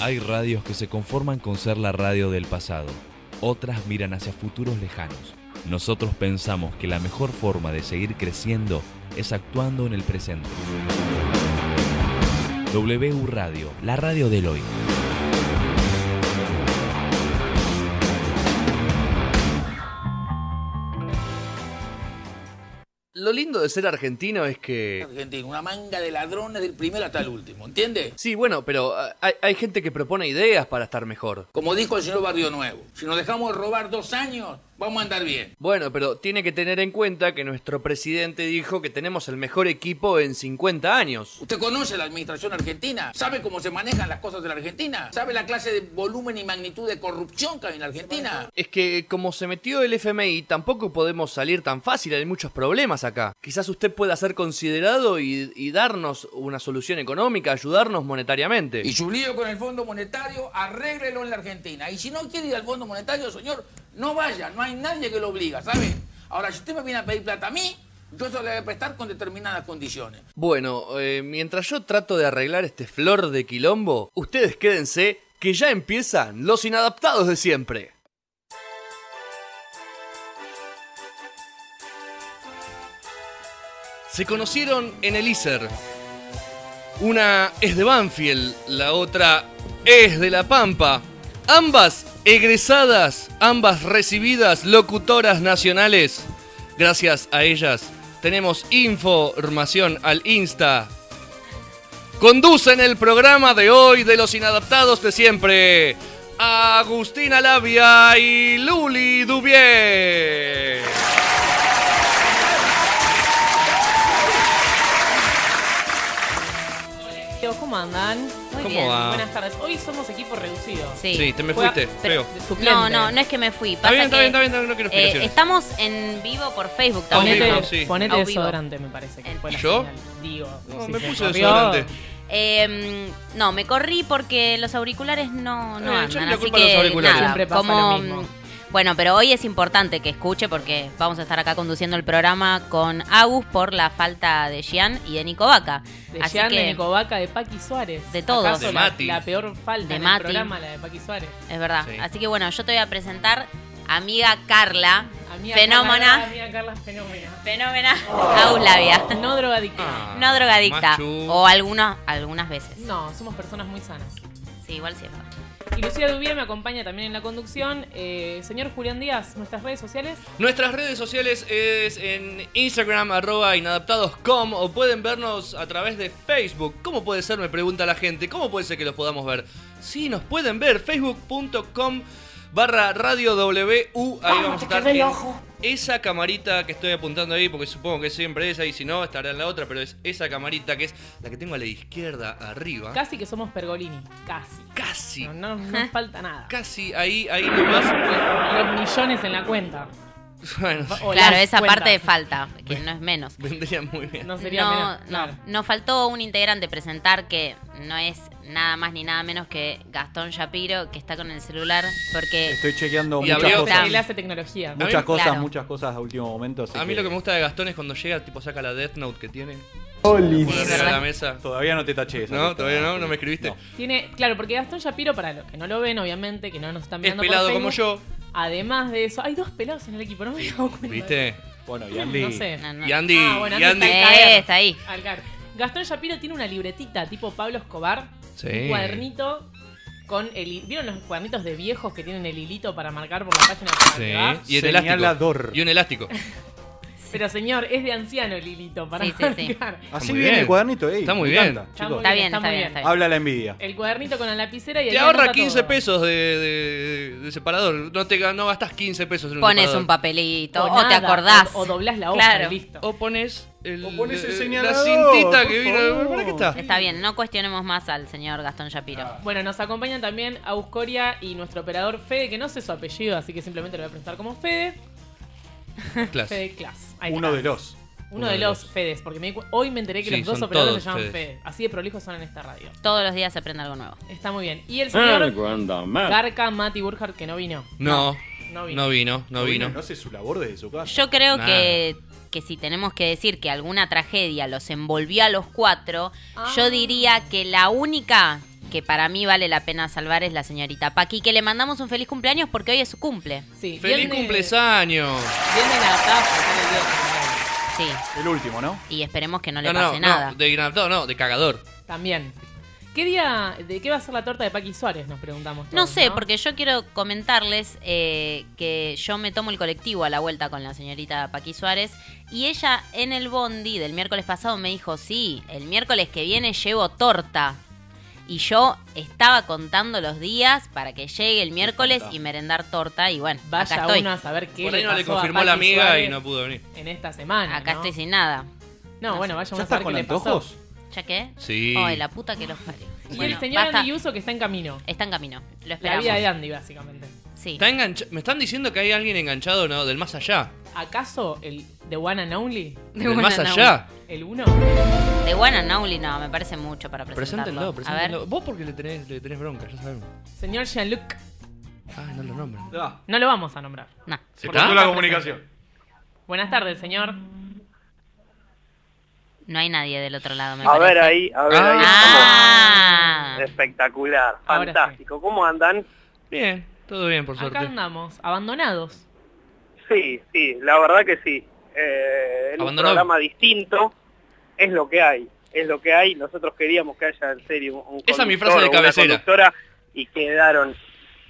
Hay radios que se conforman con ser la radio del pasado, otras miran hacia futuros lejanos. Nosotros pensamos que la mejor forma de seguir creciendo es actuando en el presente. W Radio, la radio del hoy. Lo lindo de ser argentino es que... Argentina, una manga de ladrones del primero hasta el último, ¿entiende? Sí, bueno, pero ah, hay, hay gente que propone ideas para estar mejor. Como dijo el señor Barrio Nuevo, si nos dejamos robar dos años, vamos a andar bien. Bueno, pero tiene que tener en cuenta que nuestro presidente dijo que tenemos el mejor equipo en 50 años. ¿Usted conoce la administración argentina? ¿Sabe cómo se manejan las cosas de la Argentina? ¿Sabe la clase de volumen y magnitud de corrupción que hay en la Argentina? Es que como se metió el FMI, tampoco podemos salir tan fácil, hay muchos problemas acá. Quizás usted pueda ser considerado y, y darnos una solución económica, ayudarnos monetariamente. Y su lío con el Fondo Monetario, arréglelo en la Argentina. Y si no quiere ir al Fondo Monetario, señor, no vaya, no hay nadie que lo obliga, ¿sabe? Ahora, si usted me viene a pedir plata a mí, yo se la voy a prestar con determinadas condiciones. Bueno, eh, mientras yo trato de arreglar este flor de quilombo, ustedes quédense que ya empiezan los inadaptados de siempre. Se conocieron en el ISER. Una es de Banfield, la otra es de La Pampa. Ambas egresadas, ambas recibidas locutoras nacionales. Gracias a ellas tenemos información al Insta. Conducen el programa de hoy de los inadaptados de siempre. Agustina Labia y Luli Dubier. Chicos, ¿Cómo andan? Muy ¿Cómo bien. va? Buenas tardes. Hoy somos equipo reducido. Sí. Sí, te me Juega- fuiste, pero- feo. suplente. No, no, no es que me fui. Está Pasa bien, está que, bien, está bien, no quiero eh, explicaciones. estamos en vivo por Facebook también. vivo, Ponete, sí. ponete Au vivo. desodorante, me parece. Que fue la ¿Yo? señal. Digo, No, si me se puse corrió, desodorante. Eh, no, me corrí porque los auriculares no, no Eh, andan, yo le así culpo a los que auriculares. nada, Siempre pasa como- lo mismo. Bueno, pero hoy es importante que escuche porque vamos a estar acá conduciendo el programa con Agus por la falta de Gian y de Nico Vaca. De Así Jean, que de Nicovaca, de Paqui Suárez. De todos. ¿Acaso De la- Mati. La, peor falta De en Mati. el programa, la de Paqui Suárez. es verdad. Sí. Así que bueno, yo te voy a presentar a amiga Carla, Amiga Carla, fenómena, amiga Carla, fenómena. fenómena Agus Labia. No drogadicta. Ah, No drogadicta. machu. O algunas, algunas veces. No, somos personas muy sanas. Sí, igual sí es verdad. Y Lucía Dubier me acompaña también en la conducción. Eh, señor Julián Díaz, nuestras redes sociales. Nuestras redes sociales es en Instagram, arroba inadaptados.com o pueden vernos a través de Facebook. ¿Cómo puede ser? Me pregunta la gente. ¿Cómo puede ser que los podamos ver? Sí, nos pueden ver. Facebook.com barra radio W. Ahí Ah, vamos a estar en esa camarita que estoy apuntando ahí, porque supongo que siempre es ahí. Si no, estará en la otra, pero es esa camarita que es la que tengo a la izquierda arriba. Casi que somos Pergolini. Casi. Casi, No, no nos falta nada. casi ahí, ahí nomás. Los millones en la cuenta. Bueno, O claro, las esa cuentas. parte falta, que no es menos. vendría muy bien. No sería no, menos, no. claro. Nos faltó un integrante presentar que no es nada más ni nada menos que Gastón Shapiro, que está con el celular, porque Estoy Y chequeando muchas abrió- O sea, cosas. él hace tecnología. No. Muchas cosas, Claro. muchas cosas a último momento. así A mí que lo que me gusta de Gastón es cuando llega, tipo saca la Death Note que tiene. Sí, Pone es arriba de la verdad. mesa. Todavía no te taché esa No, lista. todavía no, no me escribiste. No. Tiene, claro, porque Gastón Shapiro, para los que no lo ven, obviamente, que no nos están Es mirando por pelado como Facebook, yo, Además de eso, hay dos pelados en el equipo, no me he dado cuenta. ¿viste? Bueno, y Andy. No sé. No, no. Y Andy, Ah, bueno, y antes Andy. de Eh, caer. está ahí. Algar. Gastón Shapiro tiene una libretita tipo Pablo Escobar, Sí. un cuadernito con el... hi- ¿Vieron los cuadernitos de viejos que tienen el hilito para marcar por la página? para que va? Sí. Y el elástico. Señalador. Y un elástico. Pero señor, es de anciano el hilito para Sí, sí, sí. marcar. Así muy viene bien. el cuadernito, ey, Está muy me bien. encanta, Está chicos. muy Está bien, está está muy bien, bien. está bien. Habla la envidia. El cuadernito con la lapicera y Te ahí ahorra anota 15 todo. pesos de, de- de separador. No, te, no gastas 15 pesos en un Pones separador. un papelito, o, O te nada, acordás. O, o doblás la hoja Claro. y listo. O pones el, O pones el eh, la señalador, cintita que por vino. favor. ¿Para qué está? Está bien, no cuestionemos más al señor Gastón Shapiro. Bueno, nos acompañan también Auscoria y nuestro operador Fede, que no sé su apellido, así que simplemente lo voy a presentar como Fede. Clase. Fede Class. Ahí Uno está. de los. Uno, de los, Fedes, porque me di cu- hoy me enteré que Sí, los dos son operadores todos se llaman Fedes. Fede. Así de prolijos son en esta radio. Todos los días se aprende algo nuevo. Está muy bien. Y el señor Garca Mati Burkhardt, que no vino. No, No vino. no vino, no vino. No hace su labor desde su casa. Yo creo Nah. que, que si tenemos que decir que alguna tragedia los envolvió a los cuatro, Ah. yo diría que la única que para mí vale la pena salvar es la señorita Paqui, que le mandamos un feliz cumpleaños porque hoy es su cumple. Sí, ¡Feliz viene- cumpleaños! Viene la tapa, está nervioso. Sí, El último, ¿no? y esperemos que no le No, no, pase no, nada. de inadaptado, no, de cagador. También. ¿Qué día, de qué va a ser la torta de Paqui Suárez? Nos preguntamos. No todos, sé, porque yo quiero comentarles eh, que yo me tomo el colectivo a la vuelta con la señorita Paqui Suárez y ella en el bondi del miércoles pasado me dijo, sí, el miércoles que viene llevo torta. Y yo estaba contando los días para que llegue el miércoles y merendar torta y bueno, Vaya acá estoy. uno a saber qué Por le ahí no le pasó a confirmó Paqui la amiga y Suárez no pudo venir. En esta semana. Acá ¿no? estoy sin nada. No, bueno, vaya uno ¿Ya a saber estás qué con le pasó. antojos? ¿Ya qué? Sí. Ay, la puta que los parió. Y Bueno, el señor basta. Andy Uso que está en camino. Está en camino. Lo La vida de esperamos. Andy, básicamente. Sí. Está engancha- Me están diciendo que hay alguien enganchado ¿no? del más allá. ¿Acaso el The One and Only? Del más allá. ¿El uno? De One and Only, no, me parece mucho para presentarlo. Preséntenlo, A preséntenlo. ver, Vos porque le tenés, le tenés bronca, ya sabemos. Señor Jean-Luc. Ah, no lo nombran. Ah, No lo vamos a nombrar. no. ¿Se Por lo está? tanto, Buenas tardes, señor. No hay nadie del otro lado, me A parece. ver ahí, a ver ahí. Ah, estamos. Espectacular, Ahora fantástico. ¿Cómo andan? Bien, todo bien, por suerte. Acá andamos, abandonados. Sí, sí, la verdad que sí. Eh, en un Abandonado. programa distinto es lo que hay, es lo que hay. Nosotros queríamos que haya en serio un Esa es mi conductor frase de o una cabecera. conductora y quedaron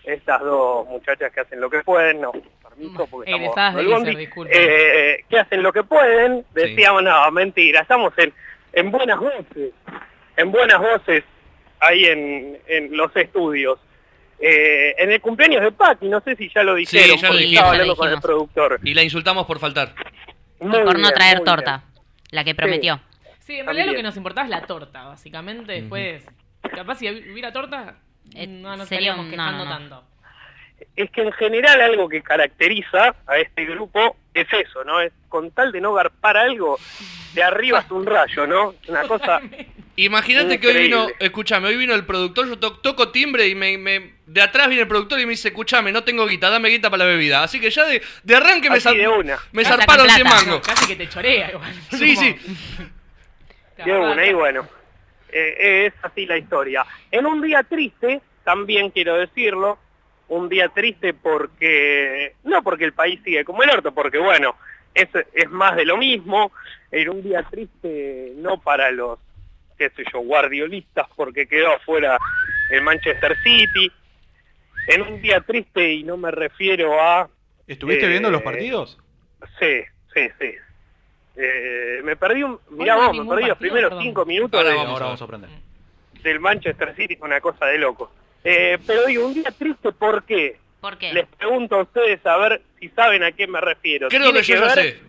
estas dos muchachas que hacen lo que pueden, no, permiso, porque estamos Egresadas de en el bondi. Lizer, disculpe. Eh, que hacen lo que pueden, Sí. decíamos, no, mentira, estamos en, en buenas voces, en buenas voces ahí en, en los estudios. Eh, en el cumpleaños de Patti, no sé si ya lo dijeron, ya lo porque dijimos, estaba ya lo hablando con el dijimos. productor. Y la insultamos por faltar. Muy y por no bien, traer muy torta, la que prometió. Ah, Sí, en realidad lo también. que nos importaba es la torta, básicamente. Después, capaz si hubiera torta, Eh, no nos sería estaríamos un- no, quejando no, no. tanto. bien. Es que en general algo que caracteriza a este grupo es eso, ¿no? Es con tal de no garpar algo, de arriba es un rayo, ¿no? Una cosa... Imagínate que hoy Increíble. vino, escúchame, hoy vino el productor, yo to- toco timbre y me, me- de atrás viene el productor y me dice, escúchame, no tengo guita, dame guita para la bebida. Así que ya de, de arranque me, Así de una. me Ya sacan zarparon 100 plata. mangos. Casi que te chorea igual. Sí, Como- sí. Claro, De una, claro. y bueno, eh, es así la historia. En un día triste, también quiero decirlo, un día triste porque, no porque el país sigue como el orto, porque bueno, es, es más de lo mismo, era un día triste no para los, qué sé yo, guardiolistas porque quedó afuera el Manchester City, en un día triste y no me refiero a ¿Estuviste Eh, viendo los partidos? Sí, sí, sí. Eh, me perdí un... Mirá no hay vos, me ningún perdí los partido, primeros perdón. cinco minutos Ahora de- vamos a ver. Ahora vamos a aprender. del Manchester City, fue una cosa de loco. Eh, pero digo, un día triste, ¿por qué? ¿Por qué? Les pregunto a ustedes a ver si saben a qué me refiero. Creo que Tiene yo ya ver- sé.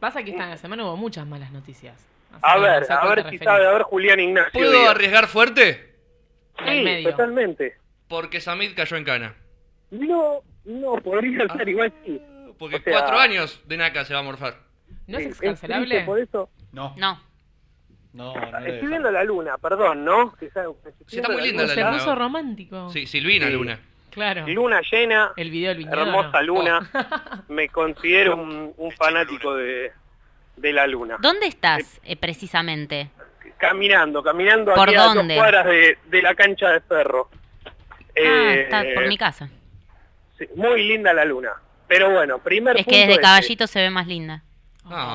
Pasa que esta semana hubo muchas malas noticias. Así A que no ver, sé a cuál ver te si referís. sabe, a ver Julián Ignacio. ¿Puedo diga. arriesgar fuerte? En el Sí, medio. totalmente. Porque Samid cayó en cana. No, no, podría ser igual sí. Porque O sea- cuatro años de Naka se va a morfar. ¿No es Sí, excarcelable? Eh, triste por eso. No, No, no, no. le Estoy dejo. viendo la luna, perdón, ¿no? Que sea- Sí, está muy linda Uy, la se luna. puso romántico. Sí, Silvina Sí. Luna. Claro. Luna llena, El video del viñedo. hermosa no. Oh. luna. Me considero un, un fanático de, de la luna. ¿dónde estás eh, precisamente? Caminando, caminando ¿Por aquí a dos dónde? cuadras de, de la cancha de Ferro. Ah, Eh, está por mi casa. sí, muy linda la luna. Pero bueno, primer Es punto este. que desde ese. caballito se ve más linda.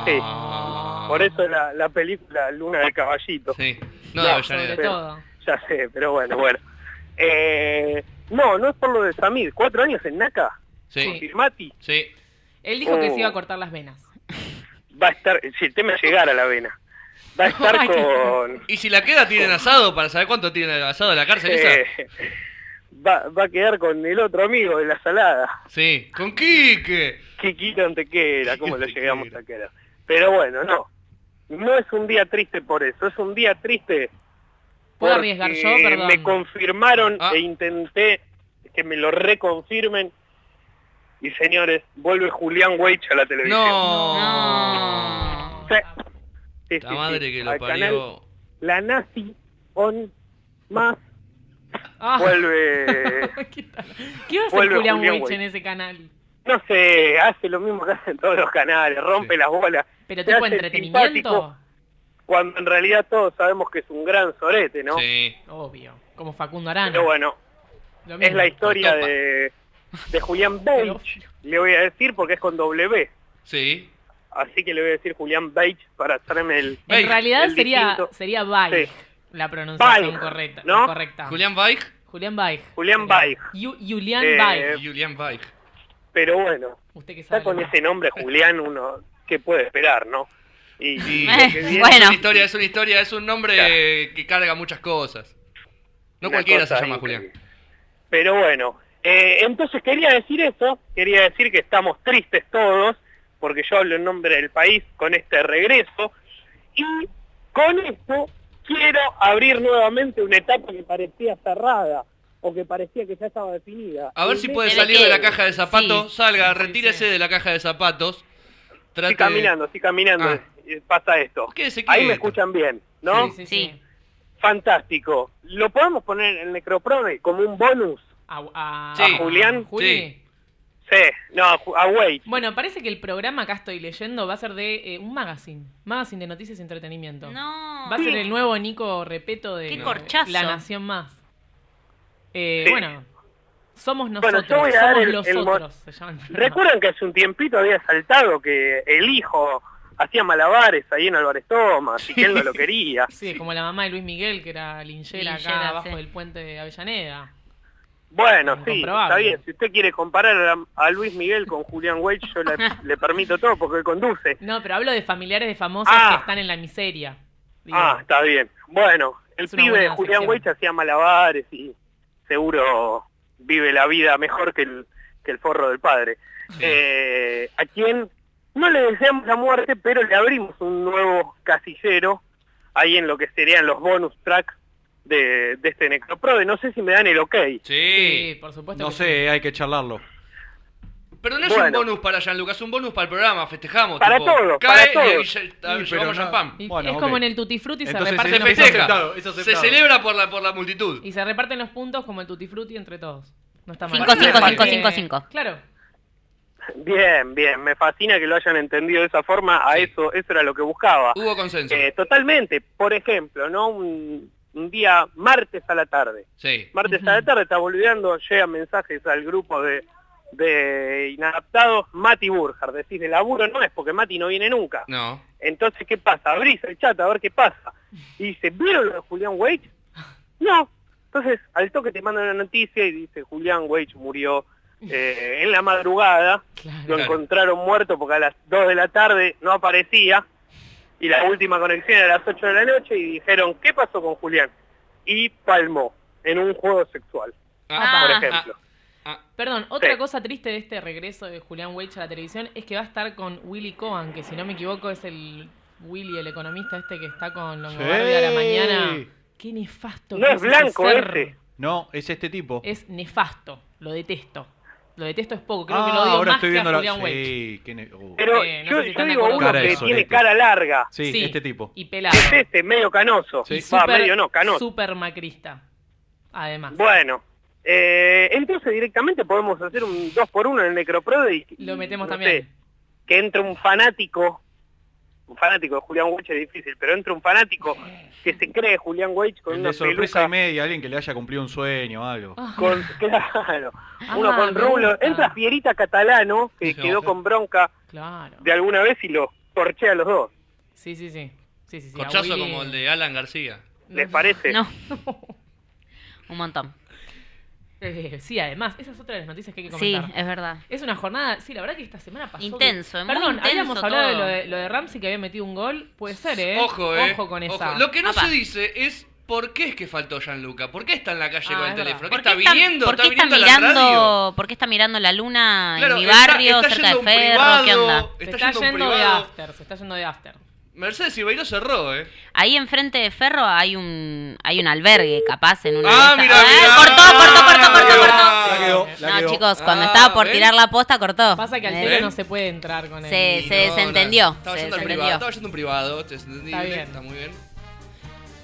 Sí. Ah. Por eso la, la película Luna de Caballito. Sí. No, No, de Sobre Avellaneda. todo. Ya sé, pero bueno, bueno. Eh, no, no es por lo de Samir. ¿Cuatro años en Naca? Sí. Firmati. Sí. Él dijo que se Oh. iba a cortar las venas. Va a estar... Si el tema es llegar a la vena. Va a estar Ay, qué- con... ¿Y si la queda tienen asado para saber cuánto tienen asado en la cárcel esa? Eh, va, va a quedar con el otro amigo de la salada. Sí. Con Quique. Chiquito Antequera, cómo lo Quiquito llegamos Antequera. a querer. Pero bueno, no. No es un día triste por eso, es un día triste ¿Puedo porque arriesgar yo? Perdón. me confirmaron Ah. e intenté que me lo reconfirmen. Y señores, vuelve Julián Weich a la televisión. No. No. Sí, sí, La sí, madre sí. que lo Al canal parió. La Nazi on más Ah. vuelve ¿Qué tal? ¿Qué iba a hacer Vuelve Julián Julián Weich Weich. en ese canal? no sé, hace lo mismo que hacen todos los canales, rompe Sí. las bolas. ¿Pero Se tipo hace el entretenimiento? simpático, Cuando en realidad todos sabemos que es un gran sorete, ¿no? Sí. Obvio. Como Facundo Arana. Pero bueno, lo es mismo. la historia Copa. de, de Julián Beige, le voy a decir porque es con W. Sí. Así que le voy a decir Julián Beige para hacerme el... En Beige, realidad el sería, distinto. sería Baig Sí. la pronunciación Baig, correcta. ¿no? correcta. Julián Baig. Julián Baig. Julián Sería. Baig. Yu- Julián Eh, Baig. Julián Baig. Pero bueno, Usted que ya sabe. con ese nombre Julián uno, ¿qué puede esperar, no? Y, Y Eh, lo que viene bueno. es una historia, es una historia, es un nombre Claro. que carga muchas cosas. No Una cualquiera se cosa llama increíble. Julián. Pero bueno, eh, entonces quería decir eso, quería decir que estamos tristes todos, porque yo hablo en nombre del país con este regreso, y con esto quiero abrir nuevamente una etapa que parecía cerrada, o que parecía que ya estaba definida. A ver El si mes- puede Pero salir que- de la caja de zapatos. Salga, Sí, sí. retírese de la caja de zapatos. Trate... Estoy caminando, estoy caminando, Ah. eh, pasa esto. Quédese Ahí quieto. me escuchan bien, ¿no? Sí, sí, sí. Sí. Fantástico. ¿Lo podemos poner en el Necroprode como un bonus? A, a- Sí. a Julián. Juli. Sí. Sí, no, a Ju- a Wade. Bueno, parece que el programa acá estoy leyendo va a ser de eh, un magazine. Magazine de noticias y entretenimiento. No. Va a ser el nuevo Nico Repeto de Qué corchazo. La Nación Más. Eh, Sí. Bueno, somos yo nosotros, voy a dar somos el- los el mo- otros. se llama el programa. ¿Recuerdan que hace un tiempito había saltado que el hijo hacía malabares ahí en Álvarez Thomas y que él no lo quería? Sí, como la mamá de Luis Miguel, que era linchera acá Linchera, abajo sí. del puente de Avellaneda. Bueno, sí, Incomprobable. está bien. Si usted quiere comparar a, a Luis Miguel con Julián Wade, yo le, le permito todo porque él conduce. No, pero hablo de familiares de famosos Ah. que están en la miseria. digo. Ah, está bien. Bueno, el Es una pibe de buena Julián sección. Wade hacía malabares y seguro vive la vida mejor que el, que el forro del padre. Eh, a quien no le deseamos la muerte, pero le abrimos un nuevo casillero ahí en lo que serían los bonus tracks de, de este Necroprode. No sé si me dan el ok. Sí, Sí. por supuesto. No que sé, hay que charlarlo. Pero no es Bueno. un bonus para Gianluca, es un bonus para el programa. Festejamos. Para tipo, todos, Cae para y todos. avisa- a- Sí, llevamos pero no- champán. sí. Y Bueno, es ok. como en el Tutti Frutti se Entonces, reparten Se es los festeja. puntos. aceptado, es Se aceptado. celebra por la, por la multitud. Y se reparten los puntos como el Tutti Frutti entre todos. No está mal. Cinco, cinco, Porque- cinco, cinco, cinco. Claro. Bien, bien. Me fascina que lo hayan entendido de esa forma. A Sí. eso, eso era lo que buscaba. Hubo consenso. Eh, totalmente. Por ejemplo, ¿no? Un, un día martes a la tarde. Sí. Martes a la tarde está boludeando, llegan mensajes al grupo de, de inadaptados. Mati Burjar, decís de laburo no es porque Mati no viene nunca. No. Entonces, ¿qué pasa? Abrís el chat a ver qué pasa. Y dice, ¿vieron lo de Julián Wade? No. Entonces, al toque te mandan una noticia y dice, Julián Wade murió eh, en la madrugada. Claro. Lo Claro. encontraron muerto porque a las 2 de la tarde no aparecía. Y la última conexión era a las 8 de la noche y dijeron, ¿qué pasó con Julián? Y palmó en un juego sexual, Ah, por ejemplo. ah, Perdón, otra Sí. cosa triste de este regreso de Julián Weich a la televisión es que va a estar con Willy Cohen, que si no me equivoco es el Willy, el economista este que está con Longobardi a la Sí. mañana. Qué nefasto. No que es blanco eh. ese ese. No, es este tipo. Es nefasto. Lo detesto. Lo detesto es poco. Creo ah, que lo odio ahora más estoy que viendo a la... Julián Weich. Sí, ¿quién es? Uh. Pero Eh, no yo, sé si yo están de digo acuerdo uno con que eso. tiene Solete. cara larga. Sí, Sí. este tipo. Y pelado. Es este, medio canoso. Sí. Y Va, súper- medio no, canoso. Súper macrista. Además. Bueno, eh, entonces directamente podemos hacer un 2 por 1 en el Necroprode y... y lo metemos no también. sé, que entre un fanático, un fanático de Julián Weich es difícil, pero entre un fanático que se cree Julián Weich con El una de sorpresa peluca... y media, alguien que le haya cumplido un sueño o algo. Ah. Con, claro, uno Ah, con me rulo. gusta. Entra Fierita Catalano, que Sí, quedó ojo. eh. con bronca Claro. de alguna vez y los torchea a los dos. Sí, sí, sí. sí, sí, sí. a corchazo Willy- como el de Alan García. ¿Les parece? No. Un montón. Eh, sí, además, esa es otra de las noticias que hay que Sí, comentar. es verdad. Es una jornada, sí, la verdad que esta semana pasó. Intenso, que- es muy Perdón, intenso habíamos hablado de todo. lo de, lo de Ramsey que había metido un gol. Puede ser, ¿eh? Ojo, eh. Ojo con esa. Ojo. Lo que no Apa. se dice es por qué es que faltó Gianluca. ¿Por qué está en la calle Ah, con el es verdad. teléfono? ¿Qué ¿Por está qué están- viniendo? ¿Por qué ¿Está están viniendo a la radio? mirando? ¿Por qué están mirando la luna Claro, en mi está- barrio, está cerca yendo de a un Ferro? ¿Qué privado, onda? Se Está está yendo a un yendo de privado. after, se está yendo de after. Mercedes Ibeiro cerró, eh. Ahí enfrente de Ferro hay un hay un albergue, capaz, en una Ah, de esas- mirá, ¡Ay, mirá. cortó, cortó, cortó, cortó, Ah, cortó! La quedó, la No, quedó. chicos, cuando Ah, estaba por ¿ven? tirar la posta, cortó. Pasa que al Eh, cielo ¿Ven? no se puede entrar con Sí, él. sí. Se desentendió, Estaba se yendo a un desentendió. privado. Estaba yendo a un privado. te entendí, Está bien. Está muy bien.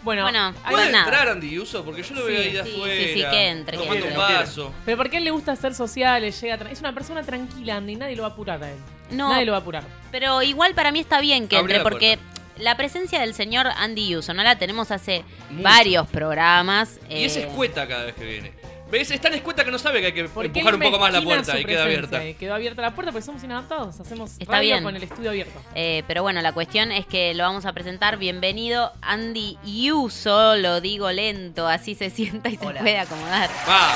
Bueno, Bueno, hay- ¿Puede nada. entrar Andy Uso? Porque yo lo veo Sí, ahí de sí, afuera. sí, sí, que entre, que Tomando un entre. vaso. pero porque a él le gusta ser social, le llega tra- es una persona tranquila Andy, nadie lo va a apurar a él. No. Nadie lo va a apurar. Pero igual para mí está bien que Abrí entre, la porque la presencia del señor Andy Uso, no la tenemos hace varios programas. Y es eh, escueta cada vez que viene. ¿Ves? Es tan escueta que no sabe que hay que ¿Por qué empujar un poco más la mezquina puerta su y queda presencia? abierta. Y Quedó abierta la puerta porque somos inadaptados. Hacemos Está radio bien. con el estudio abierto. Eh, pero bueno, la cuestión es que lo vamos a presentar. Bienvenido, Andy Yuso. Lo digo lento, así se sienta y se puede acomodar. Va.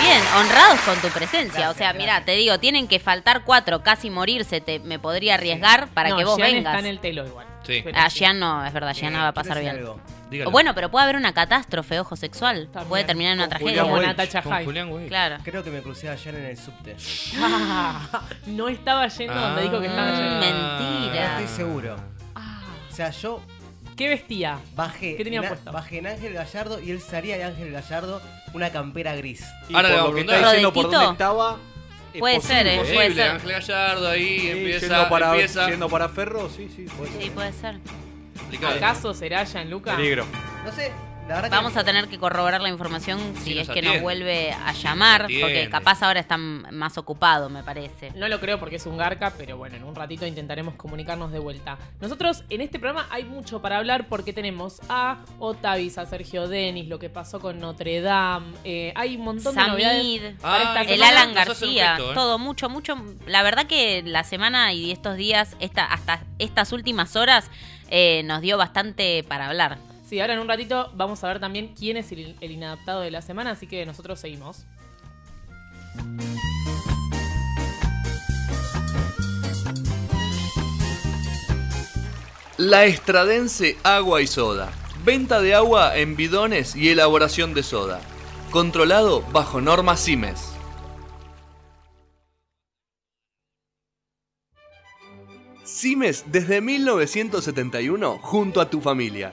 Bien, honrados con tu presencia. o sea, mira, te digo, tienen que faltar cuatro, casi morirse. Te, me podría arriesgar para No, que vos Jean vengas. está en el telo igual. Sí. Pero Ah, sí. Jean no, es verdad, Eh, Jean no Eh, va a pasar bien. O Dígalo. Bueno, pero puede haber una catástrofe, ojo sexual. También. Puede terminar en una Con tragedia. Julián Como Welch, Natacha Con Hyde. Julián Wey. Claro. Creo que me crucé ayer en el subte. Ah, no estaba yendo donde dijo que estaba Mm, yendo. No mentira. estoy seguro. O sea, yo ¿Qué vestía? bajé, ¿Qué tenía en a- puesto? bajé en Ángel Gallardo y él salía de Ángel Gallardo una campera gris. Y Ahora le por vamos lo que a está preguntar. diciendo por ¿Rodetito? dónde estaba. es Puede posible, ser, ¿eh? ¿eh? Puede Posible, ser. Ángel Gallardo ahí Sí, empieza, yendo, para, empieza. yendo para Ferro, sí, sí. puede ser. Sí, puede ser. Complicado. ¿Acaso será Gianluca? Peligro. No sé, la verdad Vamos que a tener que corroborar la información si nos es que atiende. nos vuelve a llamar, Nos porque atiende. capaz ahora están mm, más ocupados, me parece. No lo creo porque es un garca, pero bueno, en un ratito intentaremos comunicarnos de vuelta. Nosotros en este programa hay mucho para hablar porque tenemos a Otavis, a Sergio Denis, lo que pasó con Notre Dame, eh, hay un montón de novedades. Samid, para esta Ah, el semana Alan nos hace un García, gesto, ¿eh? todo mucho, mucho. La verdad que la semana y estos días, esta, hasta estas últimas horas, eh, nos dio bastante para hablar. Sí, ahora en un ratito vamos a ver también quién es el, el inadaptado de la semana, así que nosotros seguimos. La Estradense Agua y Soda. Venta de agua en bidones y elaboración de soda. Controlado bajo normas CIMES. CIMES desde 1971 junto a tu familia.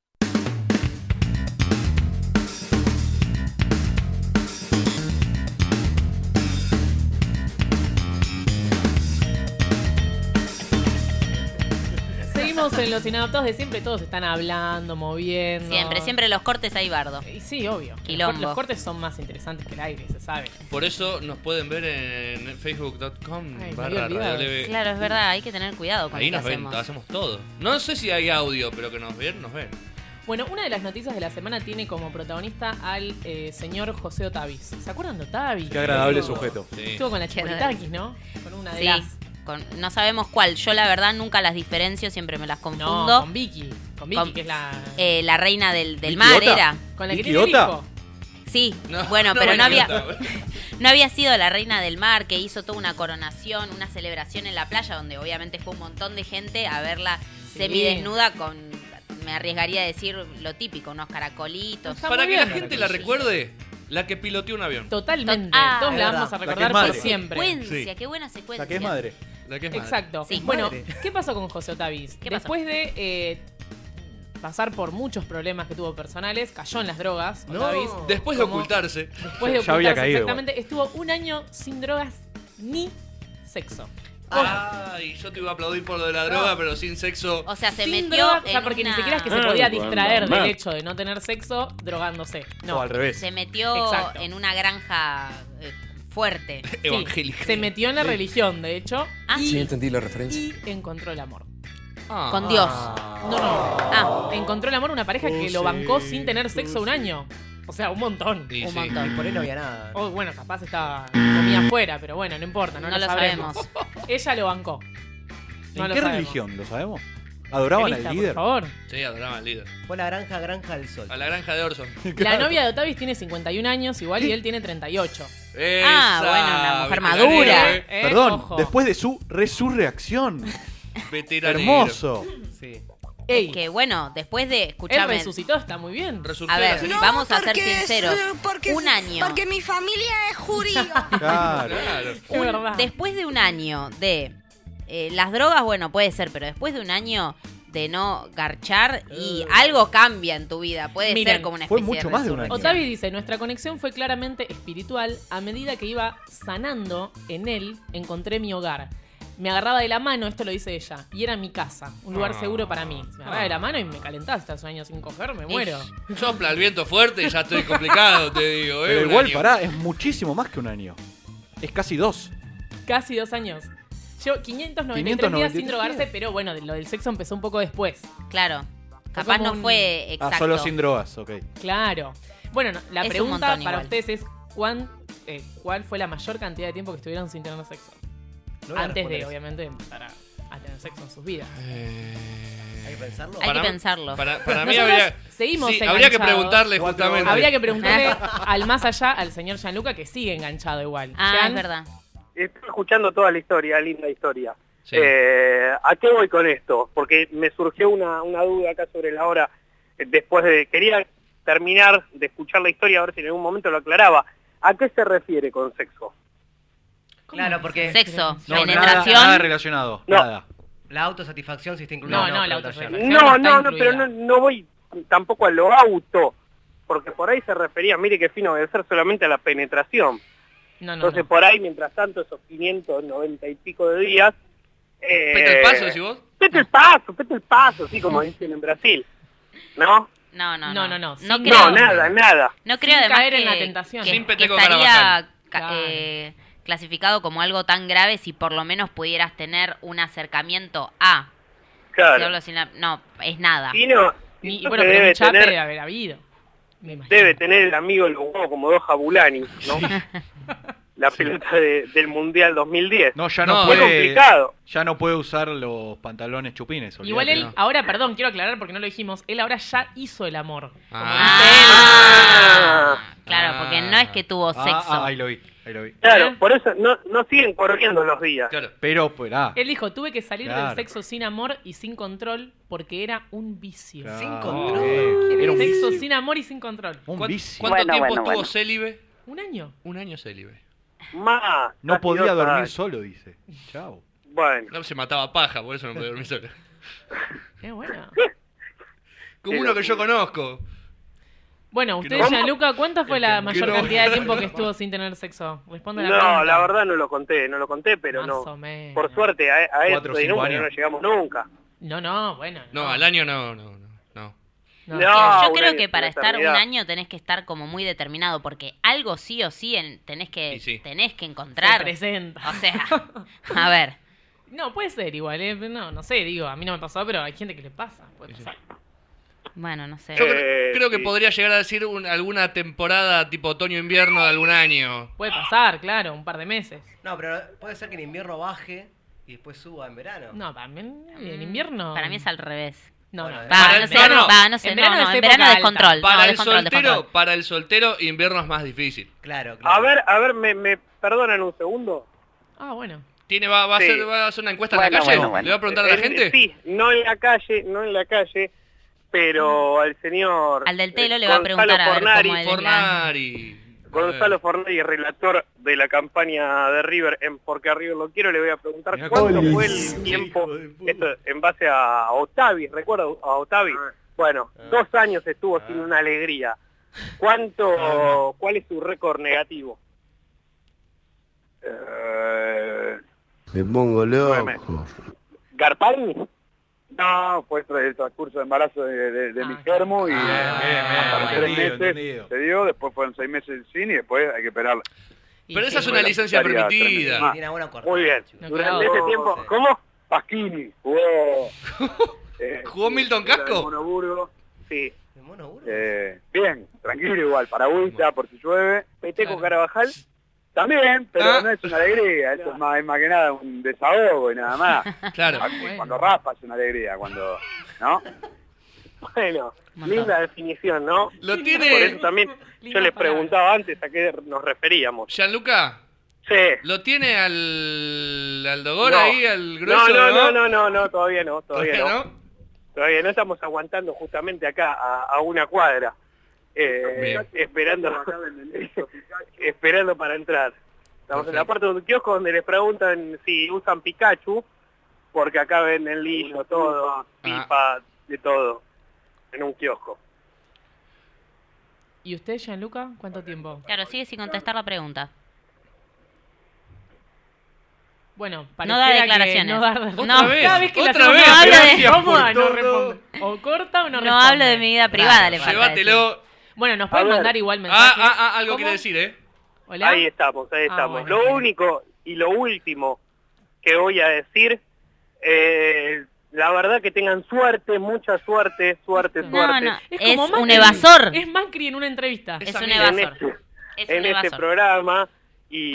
Seguimos en los inadaptados de siempre, todos están hablando, moviendo. Siempre, siempre los cortes hay bardo. Y sí, obvio. Los Quilombo. cor- Los cortes son más interesantes que el aire, se sabe. Por eso nos pueden ver en facebook.com Ay, me barra había Radio olvidado. LB. Claro, es verdad, hay que tener cuidado con Ahí lo que nos ven, hacemos. hacemos. todo. No sé si hay audio, pero que nos ven, nos ven. Bueno, una de las noticias de la semana tiene como protagonista al eh, señor José Otavis. ¿Se acuerdan de Otavis? Qué agradable Estuvo- sujeto. Sí. Estuvo con la Qué Chipolitakis, ¿no? Con una de Sí, las... con- no sabemos cuál. Yo la verdad nunca las diferencio, siempre me las No, confundo. con Vicky. Con Vicky, Con- que es la... Eh, la reina del, del ¿Vicky mar Ota? era. con la que ¿Vicky tiene el Ota? hijo. Sí, No, bueno, pero no me había, encanta. no había sido la reina del mar, que hizo toda una coronación, una celebración en la playa, donde obviamente fue un montón de gente a verla Sí. semidesnuda con, me arriesgaría a decir lo típico, unos caracolitos. Está Para muy que la bien. gente la recuerde, la que piloteó un avión. Totalmente. Tot- ah, Todos es la verdad. vamos a La que recordar es por madre. siempre. Secuencia, Sí. qué buena secuencia. La que es madre. La que es madre. Exacto. Sí. Bueno, Madre. ¿qué pasó con José Otavis? ¿Qué pasó? Después de eh, pasar por muchos problemas que tuvo personales, cayó en las drogas, No. Otavis. Después de Como- ocultarse, Después de Ya había ocultarse caído, exactamente, estuvo un año sin drogas ni sexo. ay, yo te iba a aplaudir por lo de la droga, pero sin sexo. O sea, se Sin metió drogas, Oh. o sea, en porque una- ni siquiera es que se Ah, podía cuando distraer del más. hecho de no tener sexo drogándose. No. No, al revés. se metió Exacto. en una granja eh, fuerte. Sí, Evangélica. Se metió en la religión, de hecho, Ah, Sí, sí, entendí la referencia. y encontró el amor. Ah. con Dios. No, no. Ah, Encontró el amor una pareja que lo bancó sin tener sexo un año. O sea, un montón. Y un sí. montón. por ahí no había nada. O, bueno, capaz estaba comía afuera, pero bueno, no importa, no, No lo sabemos. Ella lo bancó. No ¿En lo qué sabemos. religión? ¿Lo sabemos? ¿Adoraban Lista, al por líder? favor. Sí, adoraba al líder. Fue la granja, granja del sol. A la granja de Orson. La novia de Otavis tiene 51 años igual y él tiene 38. Ah, bueno, una mujer madura. veteranero, Eh, Perdón, ojo. después de su resurrección. eh. Veteranero. Hermoso. Sí. Ey, Que bueno, después de él escucharme. resucitó, está muy bien. Resurgió A ver, la- vamos a ser porque es- eh, sinceros. eh, porque- un año. Porque mi familia es judío. Claro. Claro. Es un- verdad. después de un año de eh, las drogas, bueno, puede ser, pero después de un año de no garchar y algo cambia en tu vida. Puede Miren, ser como una fue especie mucho más de un año. resurrección. Otavi dice, nuestra conexión fue claramente espiritual. A medida que iba sanando en él, encontré mi hogar. Me agarraba de la mano, esto lo dice ella, y era mi casa, un lugar Ah. seguro para mí. Me agarraba de la mano y me calentaba estás un año sin coger, me muero. Sopla el viento fuerte y ya estoy complicado, te digo. ¿eh? Pero Un igual, año. pará, es muchísimo más que un año. Es casi dos. Ah, Casi dos años. Llevo 593, días 593 sin días. drogarse, pero bueno, lo del sexo empezó un poco después. Claro. Capaz como no un- fue exacto. Ah, solo sin drogas, ok. Claro. Bueno, no, la Es un pregunta montón para igual. ustedes es ¿cuán, eh, cuál fue la mayor cantidad de tiempo que estuvieron sin tener sexo. No voy a Antes responder de, eso. obviamente, empezar a, a tener sexo en sus vidas. Eh. Hay que pensarlo. Hay Para- que pensarlo. Para, para mí Nosotros habría. seguimos sí, habría que enganchados. preguntarle Cuatro justamente. horas. Habría que preguntarle al más allá, al señor Gianluca, que sigue enganchado igual. Ah, Gian, es verdad. Estoy escuchando toda la historia, linda historia. Sí. Eh, ¿A qué voy con esto? Porque me surgió una, una duda acá sobre la hora. eh, Después de... Quería terminar de escuchar la historia, a ver si en algún momento lo aclaraba. ¿A qué se refiere con sexo? ¿cómo Claro, es? porque- Sexo, No, nada, penetración. nada relacionado. No. Nada. La autosatisfacción si está incluida. No, o no, la pero taller. autosatisfacción. no No, no, está no, pero incluida. no, no voy tampoco a lo auto, porque por ahí se refería, mire qué fino debe ser solamente a la penetración. No, no, Entonces no. por ahí, mientras tanto, esos 590 y pico de días... eh, ¿Peta el paso, decís vos? Pete el paso, pete el paso, así como dicen en Brasil. ¿No? No, no, No, no. no, no, sin- No creo, No, Creo- nada, nada. no creo Sin además caer que, en la tentación. que- Sin que peteco estaría Carabajal. ca- Claro. eh, clasificado como algo tan grave si por lo menos pudieras tener un acercamiento a. Si Claro. hablo sin la- no, es nada. Y no, Ni- esto bueno, que pero debe un chape tener, debe haber habido. Me imagino. debe tener el amigo el huevo como dos Jabulani, ¿no? La pelota de- del Mundial 2010. No, ya no, No. eh, Muy puede. complicado. Ya no puede usar los pantalones chupines. Igual olvídate, él, no. ahora, perdón, quiero aclarar porque no lo dijimos, él ahora ya hizo el amor. Ah, Ah. claro, porque no es que tuvo Ah, sexo. ah, ahí lo vi, ahí lo vi. Claro, por eso no, no siguen corriendo los días. Claro. Pero, pues, ah. Él dijo, tuve que salir Claro. del sexo sin amor y sin control porque era un vicio. claro, Sin control. eh, Era un Sexo vicio. sin amor y sin control. Un ¿Cuán- vicio. ¿Cuánto Bueno, tiempo bueno, estuvo bueno. célibe? Un año. Un año célibe. Más. No casi podía dos dormir años. solo, dice. Chao. Bueno, No, se mataba a paja, por eso no podía dormir solo. Qué bueno. Como uno que yo conozco. Bueno, Que no- ustedes, Gianluca, ¿cuánta fue la mayor no- cantidad de tiempo que estuvo sin tener sexo? Responda la no, pregunta. la verdad no lo conté, no lo conté, pero Más o no. menos. Por suerte a, a Cuatro o esto de cinco número no años. llegamos nunca. No, no, bueno. No, al año no, no, no. no. no. No. Yo un creo año que es para una estar un eternidad. año tenés que estar como muy determinado, porque algo sí o sí en- tenés que Y sí. tenés que Se encontrar. presenta. O sea, a ver, No, puede ser igual, ¿eh? No, no sé, digo, a mí no me pasó, pero hay gente que le pasa. Puede Sí, sí. pasar. bueno, no sé. Yo Eh, creo, creo que sí. podría llegar a decir un- alguna temporada tipo otoño-invierno de algún año. Puede pasar, claro, un par de meses. No, pero puede ser que en invierno baje y después suba en verano. No, también en invierno. Mm, Para mí es al revés. No, no. Para- Va, Para no el- sé, no, no. va, no sé, En no, verano no, es en época verano alta. descontrol. no, Para el descontrol, soltero, descontrol. para el soltero, invierno es más difícil. Claro, claro. A ver, a ver, me, me perdonan un segundo. Ah, bueno. Tiene, va, va, Sí. a hacer, va a hacer una encuesta en la Bueno, calle. bueno, bueno. ¿Le va a preguntar a la Eh, gente? Sí, no en la calle, no en la calle, pero al señor... Al del telo eh, le va a Gonzalo preguntar a ver Fornari, cómo él es la- Fornari. Gonzalo Fornari, relator de la campaña de River en Porque a River lo quiero, le voy a preguntar Mirá cuánto cómo- fue Hijo el tiempo, de puta. esto en base a Otavi, recuerdo a Otavi. Ah. Bueno, dos años estuvo sin una alegría. Ah, ¿Cuánto, cuál es su récord negativo? Eh, Me pongo loco. ¿Garpani? No, fue tras el transcurso de embarazo de, de- de mi Ah, germo y Ah, eh, bien, bien, tres entendido, meses entendido. se dio, después fueron seis meses en cine y después hay que esperar Y Pero sí, esa es no. una licencia Estaría permitida. tremendo. Tiene buena cortada, Muy bien. chicos. No, Durante claro. ese tiempo, Sí. ¿cómo? Pasquini jugó. eh, ¿Jugó Milton era de Casco? Monoburgo. Sí. ¿De mono burro? eh, bien, tranquilo igual, paragüita por si llueve. Peteco Claro. Carabajal también, pero Ah. no es una alegría, esto es más, es más que nada un desahogo y nada más. Claro. Ah, bueno. Cuando raspa es una alegría, cuando... ¿No? Bueno, Montón. linda definición, ¿no? Lo Por tiene. eso también yo Linda les palabra. preguntaba antes a qué nos referíamos. Gianluca, Sí. ¿lo tiene al, al Dogor No. ahí, al No, grueso? no, no, no, no, no, todavía no, todavía ¿Todavía no. no? Todavía no estamos aguantando justamente acá a, a una cuadra. eh, Bien. esperando esperando para entrar. Estamos en la Perfecto. parte de un kiosco donde les preguntan si usan Pikachu porque acá venden lillo, Ah. todo, pipa, de todo, en un kiosco. ¿Y usted, Gianluca? ¿Cuánto tiempo? Claro, sigue sin contestar la pregunta. Bueno, No da pareciera que declaraciones. no dar- Otra No. vez, Cada vez que la otra hacemos vez. habla de- Gracias ¿Cómo? por No todo. responde. O corta o no No, responde. hablo de mi vida privada, le falta decir. Llévatelo. Bueno, nos pueden A ver. mandar igual Ah, mensajes. ah, ah, algo ¿Cómo? quiere decir, ¿eh? ¿Hola? Ahí estamos, ahí Ah, estamos. bueno, lo bien. único y lo último que voy a decir, eh, la verdad que tengan suerte, mucha suerte, suerte, No, suerte. no. Es, Es como un Macri. evasor. Es Macri en una entrevista. Es Esa un mierda. En evasor. este, Es en un este evasor. programa y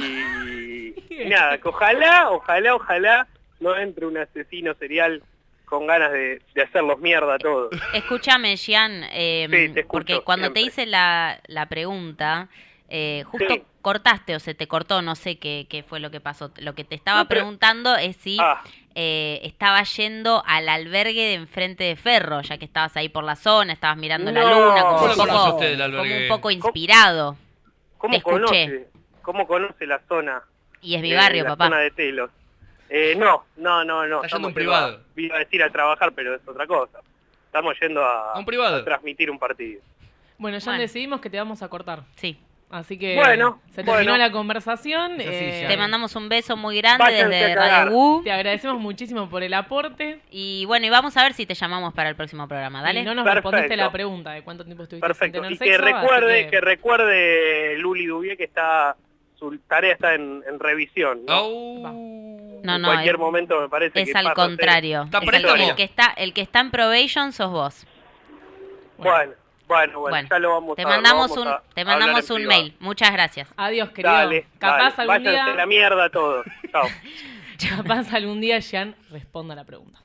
y nada, que ojalá, ojalá, ojalá no entre un asesino serial con ganas de, de hacerlos mierda a todos. Escúchame, Gian, eh, Sí, te escucho, porque cuando te siempre. hice la, la pregunta, eh, justo Sí. cortaste o se te cortó, no sé qué, qué fue lo que pasó. Lo que te estaba No, pero- preguntando es si Ah, eh, estaba yendo al albergue de enfrente de Ferro, ya que estabas ahí por la zona, estabas mirando la No. luna, como ¿Cómo un lo poco, conoce usted del como un albergue? poco inspirado. ¿Cómo Te escuché. conoce? ¿Cómo conoce la zona? Y es mi eh, barrio, la papá. zona de Telos. Eh, no, no, no, no. Está yendo a un estamos privado. a- Iba a decir a trabajar, pero es otra cosa. Estamos yendo a, A un privado. a transmitir un partido. Bueno, ya Bueno. decidimos que te vamos a cortar. Sí. Así que Bueno, se terminó bueno. la conversación. Es así, eh, ya. Te mandamos un beso muy grande Váyanse desde a cagar. Radio Gu. Te agradecemos muchísimo por el aporte. Y bueno, y vamos a ver si te llamamos para el próximo programa, Y ¿dale? no nos Perfecto. respondiste la pregunta de cuánto tiempo estuviste Perfecto. sin tener Y que sexo, así recuerde, que- que... recuerde Luli Dubié que está su tarea está en, en revisión. ¿no? Au. No, en no, cualquier es- momento me parece que Es al pasa a ser- contrario. Está Es al- préstamo. el, que está, el que está en probation sos vos. Bueno, bueno, bueno, Bueno, ya lo vamos Te a lo mandamos vamos un, a te hablar mandamos en un privado. mail. Muchas gracias. Adiós, querido. Dale, capaz dale, algún váyanse a día, la mierda todos. Chao. capaz algún día Jean responda la pregunta.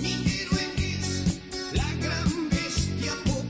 Mi héroe es la gran bestia pop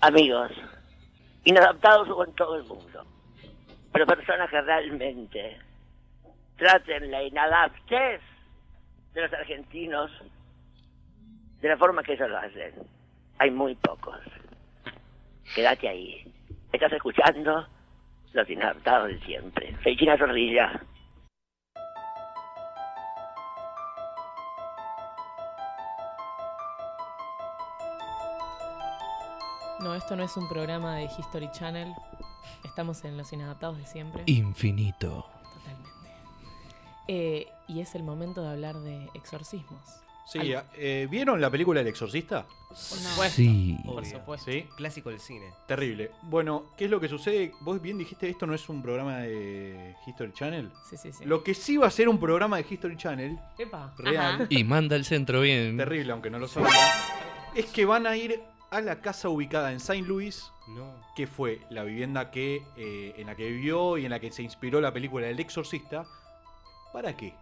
amigos, inadaptados con todo el mundo, pero personas que realmente traten la inadaptez de los argentinos de la forma que ellos lo hacen. Hay muy pocos. Quédate ahí. Estás escuchando los inadaptados de siempre. Soy China Zorrilla. No, esto no es un programa de History Channel. Estamos en los inadaptados de siempre. Infinito. Eh, y es el momento de hablar de exorcismos. Sí, eh, ¿vieron la película El Exorcista? supuesto, Sí. por supuesto. ¿Sí? Clásico del cine. Terrible. Bueno, ¿qué es lo que sucede? Vos bien dijiste, esto no es un programa de History Channel. Sí, sí, sí. Lo que sí va a ser un programa de History Channel, Epa. real, Y manda al centro bien. terrible aunque no lo saben, es que van a ir a la casa ubicada en Saint Louis, No. que fue la vivienda que eh, en la que vivió y en la que se inspiró la película El Exorcista. ¿Para qué?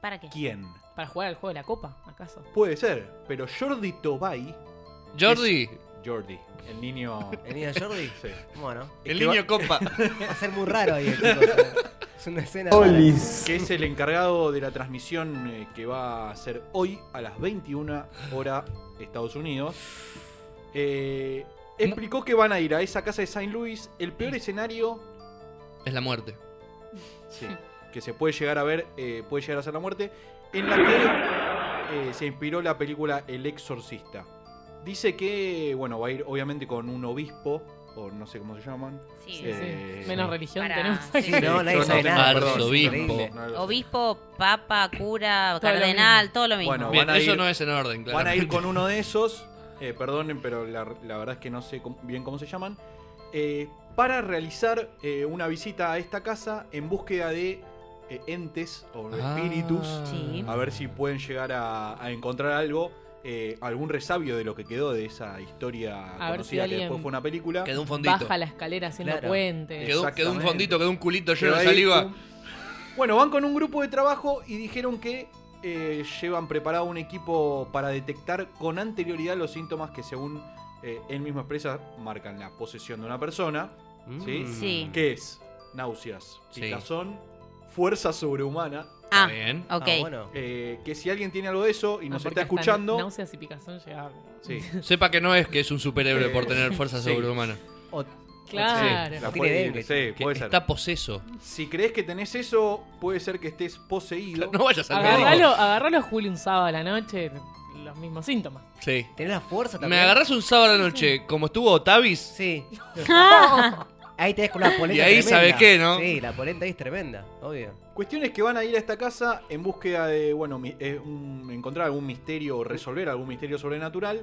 ¿Para qué? ¿Quién? ¿Para jugar al juego de la copa, acaso? Puede ser, pero Jordi Tobay. Jordi, Jordi, el niño. ¿El niño Jordi? Sí. Bueno, el que va- niño copa. va a ser muy raro ahí el chico. o sea, Es una escena. que es el encargado de la transmisión eh, que va a ser hoy a las 21 hora Estados Unidos. Eh, explicó que van a ir a esa casa de Saint Louis. El peor Mm. escenario Es la muerte. que se puede llegar a ver, eh, puede llegar a ser la muerte, en la que eh, se inspiró la película El Exorcista. Dice que, bueno, va a ir obviamente con un obispo, o no sé cómo se llaman. Sí. Sí, sí. Eh, Menos sí. religión Para- tenemos sí. aquí. No, nadie Yo sabe tengo- nada. perdón, arzobispo. increíble. No lo sé. Obispo, papa, cura, Todo lo cardenal, mismo. todo lo mismo. Bueno, Bien, van a eso ir- no es en orden, claro. Van a ir con uno de esos, eh, perdonen, pero la, la verdad es que no sé cómo- bien cómo se llaman, eh, para realizar eh, una visita a esta casa en búsqueda de eh, entes o de Ah. espíritus, Sí. a ver si pueden llegar a, a encontrar algo, eh, algún resabio de lo que quedó de esa historia A ver si conocida que alguien- después fue una película. Quedó un fondito. Baja la escalera haciendo Claro. puentes. Quedó, quedó un Exactamente. fondito, quedó un culito Pero lleno de ahí saliva. un- Bueno, van con un grupo de trabajo y dijeron que eh, llevan preparado un equipo para detectar con anterioridad los síntomas que según eh, él mismo expresa marcan la posesión de una persona. ¿Sí? Sí. ¿Qué es? Náuseas, Mm. Sí. picazón, fuerza sobrehumana. Ah, Bien. ok. Ah, bueno. eh, que si alguien tiene algo de eso y Ah, nos porque está hasta escuchando... Náuseas y picazón llegaba. Sí, Sepa que no es que es un superhéroe por tener fuerza Sí. sobrehumana. O- Claro. sí, la O tiene fuerza- dengue. sí, Que puede ser. está poseso. Si crees que tenés eso, puede ser que estés poseído. No vayas al Agarralo, médico. agarralo Julio un sábado a la noche, los mismos síntomas. Sí. ¿Tenés la fuerza también? Me agarras un sábado a la noche, como estuvo Otavis. Sí. ahí tenés con una polenta. Y ahí tremenda. sabés qué, ¿no? Sí, la polenta ahí es tremenda, obvio. Cuestiones que van a ir a esta casa en búsqueda de, bueno, mi- eh, un- encontrar algún misterio o resolver algún misterio sobrenatural.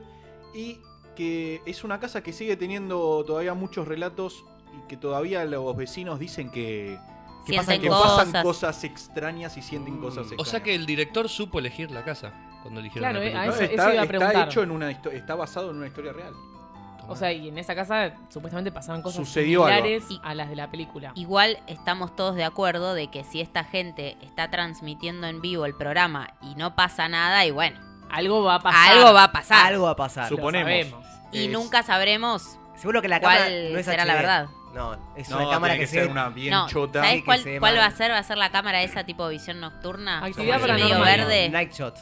Y que es una casa que sigue teniendo todavía muchos relatos y que todavía los vecinos dicen que, que, Sienten que cosas. pasan cosas extrañas y sienten cosas extrañas. O sea que el director supo elegir la casa cuando eligieron Claro, la eh, película. a No, eso- está, iba a está preguntar. hecho en una histo- está basado en una historia real. O sea, y en esa casa supuestamente pasaban cosas Sucedió algo. similares a las de la película. Igual estamos todos de acuerdo de que si esta gente está transmitiendo en vivo el programa y no pasa nada, y bueno, Algo va a pasar. algo va a pasar. Algo va a pasar. Lo Suponemos. sabemos. Y Es- nunca sabremos Seguro que la ¿Cuál cámara no es será la HD. verdad? No, es No, una cámara tiene que, que se ser ve- una bien no, chota. ¿Sabes Sí, que cuál, se ve cuál mal. va a ser? Va a ser la cámara esa tipo visión nocturna. Actividad como medio paranormal. verde. Night shot.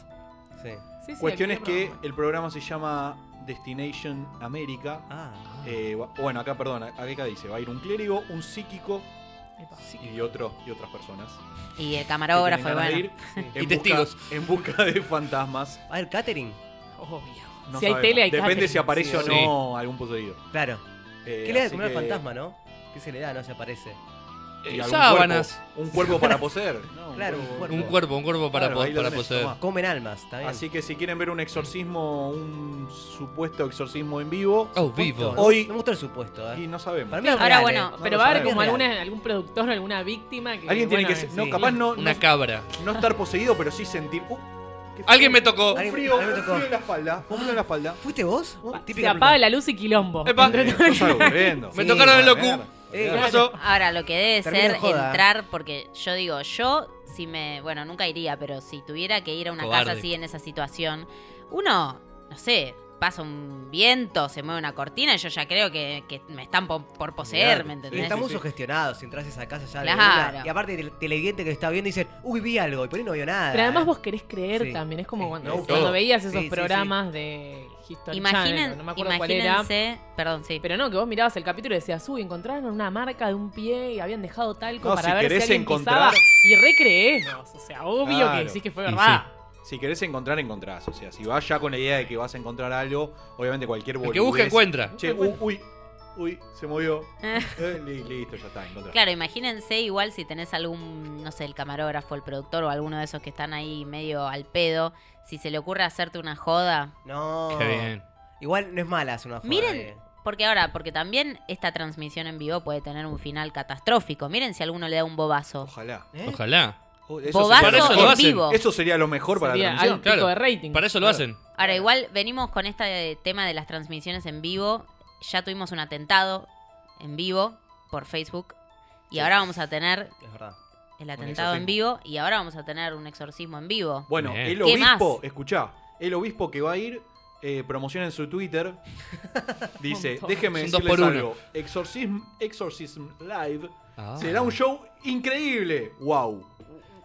Sí. Sí, sí, Cuestiones aquí que habrá- el programa se llama Destination América. Ah. Eh, va- bueno, acá, perdón, acá dice, va a ir un clérigo, un psíquico Epa. y otros y otras personas. Y el que camarógrafo, y tienen ganas de bueno. ir en Y busca- testigos. en busca de fantasmas. Va a haber catering. Obvio. No Oh, si sabemos. hay tele, hay Depende catering. si aparece sí, o sí. no algún poseído. Claro. Eh, ¿Qué le da de así comer al que- fantasma, no? ¿Qué se le da? No se aparece. y Eh, algún sábanas. cuerpo- un cuerpo para poseer. ¿no? Un Claro, un cuerpo- cuerpo. Un cuerpo, un cuerpo para, Claro, po- ahí lo para tenés, poseer. tomá. Comen almas, está bien. Así que si quieren ver un exorcismo, un supuesto exorcismo en vivo, Oh, vivo. No, hoy- No me gustó el supuesto, y eh. no sabemos. Para mí es Ahora, real, bueno, eh. Pero No va a lo haber como sabemos. alguna, algún productor, alguna víctima. Que, Alguien tiene bueno, que ser, no, sí. capaz no, Una no, cabra. no estar poseído, pero sí sentir, uh, qué frío. Alguien me tocó. Un Alguien- frío, alguien me un tocó. frío en la espalda, un frío en la espalda. ¿Fuiste vos? Se Típica apaga la luz y quilombo. Epa. Eh, cosa horrendo. Me tocaron el la locu. mierda. Eh, ¿Qué no, pasó? Ahora, lo que debe Termina ser de joda, entrar, porque yo digo, yo, si me. Bueno, nunca iría, pero si tuviera que ir a una Cobarde. casa así en esa situación, uno, no sé, pasa un viento, se mueve una cortina, y yo ya creo que, que me están po- por, poseer, ¿me entendés? Está muy sugestionado si entras a esa casa ya de Claro. una. Y aparte el televidente que lo está viendo dice, uy, vi algo, y por ahí no vio nada. Pero además vos querés creer Sí. también. Es como cuando, no, cuando todo. veías Sí, esos sí, sí. programas de History Imaginen- Channel, no me acuerdo cuál era. imagínense- Perdón, sí. Pero no, que vos mirabas el capítulo y decías, uy, encontraron una marca de un pie y habían dejado talco No, para si ver si querés alguien encontrar- pisaba. Y recreemos. O sea, obvio que Claro. decís que fue Y verdad. sí. Si querés encontrar, encontrás. O sea, si vas ya con la idea de que vas a encontrar algo, obviamente cualquier El boludez... que busca, encuentra. Che, uy, uy, uy, se movió. Ah. Eh, li- listo, ya está, encontrás. Claro, imagínense igual si tenés algún, no sé, el camarógrafo, el productor o alguno de esos que están ahí medio al pedo, si se le ocurre hacerte una joda. No. Qué bien. Igual no es mala, es una eh. forma Miren, de- porque ahora, porque también esta transmisión en vivo puede tener un final catastrófico. Miren si alguno le da un bobazo. Ojalá. ¿Eh? Ojalá. Oh, Bobazo sería- Para eso lo en hacen. vivo. Eso sería lo mejor para Sería la transmisión. alto. Pico de rating. Para eso lo Claro. hacen. Ahora, igual venimos con este tema de las transmisiones en vivo. Ya tuvimos un atentado en vivo por Facebook. Y Sí. ahora vamos a tener Es verdad. el atentado en exorcismo. vivo. Y ahora vamos a tener un exorcismo en vivo. Bueno, Bien. el ¿Qué más? obispo, escuchá, el obispo que va a ir, eh, promociona en su Twitter, dice, Montón. déjeme Es un dos decirles por uno. algo, Exorcism, Exorcism Live Ah. será un show increíble, wow.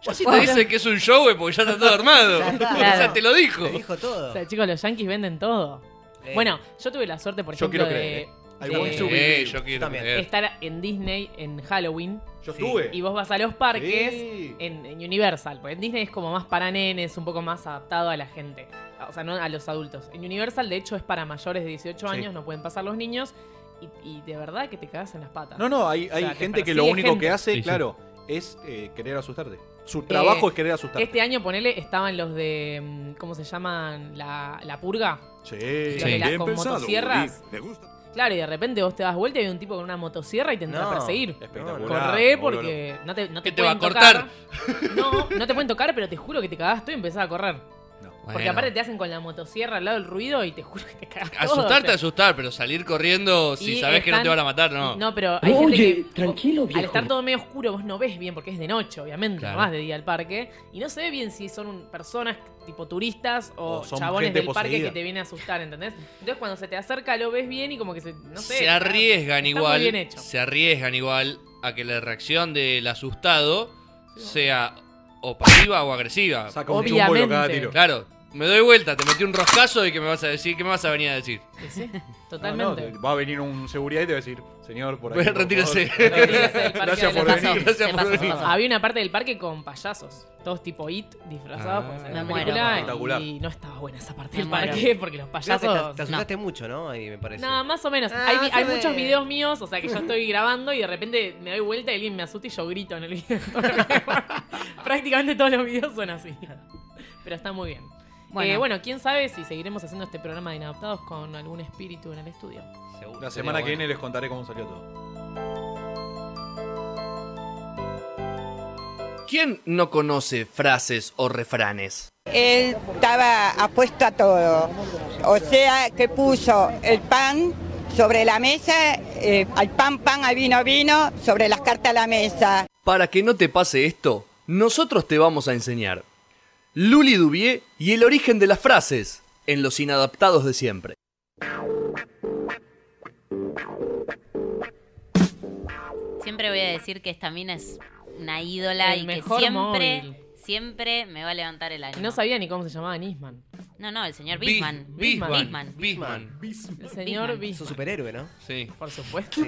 Ya si te dicen que es un show, es porque ya está todo armado. Ya está. O sea, te lo dijo. Te dijo todo. O sea, chicos, los yankees venden todo. Eh, Bueno, yo tuve la suerte, por Yo ejemplo, quiero de, creer, ¿eh? I de want to Eh, believe. yo quiero También. creer. estar en Disney en Halloween. Yo Sí. estuve. Y vos vas a los parques Sí. en, en Universal. Porque en Disney es como más para nenes, un poco más adaptado a la gente. O sea, no a los adultos. En Universal, de hecho, es para mayores de 18 Sí. años, no pueden pasar los niños. Y, y de verdad que te cagas en las patas. No, no, hay, O sea, hay te gente que lo persigue único gente. Eh, que hace, Sí, sí. claro, es eh, querer asustarte. Su trabajo es querer asustarte. Este año, ponele, estaban los de. mm, ¿Cómo se llaman? La, la purga. Sí, Los de las bien con pensado, motosierras. Uri. Me gusta. Claro, y de repente vos te das vuelta y hay un tipo con una motosierra y te entra No. a perseguir. Espectacular. Corre boludo. porque no te, no te ¿Qué te va a pueden cortar? tocar. No, no te pueden tocar, pero te juro que te cagás tú y empezás a correr. Porque Bueno. aparte te hacen con la motosierra al lado del ruido y te juro que te cagás todo. Asustarte, O sea, asustar, pero salir corriendo si y sabes que no están- te van a matar, no. No, pero hay gente que, tranquilo, Al estar todo medio oscuro vos no ves bien porque es de noche, obviamente, Claro. no vas de día al parque. Y no se ve bien si son un- personas tipo turistas o, O son chabones gente del parque poseída. que te viene a asustar, ¿entendés? Entonces cuando se te acerca lo ves bien y como que se... No sé, se está- arriesgan está muy igual. bien hecho. Se arriesgan igual a que la reacción del asustado sea o pasiva o agresiva. Saca un chumbo y lo caga a tiro. Claro, me doy vuelta, te metí un roscazo y que me vas a decir, ¿qué me vas a venir a decir? Sí, sí, No, totalmente. no, te- va a venir un seguridad y te va a decir, señor, por ahí. Bueno, por favor". retírese. Retírese del parque Gracias de por la venir. Pasó, gracias se por pasó, se venir. pasó. Había una parte del parque con payasos, todos tipo IT disfrazados Ah, porque salió me la muero. película Espectacular. y no estaba buena esa parte Me del muero. parque porque los Creo que te, payasos te asustaste mucho, ¿no? Ahí me parece. No, más o menos. Ah, hay vi- más o hay menos. muchos videos míos, o sea que yo estoy grabando y de repente me doy vuelta y alguien me asusta y yo grito en el video. Prácticamente todos los videos son así. Pero está muy bien. Bueno. Bueno. bueno, quién sabe si seguiremos haciendo este programa de Inadaptados con algún espíritu en el estudio. Seguro. La semana que viene les contaré cómo salió todo. ¿Quién no conoce frases o refranes? Él estaba apuesto a todo. O sea, que puso el pan sobre la mesa, eh, al pan, pan, al vino, vino, sobre las cartas a la mesa. Para que no te pase esto, nosotros te vamos a enseñar Luli Dubié y el origen de las frases en Los Inadaptados de siempre. Siempre voy a decir que esta mina es una ídola El y que mejor siempre, móvil. siempre me va a levantar el ánimo. No sabía ni cómo se llamaba Nisman. No, no, el señor Bis- Bisman. Bisman. Bisman. Bisman. El señor Bisman. Es un Bisman. superhéroe, ¿no? Sí. Por supuesto.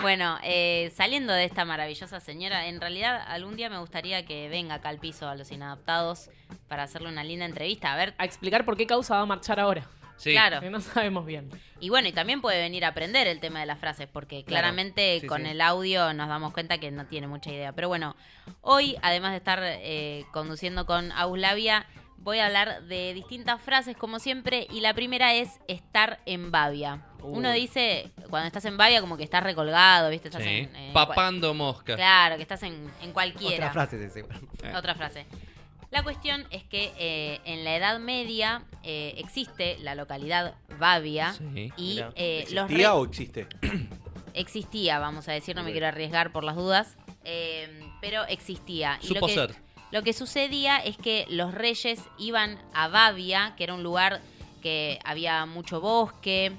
Bueno, eh, saliendo de esta maravillosa señora, en realidad algún día me gustaría que venga acá al piso a los inadaptados para hacerle una linda entrevista. A ver, A explicar por qué causa va a marchar ahora. Sí. claro. Que no sabemos bien. Y bueno, y también puede venir a aprender el tema de las frases, porque Claro, claramente sí, con sí. el audio nos damos cuenta que no tiene mucha idea. Pero bueno, hoy, además de estar eh, conduciendo con Auslavia, voy a hablar de distintas frases, como siempre, y la primera es estar en babia. Uno Uy. dice, cuando estás en babia, como que estás recolgado, ¿viste? Estás Sí. en, eh, Papando mosca. Claro, que estás en, en cualquiera. Otra frase, sí, seguro. Otra Eh. frase. La cuestión es que eh, en la Edad Media eh, existe la localidad Babia Sí. y Mirá. eh, los ¿Tía re- o existe? existía, vamos a decir, no me Ok. quiero arriesgar por las dudas, eh, pero existía. Y Supo lo que, ser. Lo que sucedía es que los reyes iban a Babia, que era un lugar que había mucho bosque,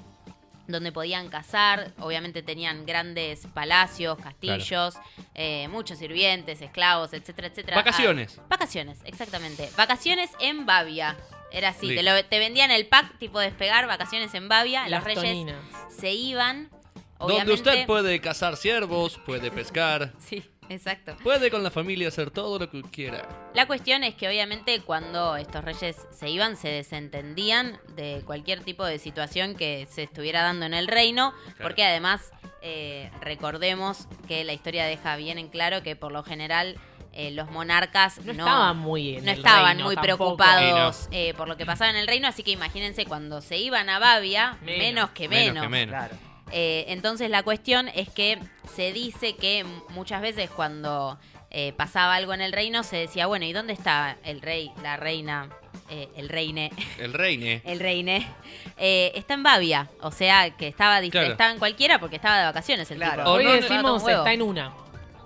donde podían cazar, obviamente tenían grandes palacios, castillos, eh, muchos sirvientes, esclavos, etcétera, etcétera. Vacaciones. Ah, vacaciones, exactamente. Vacaciones en Babia. Era así, te, Listo. lo- te vendían el pack tipo despegar, vacaciones en Babia, Las los reyes toninas. se iban. Donde Obviamente, usted puede cazar ciervos, puede pescar, Sí, exacto. puede con la familia hacer todo lo que quiera. La cuestión es que obviamente cuando estos reyes se iban se desentendían de cualquier tipo de situación que se estuviera dando en el reino, porque además eh, recordemos que la historia deja bien en claro que por lo general eh, los monarcas no, estaban muy en no el estaban reino muy tampoco. preocupados eh, por lo que pasaba en el reino, así que imagínense cuando se iban a Babia, menos, que menos. Eh, entonces la cuestión es que se dice que m- muchas veces cuando eh, pasaba algo en el reino se decía, bueno, ¿y dónde está el rey, la reina, eh, el reine? El reine. El reine eh, está en Babia, o sea que estaba, dis- Claro. estaba en cualquiera porque estaba de vacaciones el tipo. Hoy Estaba con decimos un huevo. está en una.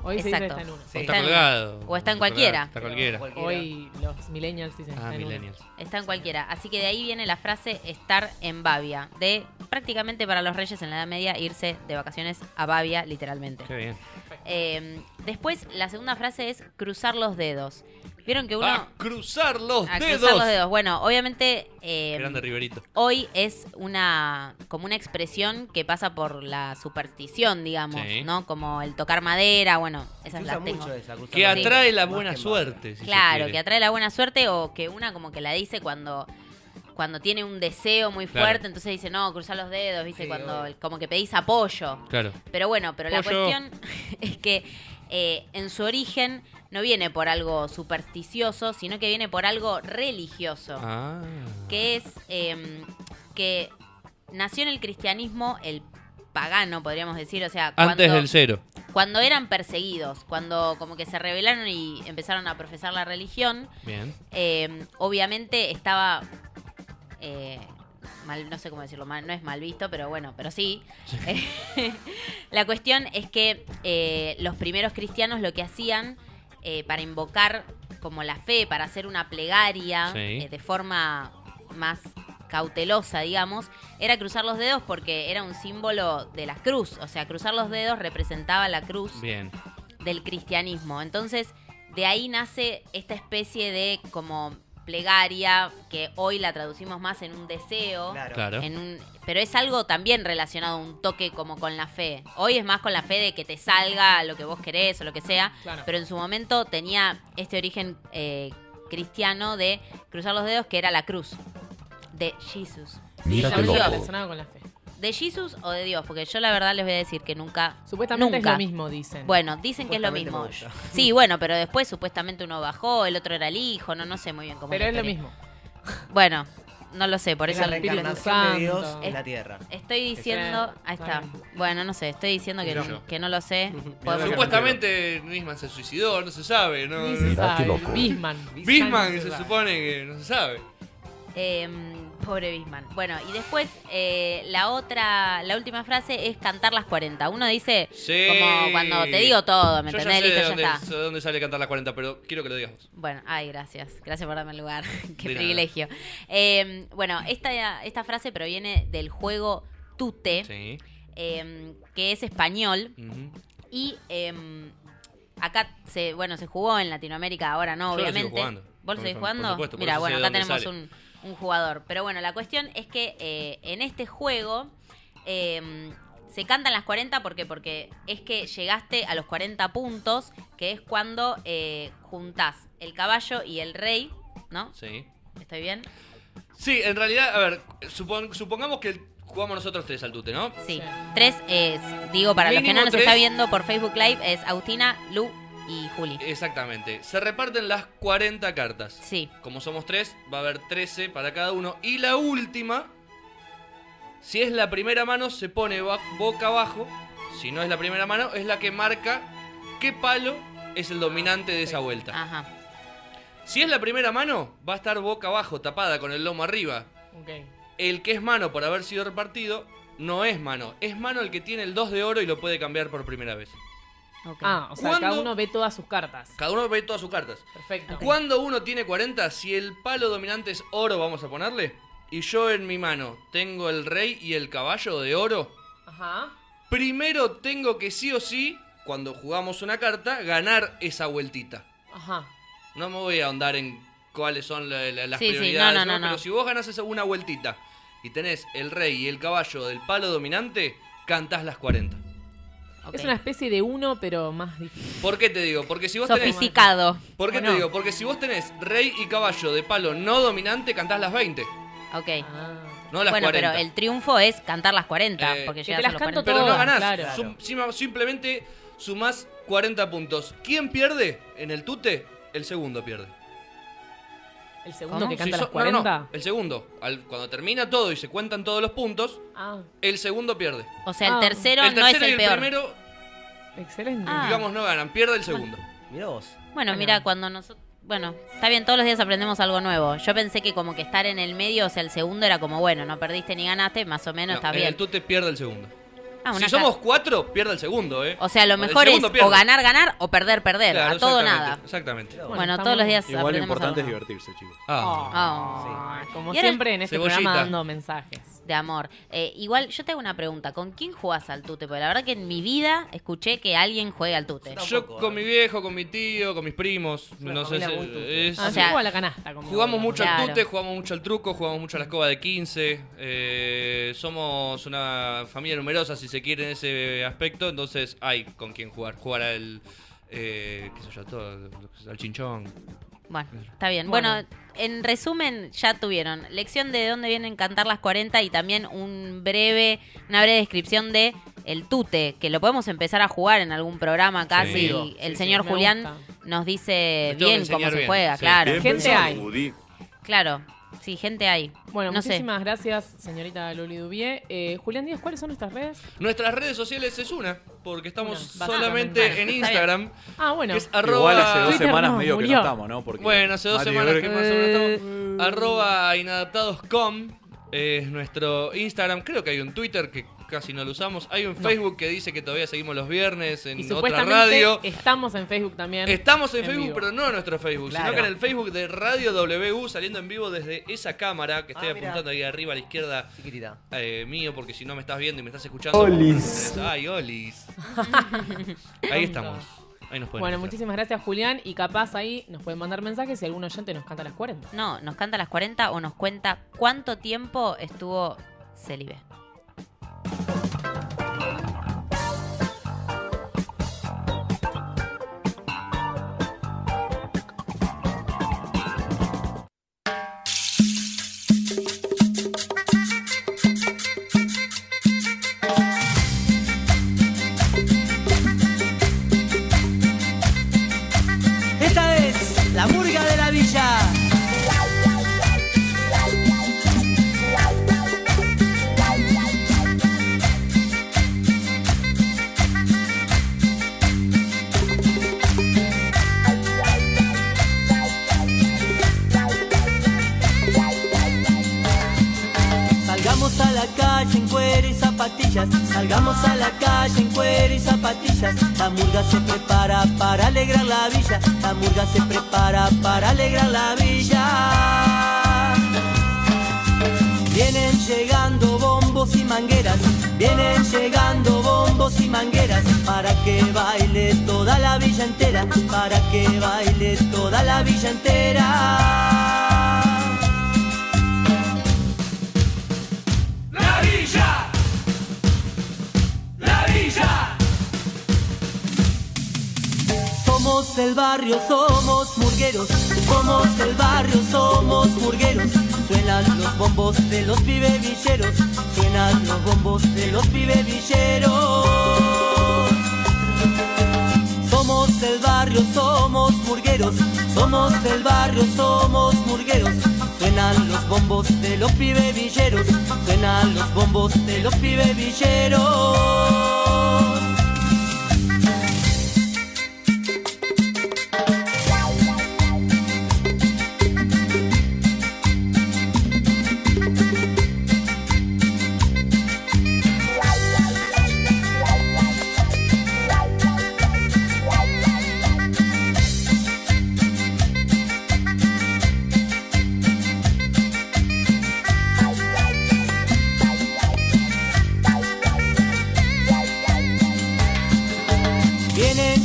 Hoy se dice Exacto. está en una. O está colgado. O está colgado, en cualquiera. Está cualquiera. Hoy los millennials dicen Ah, está en una. millennials. Está en cualquiera. Así que de ahí viene la frase estar en Babia. De prácticamente para los reyes en la Edad Media irse de vacaciones a Babia, literalmente. Qué bien. Eh, después, la segunda frase es cruzar los dedos. ¿Vieron que uno. A Ah, cruzar los a dedos. cruzar los dedos. Bueno, obviamente. eh, Grande Riverito. Hoy es una como una expresión que pasa por la superstición, digamos, Sí. ¿no? Como el tocar madera, bueno, esas usa las tengo. mucho esa, cruzar Que los dedos, atrae la más buena que más. suerte. si se Claro, quiere. que atrae la buena suerte o que una como que la dice cuando cuando tiene un deseo muy Claro. fuerte, entonces dice, "No, cruzar los dedos", ¿viste? Sí, cuando obvio. como que pedís apoyo. Claro. Pero bueno, pero la Pollo. cuestión es que eh, en su origen no viene por algo supersticioso, sino que viene por algo religioso, Ah. que es eh, que nació en el cristianismo el pagano, podríamos decir, o sea, cuando, Antes del cero. cuando eran perseguidos, cuando como que se rebelaron y empezaron a profesar la religión, Bien. eh, obviamente estaba. eh, mal, no sé cómo decirlo, mal- no es mal visto, pero bueno, pero sí. Eh, la cuestión es que eh, los primeros cristianos lo que hacían eh, para invocar como la fe, para hacer una plegaria Sí. eh, de forma más cautelosa, digamos, era cruzar los dedos porque era un símbolo de la cruz. O sea, cruzar los dedos representaba la cruz Bien. del cristianismo. Entonces, de ahí nace esta especie de como plegaria que hoy la traducimos más en un deseo, Claro. Claro. en un- pero es algo también relacionado a un toque como con la fe. Hoy es más con la fe de que te salga lo que vos querés o lo que sea, Claro. pero en su momento tenía este origen eh, cristiano de cruzar los dedos que era la cruz de Jesús. Mira Está qué muy loco. relacionado con la fe. ¿De Jesús o de Dios? Porque yo la verdad les voy a decir que nunca... Supuestamente es nunca, lo mismo, dicen. bueno, dicen que es lo mismo. Supuestamente me gusta. Sí, bueno, pero después supuestamente uno bajó, el otro era el hijo, no, no sé muy bien cómo. pero la es lo historia. mismo. Bueno, no lo sé, por Es eso la el Espíritu reencarnación de Dios Santo. en la tierra. estoy diciendo. Sí, Ahí está está. Bueno, no sé, estoy diciendo que, Mirá. no, que no lo sé. Bueno, Podemos- supuestamente Nisman se suicidó, no se sabe, ¿no? Ni se Mirá qué sabe. loco. Bisman. Bisman, que se Bisman. supone que no se sabe. Eh, pobre Bisman. Bueno, y después eh, la otra, la última frase es cantar las 40. Uno dice Sí. como cuando te digo todo, ¿me Yo ya entendés? sé Listo, de ya dónde, está. sé de dónde sale cantar las 40, pero quiero que lo digas vos. Bueno, ay, gracias. Gracias por darme el lugar. Qué De nada. privilegio. Eh, bueno, esta, esta frase proviene del juego Tute, Sí. eh, que es español. Ujú. Y eh, acá se, bueno, se jugó en Latinoamérica, ahora Yo no, lo sigo obviamente. jugando. ¿Vos lo Por- seguís por jugando? supuesto, por Mira, eso bueno, sé acá de dónde tenemos sale. un, un jugador. Pero bueno, la cuestión es que eh, en este juego eh, se cantan las 40 porque porque es que llegaste a los 40 puntos, que es cuando eh, juntás el caballo y el rey, ¿no? Sí. ¿Estoy bien? Sí, en realidad, a ver, supon- supongamos que jugamos nosotros tres al tute, ¿no? Sí. Sí. Tres es, digo, para los que Mínimo no nos tres. está viendo por Facebook Live, es Agustina, Lu y Juli. Exactamente. Se reparten las 40 cartas. Sí. Como somos tres, va a haber 13 para cada uno. Y la última, si es la primera mano, se pone ba- boca abajo. Si no es la primera mano, es la que marca qué palo es el dominante de esa vuelta. Ajá. Si es la primera mano, va a estar boca abajo, tapada con el lomo arriba. Ok. El que es mano por haber sido repartido, no es mano. Es mano el que tiene el 2 de oro y lo puede cambiar por primera vez. ok. Ah, o sea, cada ¿Cuándo? uno ve todas sus cartas. Cada uno ve todas sus cartas. Perfecto. Cuando uno tiene 40, si el palo dominante es oro, vamos a ponerle, y yo en mi mano tengo el rey y el caballo de oro, Ajá. primero tengo que sí o sí, cuando jugamos una carta, ganar esa vueltita. Ajá. No me voy a ahondar en cuáles son la- la- las Sí, sí, prioridades, no, no, no, ¿no? no. pero si vos ganás esa una vueltita y tenés el rey y el caballo del palo dominante, cantás las 40. Es una especie de uno, pero más difícil. ¿Por qué te digo? Porque si vos Sofisticado. tenés... ¿Por qué ¿O te no? digo? Porque si vos tenés rey y caballo de palo no dominante, cantás las 20, Ok. Ah. no las bueno, 40. pero el triunfo es cantar las 40, Eh, porque que te llegas las a los canto 40. Pero no ganás. Sum- sima- simplemente sumás 40 puntos. ¿Quién pierde en el tute? El segundo pierde. El segundo que Si canta so- las no, no, no, 40. El segundo. Al- cuando termina todo y se cuentan todos los puntos, Ah. el segundo pierde. O sea, el tercero El no es tercero y el el peor. Ah. primero- Excelente. Digamos, no ganan, pierde el segundo. Mirá vos. Bueno, mira, cuando nosotros... Bueno, está bien, todos los días aprendemos algo nuevo. Yo pensé que como que estar en el medio, o sea, el segundo era como, bueno, no perdiste ni ganaste, más o menos No, está en bien. El tute pierde el segundo. Ah, si una somos cuatro, pierde el segundo, ¿eh? O sea, lo El mejor es segundo pierde. o ganar, ganar o perder, perder. Claro, a todo o exactamente, nada. Exactamente. Bueno, Bueno, todos los días Igual lo aprendemos importante es algo. divertirse, chicos. Ah. Ah. Sí. Como Y ahora- siempre en este programa dando mensajes. De amor. Eh, igual, yo te hago una pregunta. ¿Con quién jugás al tute? Porque la verdad que en mi vida escuché que alguien juegue al Ah, tute. Yo con mi viejo, con mi tío, con mis primos, no sé ¿eh? familia si- muy tute. es- Ah, sí, juego a la canasta, como jugamos digo, mucho al claro. tute, jugamos mucho al truco, jugamos mucho a la escoba de 15. eh, somos una familia numerosa, si se quiere, en ese aspecto. Entonces hay con quién jugar. Jugar al. eh, qué sé yo, todo, al chinchón. Bueno, está bien. Bueno. en resumen, ya tuvieron lección de dónde vienen cantar las 40 y también un breve, una breve descripción de el tute, que lo podemos empezar a jugar en algún programa casi. Sí. Y el Sí, señor sí, me Julián gusta. nos dice Me tengo que bien enseñar cómo se bien, juega, sí. claro. Bien Gente pensado, hay. Claro, sí, gente hay. Bueno, no sé. muchísimas gracias, señorita Luli Dubié. Eh, Julián Díaz, ¿cuáles son nuestras redes? Nuestras redes sociales es una, porque estamos Una, solamente básicamente. en Está bien. Instagram. Ah, bueno. que es Igual arroba- hace dos Twitter semanas no, medio que no murió. estamos, ¿no? Porque bueno, hace dos Mati Eh, semanas que Berg- más o menos estamos. Arroba inadaptados.com es nuestro Instagram. Creo que hay un Twitter que casi no lo usamos. Hay un Facebook que dice que todavía seguimos los viernes en Y otra supuestamente radio. estamos en Facebook también. Estamos en, Facebook, vivo. pero no en nuestro Facebook, Claro. sino que en el Facebook de Radio WU, saliendo en vivo desde esa cámara que estoy Ah, mira. apuntando ahí arriba a la izquierda eh, mío, porque si no me estás viendo y me estás escuchando. Olis. Ay, Olis. ahí estamos. Ahí Bueno, nos pueden encontrar. muchísimas gracias, Julián. Y capaz ahí nos pueden mandar mensajes si algún oyente nos canta a las 40. No, nos canta a las 40 o nos cuenta cuánto tiempo estuvo célibe. Esta es la murga de la villa. Salgamos a la calle en cuero y zapatillas, salgamos a la calle en cuero y zapatillas. La murga se prepara para alegrar la villa, la murga se prepara para alegrar la villa. Vienen llegando bombos y mangueras, vienen llegando bombos y mangueras para que baile toda la villa entera, para que baile toda la villa entera. La villa. La villa. Somos el barrio, somos murgueros. Somos el barrio, somos murgueros. Suenan los bombos de los pibevilleros. Suenan los bombos de los pibevilleros. Somos el barrio, somos murgueros. Somos el barrio, somos murgueros. Suenan los bombos de los pibevilleros. Suenan los bombos de los pibevilleros.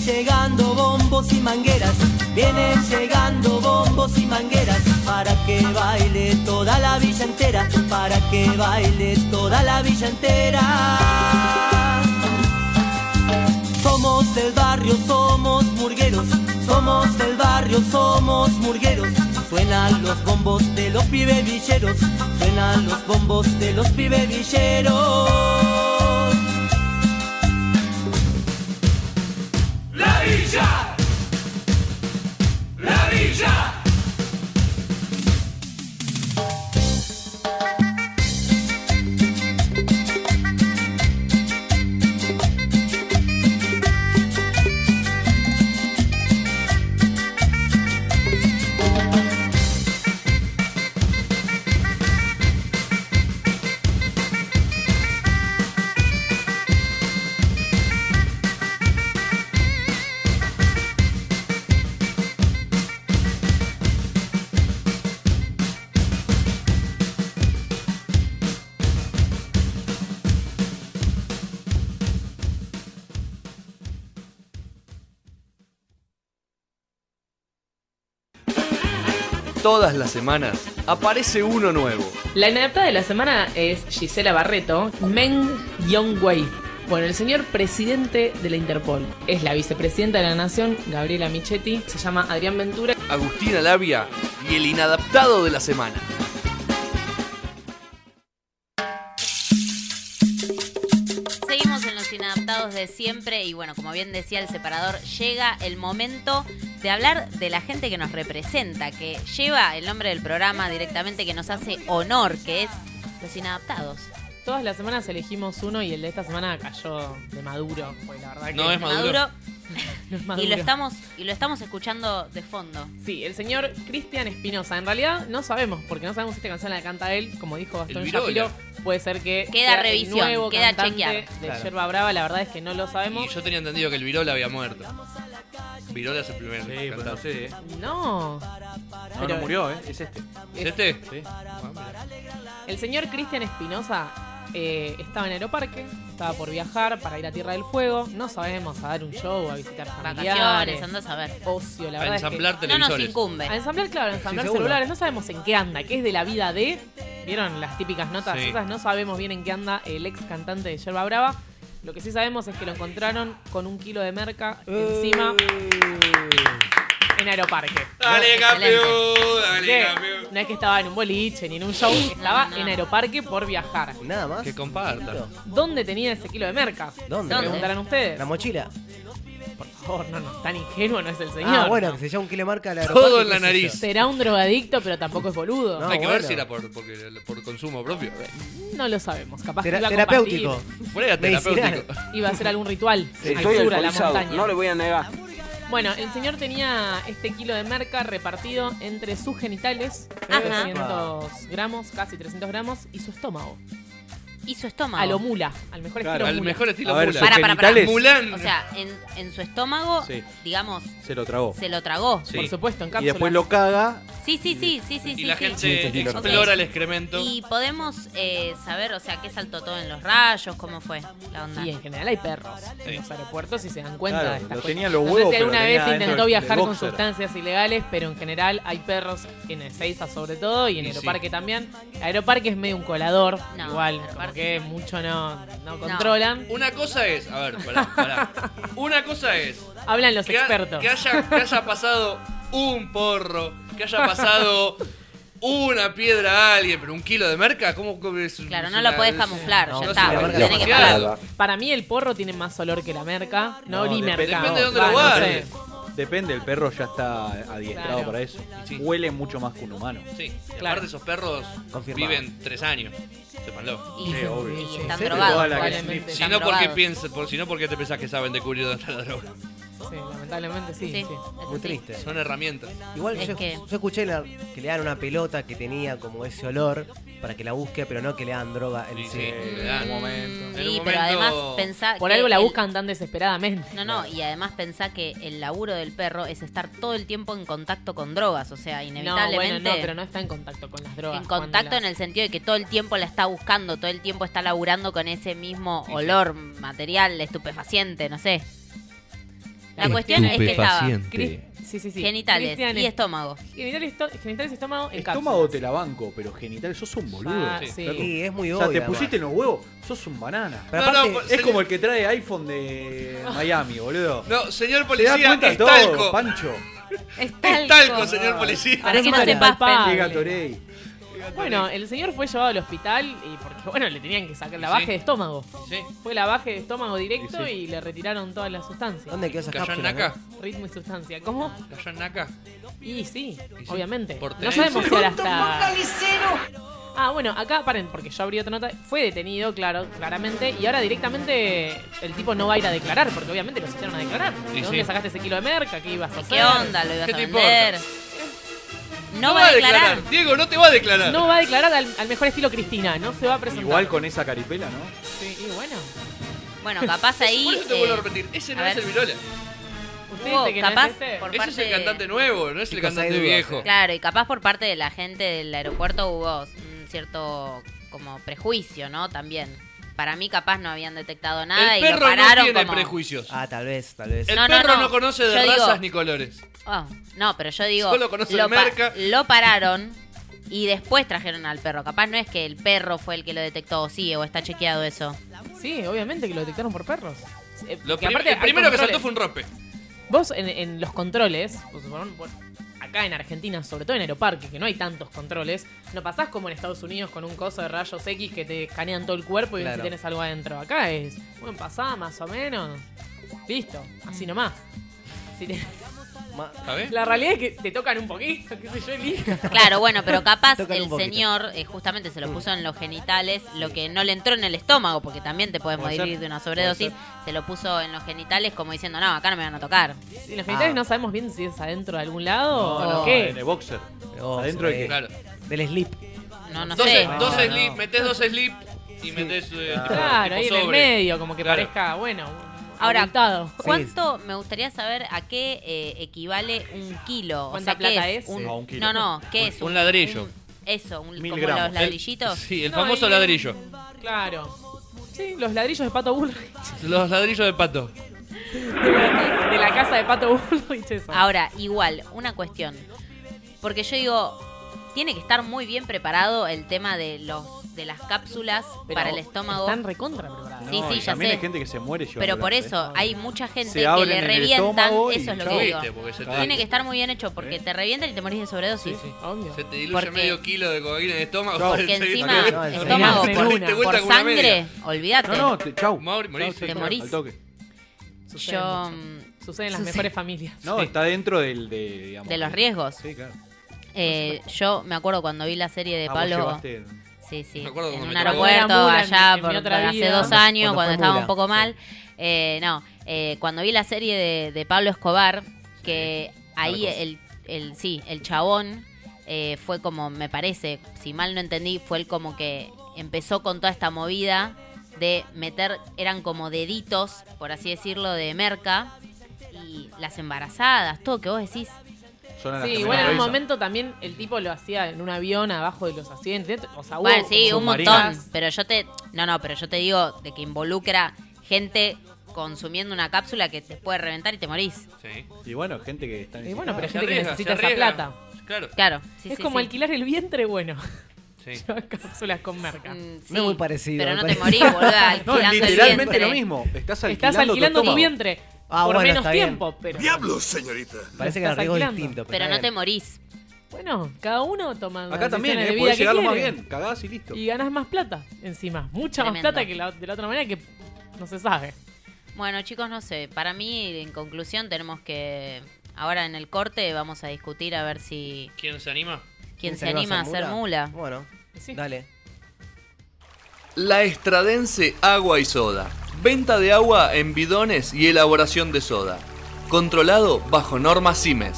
llegando bombos y mangueras, vienen llegando bombos y mangueras, para que baile toda la villa entera, para que baile toda la villa entera. Somos del barrio, somos murgueros. Somos del barrio, somos murgueros. Suenan los bombos de los pibevilleros. Suenan los bombos de los pibevilleros. La villa. La villa. Todas las semanas aparece uno nuevo. La inadaptada de la semana es Gisela Barreto, Meng Yongwei. Bueno, el señor presidente de la Interpol es la vicepresidenta de la Nación, Gabriela Michetti, se llama Adrián Ventura. Agustina Labia y el inadaptado de la semana. Seguimos en los inadaptados de siempre y bueno, como bien decía el separador, llega el momento de hablar de la gente que nos representa, que lleva el nombre del programa directamente, que nos hace honor, que es los inadaptados. Todas las semanas elegimos uno y el de esta semana cayó de maduro. Pues la verdad que No es Maduro. No es Y lo Maduro. estamos y lo estamos escuchando de fondo. Sí, el señor Cristian Espinosa. En realidad no sabemos, porque no sabemos si esta canción la canta él, como dijo Gastón El Virola. Shapiro. Puede ser que Queda sea el revisión, nuevo queda cantante chequear. de Claro. Yerba Brava, la verdad es que no lo Y sabemos. yo tenía entendido que el Virola había muerto. Virola es el primero. Sí, no sé, ¿eh? No. No, Pero- no murió, ¿eh? Es este. ¿Es este? Sí. El señor Cristian Espinosa eh, estaba en Aeroparque, estaba por viajar para ir a Tierra del Fuego. No sabemos a dar un show, a visitar familiares. Vacaciones, andás a ver. Ocio, la A verdad es que- ensamblar no nos televisores. incumbe. A ensamblar, claro, a ensamblar seguro. celulares. No sabemos en qué anda, qué es de la vida de. ¿Vieron las típicas notas Sí. esas? No sabemos bien en qué anda el ex cantante de Yerba Brava. Lo que sí sabemos es que lo encontraron con un kilo de merca encima en Aeroparque. Dale, campeón, dale, Que campeón. No es que estaba en un boliche ni en un show, estaba No, no. en Aeroparque por viajar. Nada más. Que compartan. ¿Dónde tenía ese kilo de merca? ¿Dónde? Se preguntarán ustedes. La mochila. Por favor, no, no, tan ingenuo no es el señor. Ah, bueno, que se llama un kilo marca la Todo en la nariz. Será un drogadicto, pero tampoco es boludo. Hay que ver si era por, porque- por consumo propio. No lo sabemos, capaz Tera- que iba a terapéutico. compartir. Por ahí era terapéutico. Iba a hacer algún ritual al Estoy sur, a la alcoholizado, montaña. no le voy a negar. Bueno, el señor tenía este kilo de merca repartido entre sus genitales, Ajá. 300 gramos, casi 300 gramos, y su estómago. Y su estómago. A lo mula, al mejor Claro, estilo al mula. mejor estilo A A ver, ver, mula. sus Para, para, para. genitales. Mulan. O sea, en, en su estómago, Sí. digamos, Se lo tragó. se lo tragó. Sí. Por supuesto, en Y cápsulas. después lo caga. Sí, sí, sí, sí, sí. Y sí, la sí. gente Sí, explora el excremento. Y podemos eh, saber, o sea, qué saltó todo en los rayos, cómo fue la onda. Y en general hay perros en los aeropuertos y se dan cuenta Claro, de estas lo cosas. tenía en los No sé huevos, si pero alguna lo tenía vez adentro intentó del- del viajar con boxer. sustancias ilegales, pero en general hay perros en Ezeiza sobre todo y en Y Aeroparque sí. también. Aeroparque es medio un colador, No, igual, como Aeroparque que mucho no, no controlan. Una cosa es, a ver, pará, pará. Una cosa es. Hablan los que ha- expertos. que, haya, que haya pasado un porro, que haya pasado una piedra a alguien, pero un kilo de merca, ¿cómo cómo es Claro, es no lo una- podés es- camuflar, no, ya es está. una porque merca tenés que demasiado. pagar. Para mí el porro tiene más olor que la merca, no, ni depende- merca. Depende de dónde lo Va, no guardes. sé. Depende, el perro ya está adiestrado Claro. para eso. Huele mucho más que un humano. Sí, y Claro. aparte esos perros Confirmado. viven tres años. Sépanlo. Y- Sí, obvio. y Sí, están sí. drogados, Toda la que- probablemente. Si Están no, ¿por qué drogados. piensas- por- si no, ¿por qué te pensás que saben de cubrir dónde está la droga? Sí, lamentablemente sí. Sí, sí. eso Muy sí. triste. Son herramientas. Igual Es yo, que- yo escuché la- que le dan una pelota que tenía como ese olor para que la busque, pero no que le dan droga en sí. sí, le dan. En un momento. Mm. Sí, pero además pensá Por que algo la el- buscan tan desesperadamente. No, no, y además pensá que el laburo del perro es estar todo el tiempo en contacto con drogas, o sea, inevitablemente... No, bueno, no, pero no está en contacto con las drogas. En cuando contacto las- en el sentido de que todo el tiempo la está buscando, todo el tiempo está laburando con ese mismo olor material estupefaciente, no sé. La cuestión es que estaba Cris- sí, sí, sí. genitales Cristian y es- estómago. Genitales, esto- genitales y estómago en Estómago cápsulas. te la banco, pero genital sos un boludo. Ah, sí. Sí, es muy O sea, obvio, te pusiste en los huevos, sos un banana. Pero No, aparte- no, es señor- como el que trae iPhone de Miami, boludo. No, señor ¿Te das policía, cuenta de es todo, talco. Pancho. Es talco, señor policía. Para que no se palpable. paspen. Qué Gatorade. Bueno, el señor fue llevado al hospital y porque, bueno, le tenían que sacar la Sí. baje de estómago. Sí. Fue la baje de estómago directo Sí, sí. y le retiraron todas las sustancias. ¿Dónde quedó esa ¿Cayó en cápsula, Naca? Ritmo y sustancia. ¿Cómo? ¿Cayó en Naca? Y sí, obviamente. Por no tres. sabemos si ahora ¡Junto está... Ah, bueno, acá paren, porque yo abrí otra nota. Fue detenido, claro, claramente. Y ahora directamente el tipo no va a ir a declarar, porque obviamente lo hicieron a declarar. Y ¿De dónde sí. sacaste ese kilo de merca? ¿Qué ibas a hacer? ¿Qué onda? ¿Lo ibas ¿Qué a te vender? No, No va a declarar. Diego, no te va a declarar. No va a declarar al, al mejor estilo Cristina, no se va a presentar. Igual con esa caripela, ¿no? Sí, y bueno. Bueno, capaz ahí. Por eso te eh, vuelvo a repetir, ese no a es ver. el Virola. Hubo, dice que no es capaz este. por Ese parte es el cantante nuevo, no es el cantante eh. viejo. Claro, y capaz por parte de la gente del aeropuerto hubo un cierto como prejuicio, ¿no? También. Para mí capaz no habían detectado nada El y lo perro no pararon tiene como... prejuicios. Ah, tal vez, tal vez. El No, no, perro no, no. conoce de Yo digo- razas ni colores. Oh, no, pero yo digo, Solo conoce lo, el merca. lo pararon y después trajeron al perro. Capaz no es que el perro fue el que lo detectó, o sí, o está chequeado eso. Sí, obviamente que lo detectaron por perros. Eh, Lo que prim- aparte el hay primero que controles. saltó fue un rope. Vos en, en los controles, pues, bueno, bueno, acá en Argentina, sobre todo en Aeroparque, que no hay tantos controles, no pasás como en Estados Unidos con un coso de rayos X que te escanean todo el cuerpo y ven Claro. si tenés algo adentro. Acá es, bueno, pasá más o menos. Listo, así Mm. nomás. Si te- ¿Sabés? La realidad es que te tocan un poquito, qué sé yo, y listo. Claro, bueno, pero capaz Tocan el un poquito. señor eh, justamente se lo puso en los genitales, lo que no le entró en el estómago, porque también te puedes Puede morir ser, de una puede sobredosis, ser. se lo puso en los genitales como diciendo, no, acá no me van a tocar. Y los genitales no sabemos bien si es adentro de algún lado Ah. No, o no, qué. en el boxer. Oh, Adentro se de ve. qué. Del slip. No, no Dos, sé. dos No, slip, metés dos slip y metés. eh, tipo- Claro, tipo ahí en el sobre. medio, como que Claro. parezca, bueno, Ahora, abultado. ¿cuánto me gustaría saber a qué eh, equivale un kilo? O ¿Cuánta sea, ¿qué plata es? es? No, un No, kilo. no, ¿qué es? Un ladrillo. un- eso, un, Mil como gramos. los ladrillitos. El- sí, el No, famoso y- ladrillo. Claro. Sí, los ladrillos de Pato Burro. Los ladrillos de pato. De la casa de Pato Bullrich, eso. Ahora, igual, una cuestión. Porque yo digo, tiene que estar muy bien preparado el tema de los de las cápsulas Pero para el estómago. Están recontra preparados. Sí, No, sí, y ya también sé. hay gente que se muere ¿eh? llevando Pero por adelante, eso hay mucha Se gente que abren le en el revientan, estómago y eso es lo chau. que digo. Viste, porque se te- Tiene que estar muy bien hecho ¿Eh? porque te revientan y te morís de sobredosis. Obvio. Se te diluye Porque- medio kilo de cocaína en el estómago. Porque Se- se- encima, te- estómago, te- por, te- te vuelta por con una media. sangre, olvídate. No, no, te- chau. Mauri, morís. Chau, sí, Te chau, morís. al toque. Sucede Yo. mucho. mm, Sucede en las sucede. mejores familias. No, está dentro del, de, digamos, De los del- riesgos. Sí, claro. eh, yo me acuerdo cuando vi la serie de Ah, vos Pablo. llevaste- Sí, sí. Me acuerdo En cuando un me tocó. aeropuerto Cuando era mula, en- allá en por, mi otra por hace vida. dos Cuando- años, cuando, cuando fue estaba mula. un poco mal. Eh, no, eh, cuando vi la serie de, de Pablo Escobar, que ahí Narcos. el, el, sí, el chabón eh, fue como, me parece, si mal no entendí, fue el como que empezó con toda esta movida de meter, eran como deditos, por así decirlo, de merca. Y las embarazadas, todo que vos decís. Son a las Sí, que igual menos en un revisan. momento también el tipo lo hacía en un avión abajo de los asientos. O sea, hubo Bueno, sí, como un submarinas. montón. Pero yo te. No, no, pero yo te digo de que involucra gente consumiendo una cápsula que te puede reventar y te morís. Sí. Y bueno, gente que está Y bueno, pero hay Se gente que arriesga, necesita se esa arriesga. plata. Claro. Claro. sí, es sí, como sí. alquilar el vientre, bueno. Sí. Lleva cápsulas con merca. Mm, sí, No es muy parecido, Pero me no te parece. morís, boluda. No, Alquilando es el literalmente vientre. lo mismo. Estás alquilando, Estás alquilando tu estómago. vientre. Ah, por bueno, menos está bien. tiempo, pero. señorita. Parece que Lo el estás riesgo es alquilando. distinto. Pero no te morís. Bueno, cada uno toma. las Acá también, decisiones eh, de vida podés que llegarlo más quiere. bien. Cagás y listo. Y ganas más plata encima. Mucha más Tremendo. plata que la- de la otra manera que no se sabe. Bueno, chicos, no sé. Para mí, en conclusión, tenemos que. Ahora en el corte vamos a discutir a ver si. ¿Quién se anima? ¿Quién se anima a hacer mula? Bueno, Sí. dale. La Estradense Agua y Soda. Venta de agua en bidones y elaboración de soda. Controlado bajo normas CIMES.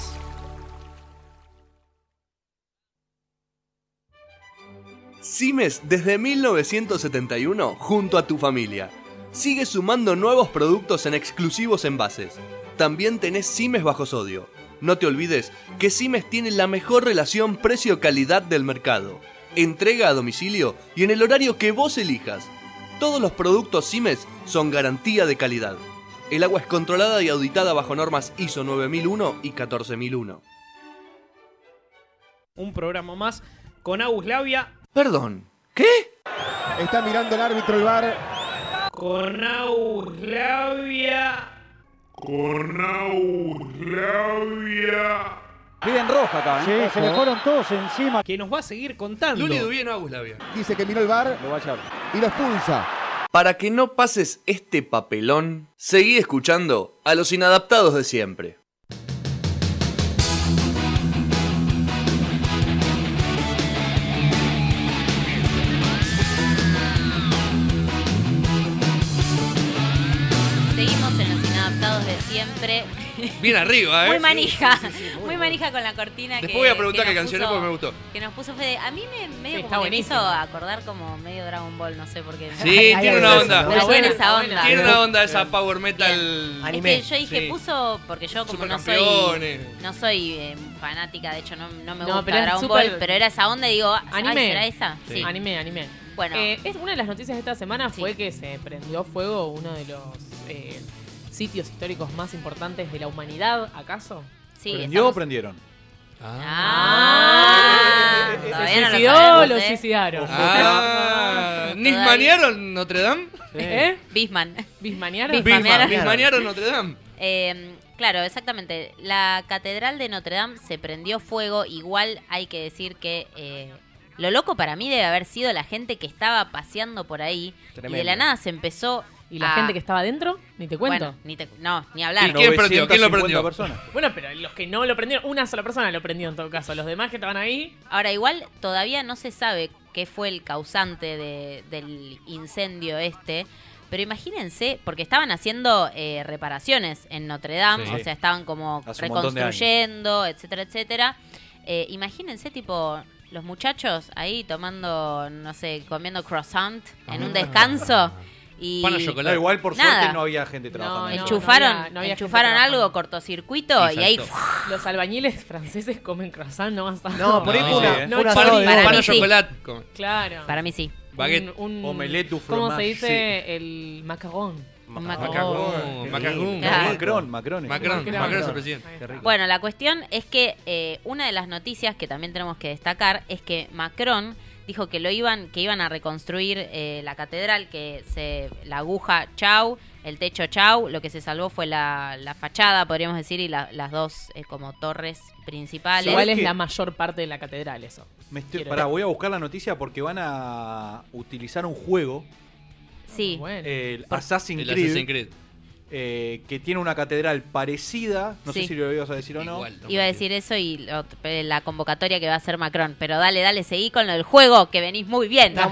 CIMES desde 1971 junto a tu familia. Sigue sumando nuevos productos en exclusivos envases. También tenés CIMES bajo sodio. No te olvides que CIMES tiene la mejor relación precio-calidad del mercado. Entrega a domicilio y en el horario que vos elijas. Todos los productos CIMES son garantía de calidad. El agua es controlada y auditada bajo normas ISO 9001 y 14001. Un programa más con Agus Labia. Perdón, Está mirando el árbitro el bar. Con Agus Labia. Con Piden roja acá, ¿eh? Sí, se le fueron todos encima. Que nos va a seguir contando. Luli Dubien Agus Labia. Dice que miró el bar. Y lo expulsa. Para que no pases este papelón, seguí escuchando a los inadaptados de siempre. Seguimos en los inadaptados de siempre. Bien arriba, ¿eh? Muy manija. muy manija con la cortina Después que. voy a preguntar que qué nos canción es puso- porque me gustó. Que nos puso Fede. A mí me medio Sí, está como que me buenísimo. hizo acordar como medio Dragon Ball, no sé por qué. Sí, tiene una onda. Pero tiene esa onda. Tiene una onda esa power metal. Es que yo dije, puso, porque yo como no soy, Supercampeones. no soy eh, fanática, de hecho no, no me No, gusta pero es Dragon súper- Ball, pero era esa onda y digo, ah, ay, Anime. ¿será esa? Sí. Anime, anime. Bueno. Eh, es una de las noticias de esta semana fue que se prendió fuego uno de los eh, sitios históricos más importantes de la humanidad, ¿acaso? Sí, ¿Prendió o prendieron? Ah, Eh, eh, eh, todavía no lo suicidó, sabemos, lo ¿eh? suicidaron. Ah, ¿Nismanearon Notre Dame? ¿Eh? Bisman. Bismanearon. Bisma- Bismanearon Notre Dame. Eh, claro, exactamente. La catedral de Notre Dame se prendió fuego. Igual hay que decir que eh, lo loco para mí debe haber sido la gente que estaba paseando por ahí y de Tremendo. la nada se empezó. ¿Y la a- gente que estaba adentro? Ni te cuento. Ah. Bueno, ni te- no, ni hablar. ¿Y quién prendió? ¿Quién lo prendió? Bueno, pero los que no lo prendieron, una sola persona lo prendió en todo caso. Los demás que estaban ahí. Ahora, igual todavía no se sabe qué fue el causante de- del incendio este. Pero imagínense, porque estaban haciendo eh, reparaciones en Notre Dame, Sí. o sea, estaban como Hace un montón de años. reconstruyendo, etcétera, etcétera. Eh, imagínense, tipo, los muchachos ahí tomando, no sé, comiendo croissant Ah. en Ah. un descanso. Y Pan a chocolate. No, igual por suerte no había gente trabajando. No, no, enchufaron no había- no había gente enchufaron algo, trabajando. cortocircuito, y ahí Los albañiles franceses comen croissant, no vas a. No, por ahí fue una- no, fue una chorizo. soda de Pan- ¿eh? pan a chocolate comen. Claro. Para mí sí. Baguette. Omelette du ¿Cómo se fromage, dice el macarrón? Macarrón. Qué Macarrón. rico. No, Macron, Macron es. Macron, Macron. Macron es el presidente. Qué rico. Bueno, la cuestión es que eh, una de las noticias que también tenemos que destacar es que Macron dijo que lo iban, que iban a reconstruir eh, la catedral, que se, la aguja chau, el techo chau, lo que se salvó fue la, la fachada, podríamos decir, y la- las dos eh, como torres principales. Igual es la mayor parte de la catedral, eso. Me estoy- Quiero- pará, voy a buscar la noticia porque van a utilizar un juego, Sí. el Assassin's El Creed, Assassin's Creed. eh, que tiene una catedral parecida. No Sí. sé si lo ibas a decir o no. Iba a decir eso y lo- la convocatoria que va a hacer Macron. Pero dale, dale, seguí con lo del juego, que venís muy bien. Y van,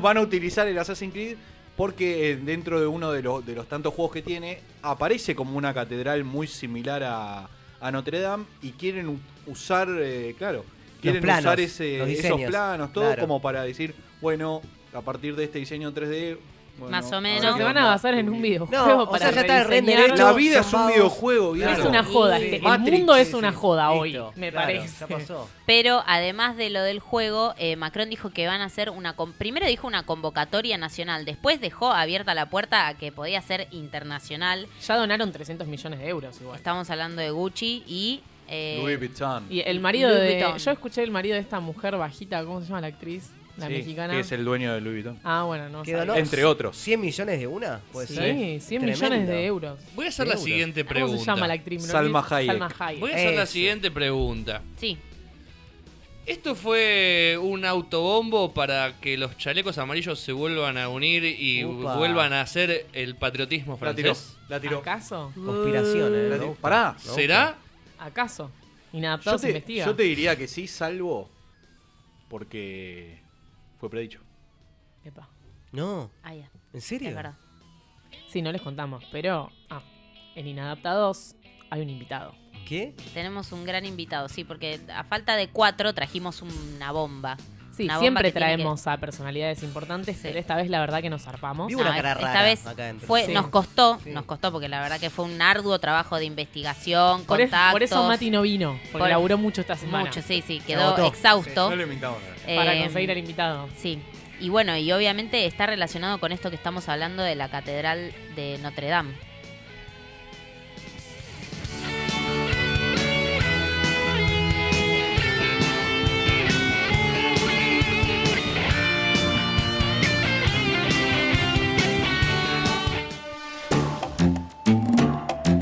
van a utilizar el Assassin's Creed porque eh, dentro de uno de los, de los tantos juegos que tiene, aparece como una catedral muy similar a, a Notre Dame y quieren u- usar, eh, claro, quieren planos, usar ese- los esos diseños, planos, todo claro. como para decir, bueno, a partir de este diseño en 3D. bueno, Más o a ver menos. qué Se van onda. a basar en un videojuego No, o para sea, ya está el rediseñar- render hecho, La vida es un zumbados. videojuego, viejo. Es una joda. este- el Matrix, mundo es sí, una sí. joda hoy, Listo, me claro, parece. ya pasó. Pero además de lo del juego, eh, Macron dijo que van a hacer una... con- Primero dijo una convocatoria nacional, después dejó abierta la puerta a que podía ser internacional. Ya donaron 300 millones de euros igual. Estamos hablando de Gucci y... eh, Louis Vuitton. Y el marido Louis de. Vuitton. Yo escuché el marido de esta mujer bajita, ¿cómo se llama la actriz? La Sí, mexicana. Que es el dueño de Louis Vuitton. Ah, bueno, no Que sabía. donó Entre otros. 100 millones de una, Pues, puede Sí, ser. 100 Tremendo. millones de euros. Voy a hacer De la euros. siguiente ¿Cómo se pregunta. llama la actriz? No Salma olvido- Hayek. Salma Hayek. Voy a hacer la Ese. siguiente pregunta. Sí. ¿Esto fue un autobombo para que los chalecos amarillos se vuelvan a unir y Upa. vuelvan a hacer el patriotismo La tiró, francés? la tiró. ¿Acaso? Conspiración, eh, La me tiró. gusta, Pará. me gusta. ¿Será? ¿Acaso? Yo Inadaptados te, investiga. yo te diría que sí, salvo porque fue predicho. Epa. No. Ah, ya. ¿En serio? Es verdad. Sí, no les contamos, pero. Ah, en Inadaptados hay un invitado. ¿Qué? Tenemos un gran invitado, sí, porque a falta de cuatro trajimos una bomba. Sí, Una bomba siempre que tiene que- traemos a personalidades importantes, pero esta vez la verdad que nos zarpamos. Vi una No, cara Ah, esta rara vez acá adentro. fue, Sí. nos costó, nos costó porque la verdad que fue un arduo trabajo de investigación, Por, es- contactos. por eso Mati no vino, porque Por- laburó mucho esta semana. Mucho, sí, sí, quedó exhausto. Para Eh, conseguir al invitado. Sí. Y bueno, y obviamente está relacionado con esto que estamos hablando de la Catedral de Notre Dame.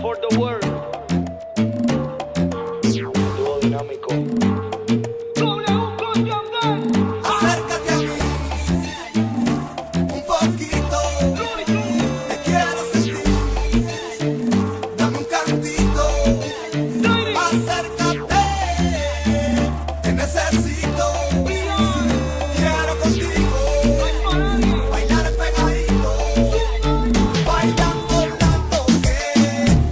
For the world. Dúo dinámico. Acércate a mí. Un poquito. Te quiero sentir. Dame un cantito. Acércate. Te necesito. Quiero contigo. Bailar pegadito. Bailando tanto que.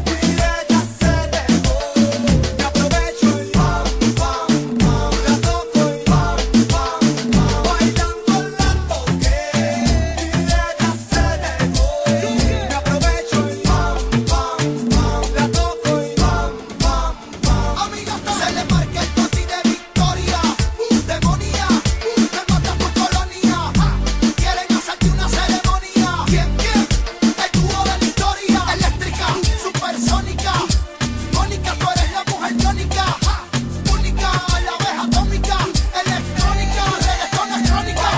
Se le marca el toti de victoria, un demonía, un te mata por colonia. Quieren hacerte una ceremonia. ¿Quién, quién? El dúo de la historia, eléctrica, supersónica. Mónica, tú eres la mujer tónica, única, la abeja atómica, electrónica, reggaetón electrónica.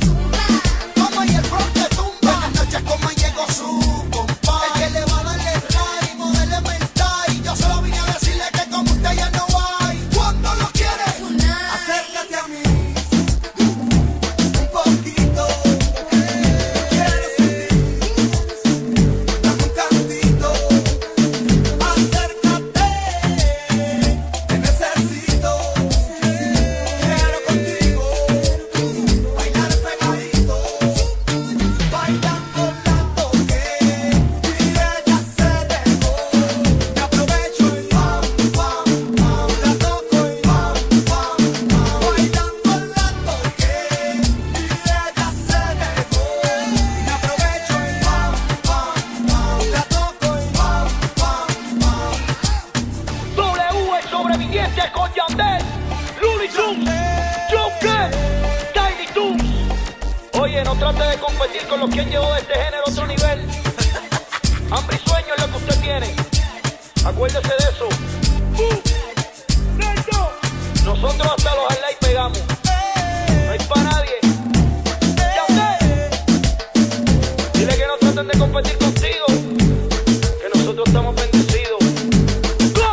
Toma y el front te tumba. Buenas noches, coma y llegó su compa. El que le va a dar el ritmo del elemental. Y yo solo vine a decirle que como usted ya no hay. Cuando lo quieres, acércate a mí. Un poquito. Te quiero sentir. Dame un cantito. Acércate. Te necesito. Quiero contigo. Bailar pegadito. Bailando tanto que mi ella se dejó. Me aprovecho y pam, pam, pam. La toco y pam, pam, pam. Bailando tanto que mi ella se dejó. Me aprovecho y pam, pam, pam. La toco y pam, pam, pam. W sobreviviente con Yandel. Luli Zoom. Joker. Tiny Toons. Oye, no trate de competir con los que han llevado este género a otro nivel. Hambre y sueño es lo que usted tiene. Acuérdese de eso. Nosotros hasta los highlights pegamos. No hay para nadie. Ya usted. Dile que no traten de competir contigo. Que nosotros estamos bendecidos. Go.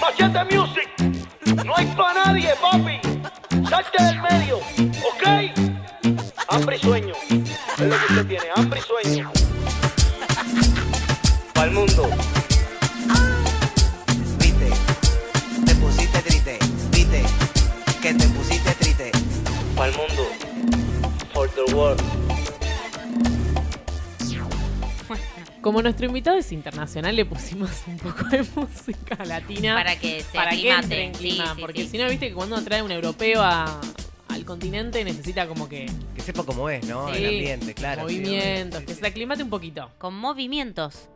Machete Music. No hay para nadie, papi. Salte del medio, ¿ok? Hambre y sueño. Es lo que usted tiene, hambre y sueño. Para el mundo. Viste, te pusiste triste. Viste, que te pusiste triste. Para el mundo. For the world. Como nuestro invitado es internacional, le pusimos un poco de música latina. Para que se para que aclimaten, entre en sí, clima, sí, Porque sí. si no, viste que cuando trae un europeo a- al continente necesita como que Que sepa cómo es, ¿no? Sí, Oh, El ambiente, claro. sí, Movimientos, que se aclimate un poquito. Con movimientos.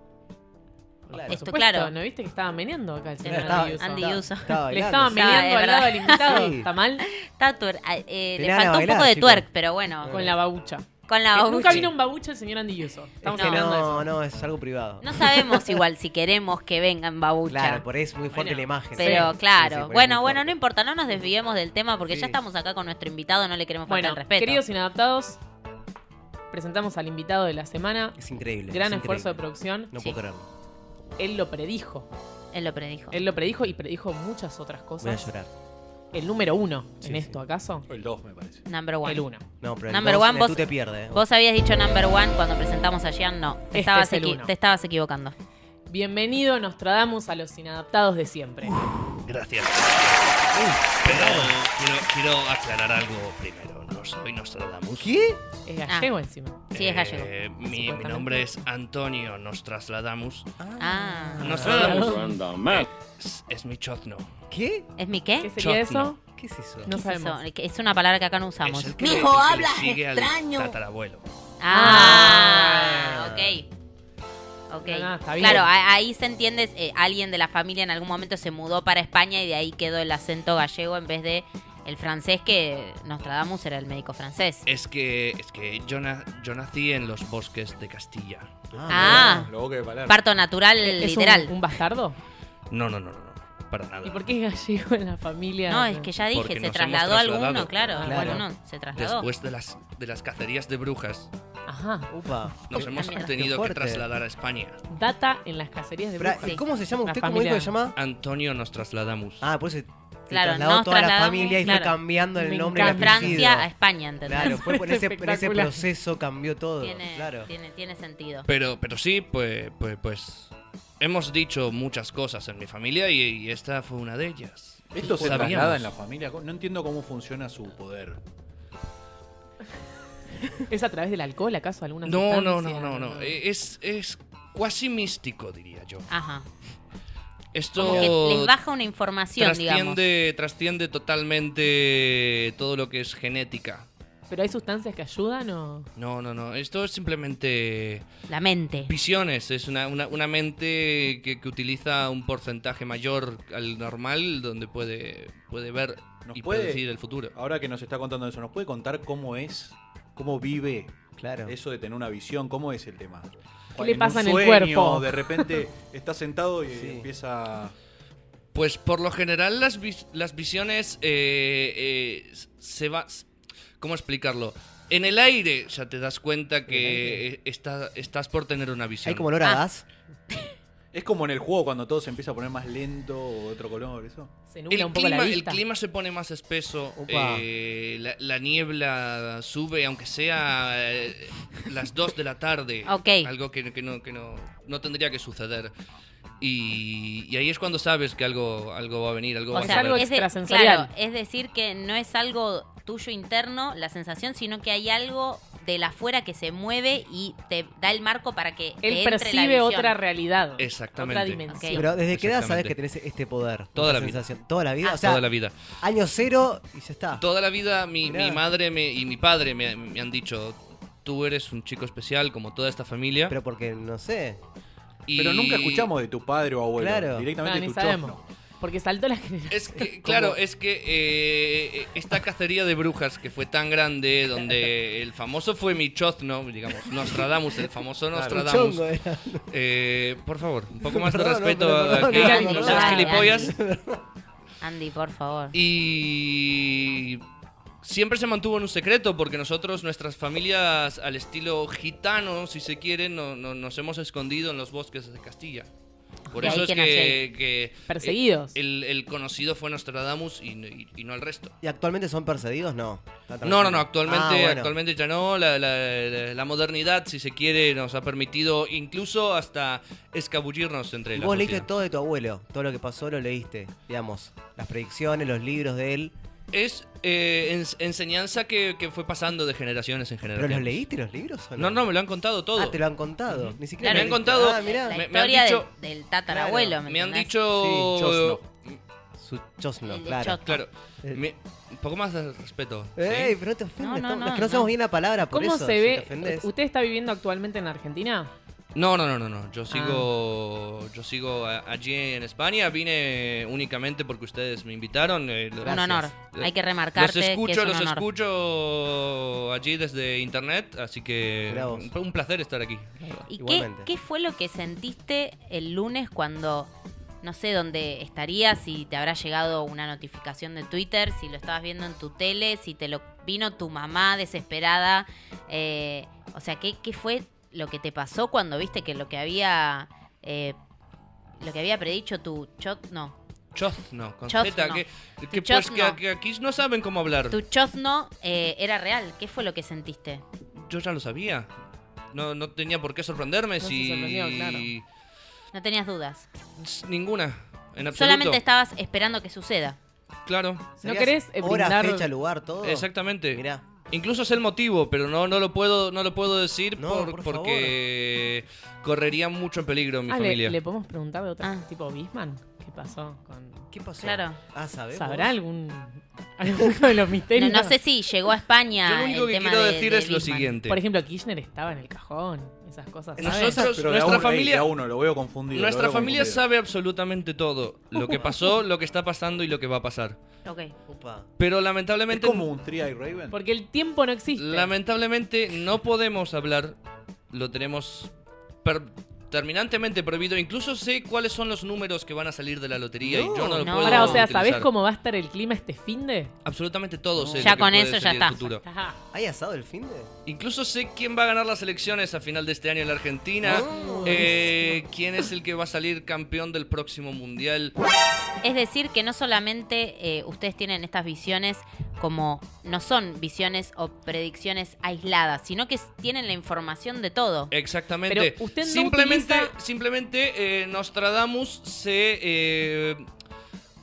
Claro, Esto, claro. ¿no viste que estaba meneando acá el señor Estaba- Andy Uso? Andy Uso. Le estaba meneando al lado del invitado. ¿Está mal? Está tuer- ah, eh, le Tenía ganas faltó de un poco bailar, de chico. twerk, pero bueno. Con la babucha. Con la Que babucha. Nunca vino un babucha el señor Andy Uso. Es Estamos que hablando de eso. no, no, es algo privado. No sabemos igual si queremos que vengan babucha. Claro, por ahí es muy fuerte la imagen. Pero claro, Sí, sí, por ahí es bueno, muy bueno, no importa, no nos desviemos del tema porque Sí. ya estamos acá con nuestro invitado, no le queremos faltar Bueno, el respeto. queridos inadaptados, presentamos al invitado de la semana. Es increíble. Gran es esfuerzo de increíble. producción. No puedo creerlo. Él lo predijo. Él lo predijo. Él lo predijo y predijo muchas otras Voy a cosas. llorar. El número uno Sí, en sí. esto, ¿acaso? El 2, me parece. Number one. El uno. No, pero el number dos, one, eh, vos, tú te pierdes. eh. vos habías dicho number one cuando presentamos a Gian, no. Te, Este estabas, es el equi- uno. te estabas equivocando. Bienvenido, Nostradamus, a los inadaptados de siempre. Gracias. Pero quiero, quiero aclarar algo primero. ¿no? Yo soy Nostradamus. ¿Qué? Es Ah. gallego encima. Sí, es gallego. Eh, mi, mi nombre es Antonio Nostradamus. Ah. Nostradamus. Eh, Es, es mi chozno. ¿Qué? ¿Es mi qué? ¿Qué sería eso? ¿Qué es eso? No sabemos. Es una palabra que acá no usamos. Es el que le- que le sigue al tatarabuelo. Ah, ok. Ok. No, no, está bien. claro, a- ahí se entiende, eh, alguien de la familia en algún momento se mudó para España y de ahí quedó el acento gallego en vez de el francés que Nostradamus era el médico francés. Es que, es que yo, na- yo nací en los bosques de Castilla. Ah, parto natural ¿Es un- literal. un bastardo? No, no, no, no, no, para nada. ¿Y por qué es gallego en la familia? No, es que ya dije, Porque se nos hemos trasladó alguno, trasladado. claro, alguno se trasladó. Después de las, de las cacerías de brujas, Ajá. Upa. nos hemos Qué tenido que fuerte. trasladar a España. Data en las cacerías de Fra- brujas. ¿y cómo se llama Una usted? ¿Cómo familia- dijo que se llama? Antonio nos trasladamos. Ah, por eso Claro, se trasladó nos toda la trasladamos, familia y claro. fue cambiando el Me nombre. y el encanta. Francia apellido. a España, ¿entendés? Claro, fue por ese, en ese Espectacular. proceso cambió todo. Tiene, claro. tiene, tiene sentido. Pero, pero sí, pues, pues, pues hemos dicho muchas cosas en mi familia y, y esta fue una de ellas. ¿Esto se Sabíamos. traslada en la familia? No entiendo cómo funciona su poder. ¿Es a través del alcohol acaso alguna No, no, sustancia? no, no, no. Eh, Es, es cuasi místico, diría yo. Ajá. Como Esto que les baja una información, digamos. trasciende, trasciende totalmente todo lo que es genética. ¿Pero hay sustancias que ayudan o...? No, no, no. Esto es simplemente. La mente. Visiones. Es una, una, una mente que, que utiliza un porcentaje mayor al normal, donde puede, puede ver y predecir el futuro. Ahora que nos está contando eso, ¿nos puede contar cómo es, cómo vive claro. eso de tener una visión? ¿Cómo es el tema? ¿Qué le un pasa en el sueño, cuerpo? De repente está sentado y empieza. Pues por lo general las, vis- las visiones eh, eh, se va... s- ¿Cómo explicarlo? En el aire ya te das cuenta que eh, está- estás por tener una visión. ¿Hay como olor Ah, a gas? Es como en el juego cuando todo se empieza a poner más lento o de otro color, eso. Se El clima, el clima se pone más espeso, Opa. eh, la, la niebla sube, aunque sea eh, las 2 de la tarde. Ok. Algo que, que no, que no, no tendría que suceder. Y, y ahí es cuando sabes que algo, algo va a venir, algo O vas sea, a ver. es de- claro, es decir que no es algo tuyo interno, la sensación, sino que hay algo de la afuera que se mueve y te da el marco para que te Él entre la percibe visión. otra realidad. Exactamente. Otra dimensión. Sí, pero ¿desde qué edad sabes Exactamente. que tenés este poder? Toda la esta vida. sensación? ¿Toda la Ah. vida? O sea, Toda la vida. Año cero y ya está. Toda la vida mi, Mirá. mi madre me- y mi padre me, me han dicho, tú eres un chico especial como toda esta familia. Pero porque, no sé. Y- Pero nunca escuchamos de tu padre Oh, o abuelo. Directamente No, ni tu sabemos. chosno. Porque saltó la generación. Es que, Claro, es que eh, esta cacería de brujas que fue tan grande, donde el famoso fue mi chozno, digamos, Nostradamus, el famoso Claro. Nostradamus. Chongo era. Eh, por favor, un poco más de Perdón, no, respeto pero a perdón, aquel- Andy, a los dale, gilipollas. Andy, por favor. Y siempre se mantuvo en un secreto porque nosotros, nuestras familias al estilo gitano, si se quiere, no- no- nos hemos escondido en los bosques de Castilla. Por De ahí eso es que que, nace. que, Perseguidos. eh, El, el conocido fue Nostradamus y, y- y no el resto. ¿Y actualmente son perseguidos? No. No, no, no, actualmente, Ah, bueno. actualmente ya no. La, la- la- la modernidad, si se quiere, nos ha permitido incluso hasta escabullirnos entre Y la vos leíste sociedad. todo de tu abuelo. Todo lo que pasó lo leíste. Digamos, las predicciones, los libros de él. Es eh, ens- enseñanza que, que fue pasando de generaciones en ¿Pero generaciones. los leíste los libros o No, no? no, me lo han contado todo. Ah, te lo han contado. Ujú. Ni siquiera Me lo han leíste. contado Ah, mirá. La me- me han historia dicho- del, del tatarabuelo. Claro. Me han entendés? dicho. Sí, chosno. Su chosno, El de claro. Eh. chosno. Claro. Me- Un poco más de respeto. ¿sí? Ey, pero no te No, ofendes. no, estamos- no, es que no, sabemos bien la palabra, por ¿Cómo eso. se si ve? te ofendés. ¿Usted está viviendo actualmente en Argentina? No, no, no, no, no. Ah. Yo sigo, yo sigo a- allí en España. Vine únicamente porque ustedes me invitaron. eh, lo- Un honor. Eh, Hay que remarcarte Los que es escucho, un los honor. escucho allí desde internet, así que Mirá vos. un un placer estar aquí. ¿Y qué, Igualmente. qué fue lo que sentiste el lunes cuando, no sé dónde estarías, si te habrá llegado una notificación de Twitter, si lo estabas viendo en tu tele, si te lo vino tu mamá desesperada? eh, o sea, ¿qué, qué fue lo que te pasó cuando viste que lo que había... eh, lo que había predicho tu chot... No. Chozno, con Chozno. Z, que, Tu que pues que, chozno. que aquí no saben cómo hablar. Tu chozno eh, era real. ¿Qué fue lo que sentiste? Yo ya lo sabía. No, no tenía por qué sorprenderme No se si... sorprendió, claro. No tenías dudas. S- Ninguna, en absoluto. Solamente estabas esperando que suceda. Claro. ¿Sabías hora, fecha, lugar, todo? Exactamente. Mirá. Incluso es el motivo, pero no, no lo puedo, no lo puedo decir por- por porque correría mucho en peligro mi Ah, le- familia. Le, podemos preguntar de otra, tipo Bisman, ¿qué pasó con...? ¿Qué pasó? Ah. Claro. Ah, ¿sabés ¿Sabrá vos? algún, alguno de los No, misterios? no sé si llegó a España. Yo lo único el que tema quiero de- decir de es lo Bismarck. siguiente. Por ejemplo, Kirchner estaba en el cajón, esas cosas. ¿saben? Nosotros, Pero de a nuestra uno, ey, familia, de a uno, lo veo confundido, lo Nuestra veo familia confundido. sabe absolutamente todo, lo que pasó, lo que está pasando y lo que va a pasar. Ok. Upa. Pero lamentablemente ¿Es como un Tria y Raven? Porque el tiempo no existe. Lamentablemente no podemos hablar, lo tenemos per- terminantemente prohibido. Incluso sé cuáles son los números que van a salir de la lotería y yo no lo puedo. Ahora, o sea, ¿sabés utilizar. cómo va a estar el clima este fin de? Absolutamente todo sé. Ya lo que con puede eso ya salir está. del futuro. ¿Hay asado el fin de? Incluso sé quién va a ganar las elecciones a final de este año en la Argentina. eh, quién es el que va a salir campeón del próximo mundial. Es decir, que no solamente eh, ustedes tienen estas visiones como no son visiones o predicciones aisladas, sino que s- tienen la información de todo. Exactamente. Pero usted no simplemente, simplemente eh, Nostradamus se. eh,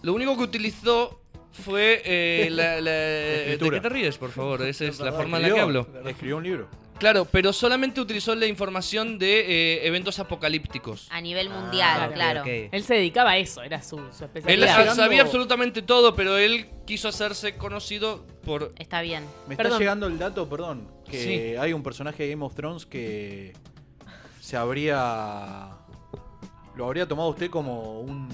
lo único que utilizó fue eh, la. la- ¿De Escritura. qué te ríes, por favor? Esa es la Perdón, forma en la que escribió, hablo. Escribió un libro. Claro, pero solamente utilizó la información de eh, eventos apocalípticos. A nivel Ah, mundial, claro. Ah, Pues Él se dedicaba a eso, era su, su Él especialidad. sabía absolutamente todo, pero él quiso hacerse conocido por. Está bien. Me está llegando el dato, perdón, que Sí. hay un personaje de Game of Thrones que se habría. Lo habría tomado usted como un.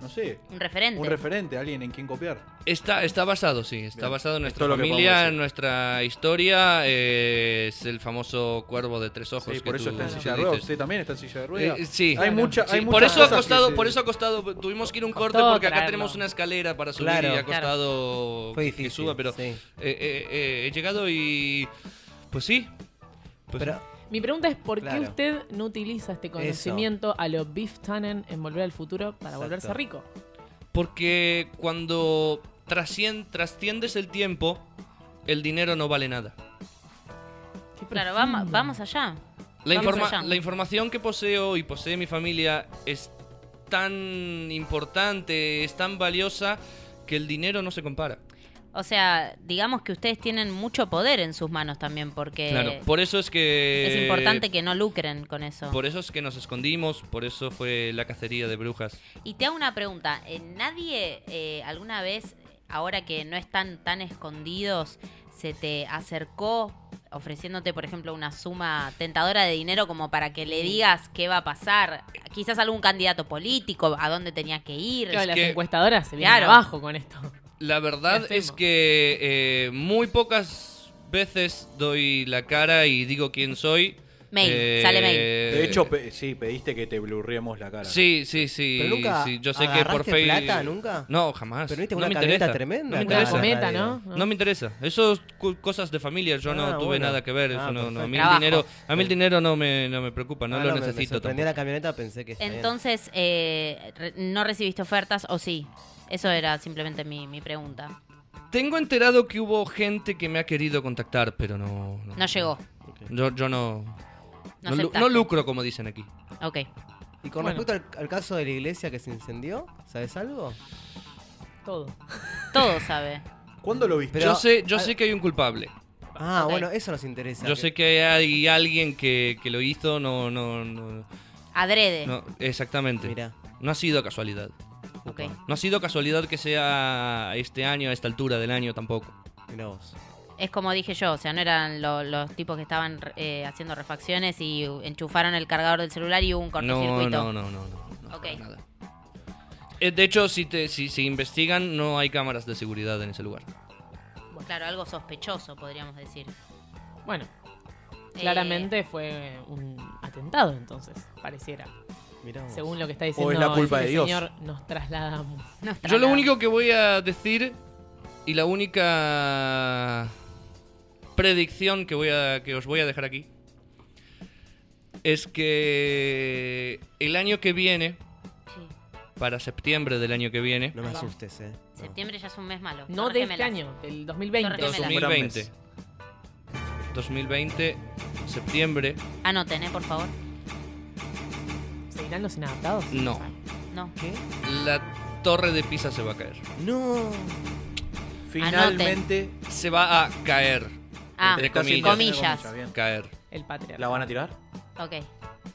No sé. Un referente. Un referente, alguien en quien copiar. Está, está basado, sí, está Bien. basado en Es nuestra todo lo que podemos familia, decir. en nuestra historia. eh, es el famoso cuervo de tres ojos. Sí, por Pues que eso tú está en silla de dices. ruedas. Usted también está en silla de ruedas. Eh, sí, Hay mucha- hay Sí, muchas por eso ha cosas que costado, se- por eso ha costado, tuvimos que ir a un corte Costó porque acá traerlo. tenemos una escalera para subir Claro. y ha Claro. costado Fue que- que difícil, suba, pero sí. eh, eh, eh, he llegado y pues sí, pues Pero- Mi pregunta es por Claro. qué usted no utiliza este conocimiento a lo Biff Tannen en Volver al Futuro para Exacto. volverse rico. porque cuando trascien- trasciendes el tiempo, el dinero no vale nada. Claro, vamos, vamos allá. La, Vamos informa- allá. la información que poseo y posee mi familia es tan importante, es tan valiosa que el dinero no se compara. O sea, digamos que ustedes tienen mucho poder en sus manos también, porque Claro, por eso es que Eh, es importante que no lucren con eso. Por eso es que nos escondimos, por eso fue la cacería de brujas. Y te hago una pregunta. eh, ¿Nadie eh, alguna vez, ahora que no están tan escondidos, se te acercó ofreciéndote, por ejemplo, una suma tentadora de dinero como para que le digas qué va a pasar? Quizás algún candidato político, a dónde tenía que ir. Claro, las que- encuestadoras se vienen Claro. abajo con esto. La verdad ¿Qué es hacemos? que eh, muy pocas veces doy la cara y digo quién soy. Mail, Eh, sale mail. De hecho, pe- sí, pediste que te blurriemos la cara. Sí, sí, sí. Pero nunca sí, Yo sé que por agarraste Facebook. plata, nunca? No, jamás. Pero viste no una me camioneta interesa. tremenda No me acá interesa. en la Cometa, radio. ¿no? me interesa. Eso es cu- cosas de familia. Yo no Ah, tuve bueno. nada que ver. Eso Ah, no, no. A perfecto. mí el Trabajo. dinero, a mí el dinero no, me, no me preocupa. No Ah, lo me- Me necesito tampoco. sorprendió la camioneta, pensé que. Entonces, eh, re- ¿no recibiste ofertas o sí? Eso era simplemente mi, mi pregunta. Tengo enterado que hubo gente que me ha querido contactar, pero no. No, No llegó. Yo, yo no. No, No lu- aceptaste. no lucro, como dicen aquí. Ok. Y con Bueno. respecto al, al caso de la iglesia que se incendió, ¿sabes algo? Todo. Todo sabe. ¿Cuándo lo viste? yo sé, yo sé que hay un culpable. Ah, Ok. bueno, eso nos interesa. Yo sé que hay alguien que, que lo hizo, no, no, no. Adrede. no, exactamente. No ha sido casualidad. Ok. No ha sido casualidad que sea este año, a esta altura del año tampoco. Es como dije yo, o sea, no eran lo- los tipos que estaban eh, haciendo refacciones y enchufaron el cargador del celular y hubo un No, cortocircuito. no, no, no, no. Ok. Eh, De hecho, si, te, si, si investigan, no hay cámaras de seguridad en ese lugar. Claro, algo sospechoso, podríamos decir. Bueno, Eh, claramente fue un atentado entonces, pareciera. Mirá vos. Según lo que está diciendo la culpa el de Dios. señor, nos trasladamos. Yo lo único que voy a decir y la única predicción que voy a que os voy a dejar aquí es que el año que viene para septiembre del año que viene No me asustes, eh. Septiembre ya es un mes malo. No Torres de este Gemelas. año, del 2020. Torres Gemelas. 2020 2020 septiembre Anoten, eh, por favor. ¿Seguirán los inadaptados? no No. la torre de Pisa se va a caer No. Finalmente se va a caer Ah, Entre comillas. bien. Caer. El patriarca. ¿La van a tirar? Ok,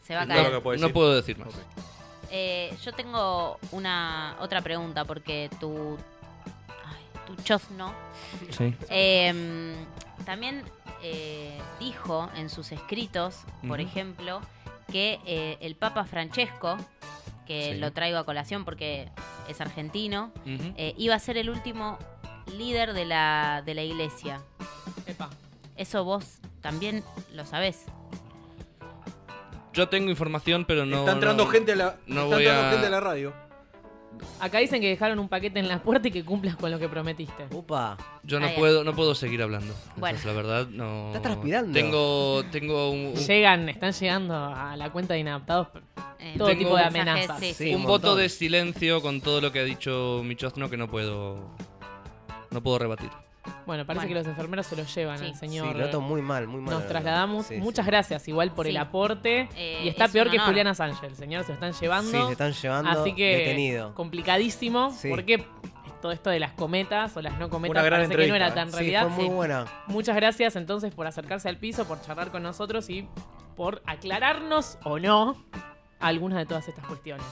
se va a No, caer. no puedo decir. No puedo decir más. Eh, yo tengo una otra pregunta porque tu, ay, tu chofno Sí. eh, también eh, dijo en sus escritos, por Ujú. ejemplo, que eh, el Papa Francesco, que Sí. lo traigo a colación porque es argentino, Ujú. eh, iba a ser el último líder de la, de la iglesia. Eso vos también lo sabés. Yo tengo información, pero no. Está entrando no- gente a la, No está voy entrando a. gente a la radio. Acá dicen que dejaron un paquete en la puerta y que cumplas con lo que prometiste. Upa. Yo no Ahí. puedo, no puedo seguir hablando. Bueno. Esa es la verdad, no. Estás transpirando. Tengo, tengo un, un- Llegan, están llegando a la cuenta de inadaptados Eh, todo tengo tipo de un- amenazas. un voto de silencio con todo lo que ha dicho Michozno que no puedo, no puedo rebatir. Bueno, parece Bueno. que los enfermeros se los llevan Sí. al señor. Sí, lo noto muy mal, muy mal, la Nos verdad. trasladamos. Sí, sí. Muchas gracias igual por el Sí. aporte. Eh, y está es peor un que honor. Juliana Sánchez. Señor, se lo están llevando. Sí, se están llevando Así que detenido. complicadísimo. Sí. Porque todo esto de las cometas o las no cometas Una gran parece que no entrevista, era tan ¿eh? Sí, realidad. fue muy buena. Muchas gracias entonces por acercarse al piso, por charlar con nosotros y por aclararnos o no algunas de todas estas cuestiones.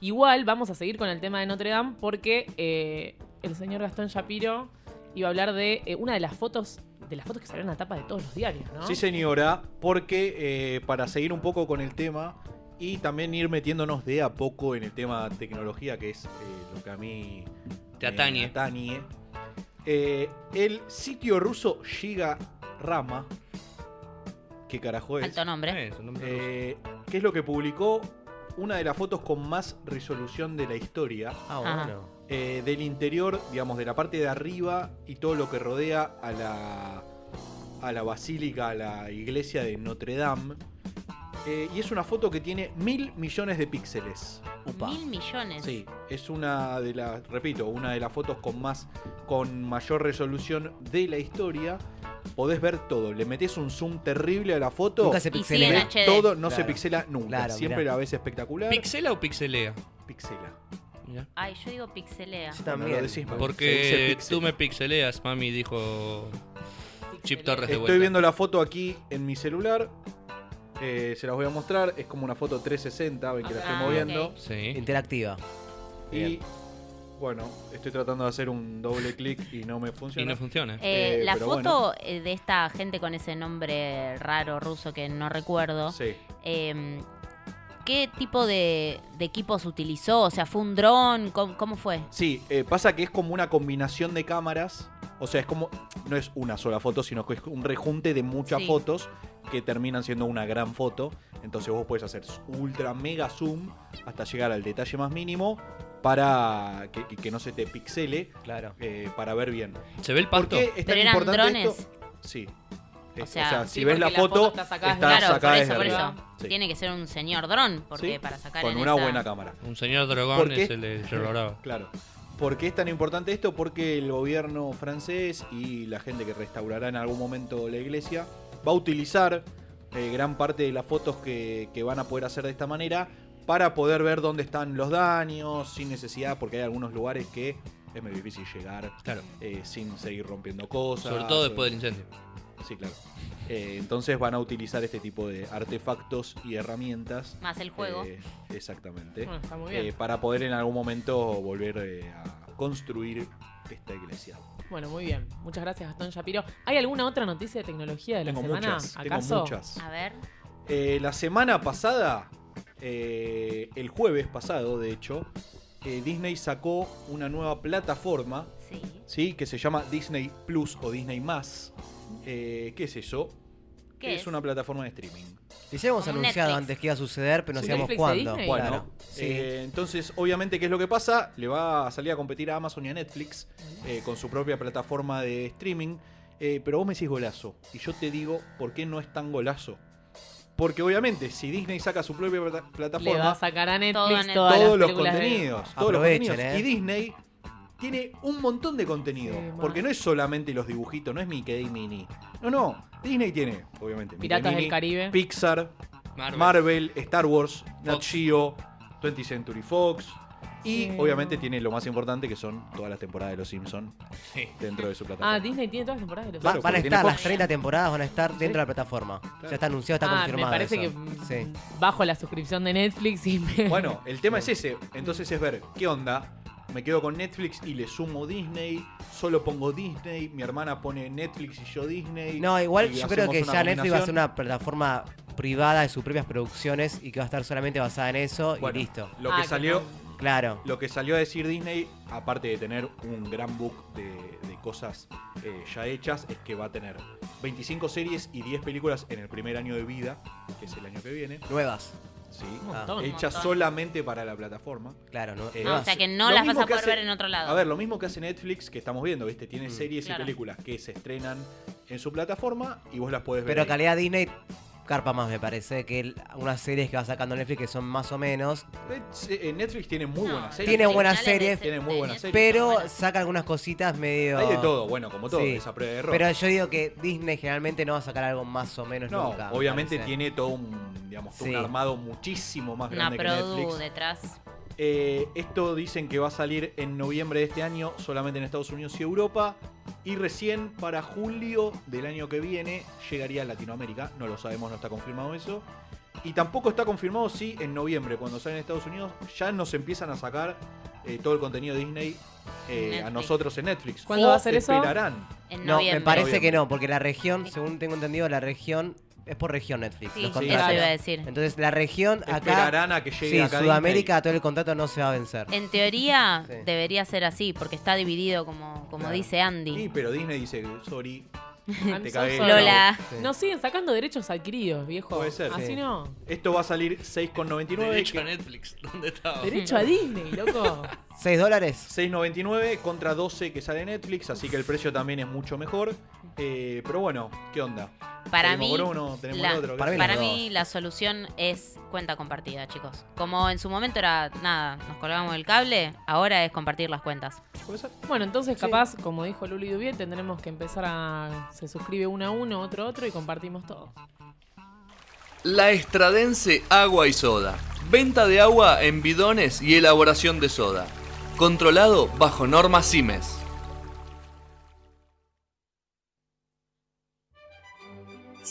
Igual vamos a seguir con el tema de Notre Dame porque eh, el señor Gastón Shapiro iba a hablar de eh, una de las fotos de las fotos que salieron en la tapa de todos los diarios, ¿no? Sí, señora, porque eh, para seguir un poco con el tema y también ir metiéndonos de a poco en el tema tecnología, que es eh, lo que a mí Te me atañe. atañe, eh, el sitio ruso Gigarama, ¿qué carajo es? Alto nombre. Eh, ¿Qué es lo que publicó? Una de las fotos con más resolución de la historia. Ah, Ajá. bueno. Eh, del interior, digamos, de la parte de arriba y todo lo que rodea a la, a la basílica, a la iglesia de Notre Dame. Eh, y es una foto que tiene mil millones de píxeles. Mil millones. Sí, es una de las, repito, una de las fotos con más, con mayor resolución de la historia. Podés ver todo. Le metés un zoom terrible a la foto. Nunca se Y pixela. sigue en ves HD. Todo no se Claro. pixela nunca. Claro, Siempre mirá. la ves espectacular. ¿Pixela o pixelea? Pixela. Ay, yo digo pixelea. también. lo decís mal. Se dice Porque tú me pixeleas, mami, dijo Chip Torres de vuelta. Estoy viendo la foto aquí en mi celular. Eh, se las voy a mostrar. Es como una foto 360, ven que la estoy Ah, moviendo. ok. Interactiva. Y bueno, estoy tratando de hacer un doble clic y no me funciona. Y no funciona. Eh, Eh, la pero foto bueno. eh, de esta gente con ese nombre raro ruso que no recuerdo. Sí. eh, ¿Qué tipo de, de equipos utilizó? O sea, ¿fue un dron? ¿Cómo, cómo fue? Sí, eh, pasa que es como una combinación de cámaras. O sea, es como. No es una sola foto, sino que es un rejunte de muchas Sí. fotos que terminan siendo una gran foto. Entonces vos puedes hacer ultra mega zoom hasta llegar al detalle más mínimo para que, que- que no se te pixele. eh, Claro. para ver bien. ¿Se ve el ¿Por pasto? qué es tan ¿Pero eran importante drones? esto? Sí. Es- O o sea, sea, sí, si ves la porque foto, está sacada desde- está claro, sacada por desde eso, por arriba. eso. Sí. Tiene que ser un señor dron, porque Sí, para sacar con en una esa- buena cámara. Un señor dragón ¿Por qué? es el de Llororaba. Claro. ¿Por qué es tan importante esto? Porque el gobierno francés y la gente que restaurará en algún momento la iglesia va a utilizar eh, gran parte de las fotos que, que van a poder hacer de esta manera para poder ver dónde están los daños sin necesidad, porque hay algunos lugares que es muy difícil llegar eh, sin seguir rompiendo cosas. Sobre todo después del incendio. Ah, Sí, claro. Eh, entonces van a utilizar este tipo de artefactos y herramientas. Más el juego. eh, exactamente. Bueno, está muy bien. eh, para poder en algún momento volver eh, a construir esta iglesia. Bueno, muy bien. Muchas gracias, Gastón Shapiro. ¿Hay alguna otra noticia de tecnología de la Tengo semana? muchas, tengo ¿Acaso? muchas. A ver. Eh, la semana pasada, eh, el jueves pasado, de hecho, eh, Disney sacó una nueva plataforma sí. que se llama Disney Plus o Disney Más. Eh, ¿Qué es eso? ¿Qué es es? una plataforma de streaming. Les habíamos Como anunciado Netflix. antes que iba a suceder, pero no sabíamos cuándo. Bueno, Claro. Sí. eh, entonces, obviamente, ¿qué es lo que pasa? Le va a salir a competir a Amazon y a Netflix eh, con su propia plataforma de streaming. Eh, pero vos me decís golazo. Y yo te digo, ¿por qué no es tan golazo? Porque obviamente, si Disney saca su propia plata- plataforma, Le va a sacar a Netflix Todo todas a Netflix. las todos los películas de- contenidos. Todos los Aprovechen, contenidos. eh. Y Disney tiene un montón de contenido. porque no es solamente los dibujitos, no es Mickey y Mini. No, no. Disney tiene, obviamente, Mickey Piratas del Minnie, Caribe. Pixar, Marvel. Marvel, Star Wars, Nat Geo, 20th Century Fox, Y Sí. obviamente tiene lo más importante que son todas las temporadas de Los Simpsons dentro de su plataforma. Ah, Disney tiene todas las temporadas. de los Va- Simpsons. van Van a Porque tiene estar las Fox. 30 temporadas, van a estar dentro de la plataforma. Ya está anunciado, está Ah, me confirmado. parece eso. que- Sí. Bajo la suscripción de Netflix y Ah. me- Bueno, el tema es ese. Entonces es ver qué onda. Me quedo con Netflix y le sumo Disney. Solo pongo Disney. Mi hermana pone Netflix y yo Disney. No, igual y yo creo hacemos que una ya Netflix va a ser combinación. una plataforma privada de sus propias producciones y que va a estar solamente basada en eso Bueno, y listo. Lo Ah, que salió. Claro. Lo que salió a decir Disney, aparte de tener un gran book de, de cosas eh, ya hechas, es que va a tener 25 series y 10 películas en el primer año de vida, que es el año que viene. Nuevas. Sí, montón. hechas Un montón. solamente para la plataforma. Claro, no. Eh, Ah, o sea que no lo las mismo vas a que poder hace- ver en otro lado. A ver, lo mismo que hace Netflix, que estamos viendo, ¿viste? Mm. Tiene series Claro. y películas que se estrenan en su plataforma y vos las podés ver. Pero ahí. calidad Disney carpa más, me parece, que el- unas series que va sacando Netflix que son más o menos. Eh, se- eh, Netflix tiene muy buenas series. Tiene buenas series, Tiene muy buenas series. pero saca algunas cositas medio... Hay de todo, bueno, como todo, esa prueba de error. Pero yo digo que Disney generalmente no va a sacar algo más o menos No, nunca. me obviamente parece. tiene todo un, digamos, todo un Sí. armado muchísimo más Una grande que produ Netflix. detrás. Eh, esto dicen que va a salir en noviembre de este año, solamente en Estados Unidos y Europa. Y recién para julio del año que viene llegaría a Latinoamérica. No lo sabemos, no está confirmado eso. Y tampoco está confirmado si en noviembre, cuando salen en Estados Unidos, ya nos empiezan a sacar eh, todo el contenido de Disney eh, a Netflix. nosotros en Netflix. ¿Cuándo O va a ser eso? esperarán. En No, me noviembre. parece Noviembre. que no, porque la región, según tengo entendido, la región es por región Netflix. Sí, los eso contratos. iba a decir. Entonces la región acá. Esperarán a que llegue Sí, acá a Sudamérica todo el contrato no se va a vencer. En teoría Sí. debería ser así, porque está dividido como, como Claro. dice Andy. Sí, pero Disney dice, sorry, I'm te so cagué. sorry. Lola. Sí. Nos siguen sacando derechos adquiridos, viejo. Puede ser. Así Sí. no. Esto va a salir 6,99. Derecho que- a Netflix. ¿Dónde estaba? Derecho a Disney, loco. 6 dólares. 6.99 contra 12 que sale Netflix, así que el precio también es mucho mejor. Eh, pero bueno, ¿qué onda? Para ¿Tenemos mí, por uno? ¿Tenemos la, el otro? ¿Qué para mí hacemos? para mí la solución es cuenta compartida, chicos. Como en su momento era nada, nos colgamos el cable, ahora es compartir las cuentas. ¿Puede ser? Bueno, entonces Sí. capaz, como dijo Luli Dubié, tendremos que empezar a... Se suscribe uno a uno, otro a otro y compartimos todo. La Estradense Agua y Soda. Venta de agua en bidones y elaboración de soda. Controlado bajo normas CIMES.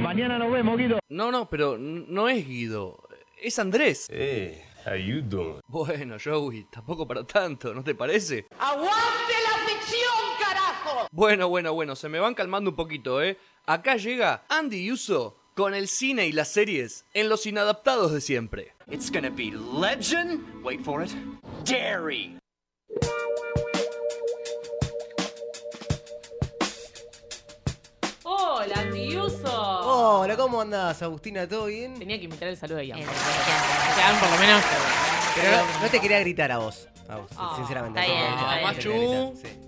Mañana nos vemos, Guido. No, no, pero n- no es Guido. Es Andrés. Eh, how you doing? Bueno, Joey, tampoco para tanto, ¿no te parece? ¡Aguante la ficción, carajo! Bueno, bueno, bueno, se me van calmando un poquito, ¿eh? Acá llega Andy Yuso con el cine y las series en los inadaptados de siempre. It's gonna be legend. Wait for it. Dairy. ¡Hola, Oh, Andiuso! Hola, ¿cómo andás, Agustina? ¿Todo bien? Tenía que imitar el saludo de Ian. Eh, Ian, por lo menos. Pero no, no te quería gritar a vos, Agus, Ah, sinceramente. está No te bien, quería está gritar, no te quería gritar, sí.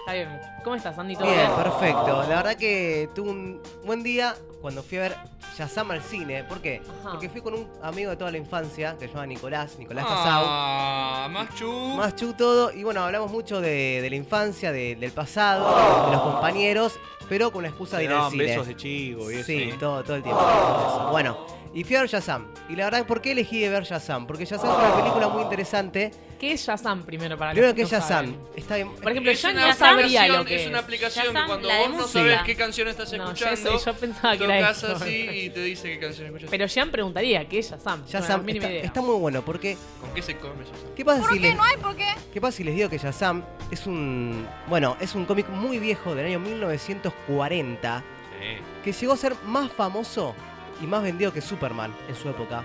Está bien. ¿Cómo estás, Andy? ¿Todo Bien, perfecto. La verdad que tuve un buen día cuando fui a ver Shazam al cine. ¿Por qué? Ajá. Porque fui con un amigo de toda la infancia que se llama Nicolás, Nicolás Casau. Ah, Machu. Más chu todo. Y bueno, hablamos mucho de, de la infancia, de- del pasado, de los compañeros, pero con la excusa Se de ir al Oh. daban cine. besos de chivo y eso, Sí, ¿eh? todo, todo el tiempo. Eso. Bueno, y fui a ver Shazam. Y la verdad, ¿por qué elegí de ver Shazam? Porque Shazam es una película muy interesante. ¿Qué es Shazam primero para Primero los que es no Shazam. saben? Está bien. Por ejemplo, Es yo una no sabría aplicación, lo que es una aplicación que Shazam, cuando la de vos no música. sabes qué canción estás No, yo escuchando, sé, yo pensaba que era tocas eso. así y te dice qué canción escuchas. Pero Jean preguntaría, ¿qué es Shazam? No, Shazam la mínima está, idea. está muy bueno porque. ¿Con qué se come Shazam? ¿Qué pasa ¿Por si qué? les- ¿No hay por qué? ¿Qué pasa si les digo que Shazam es un. Bueno, es un cómic muy viejo del año 1940 Eh, que llegó a ser más famoso y más vendido que Superman en su época.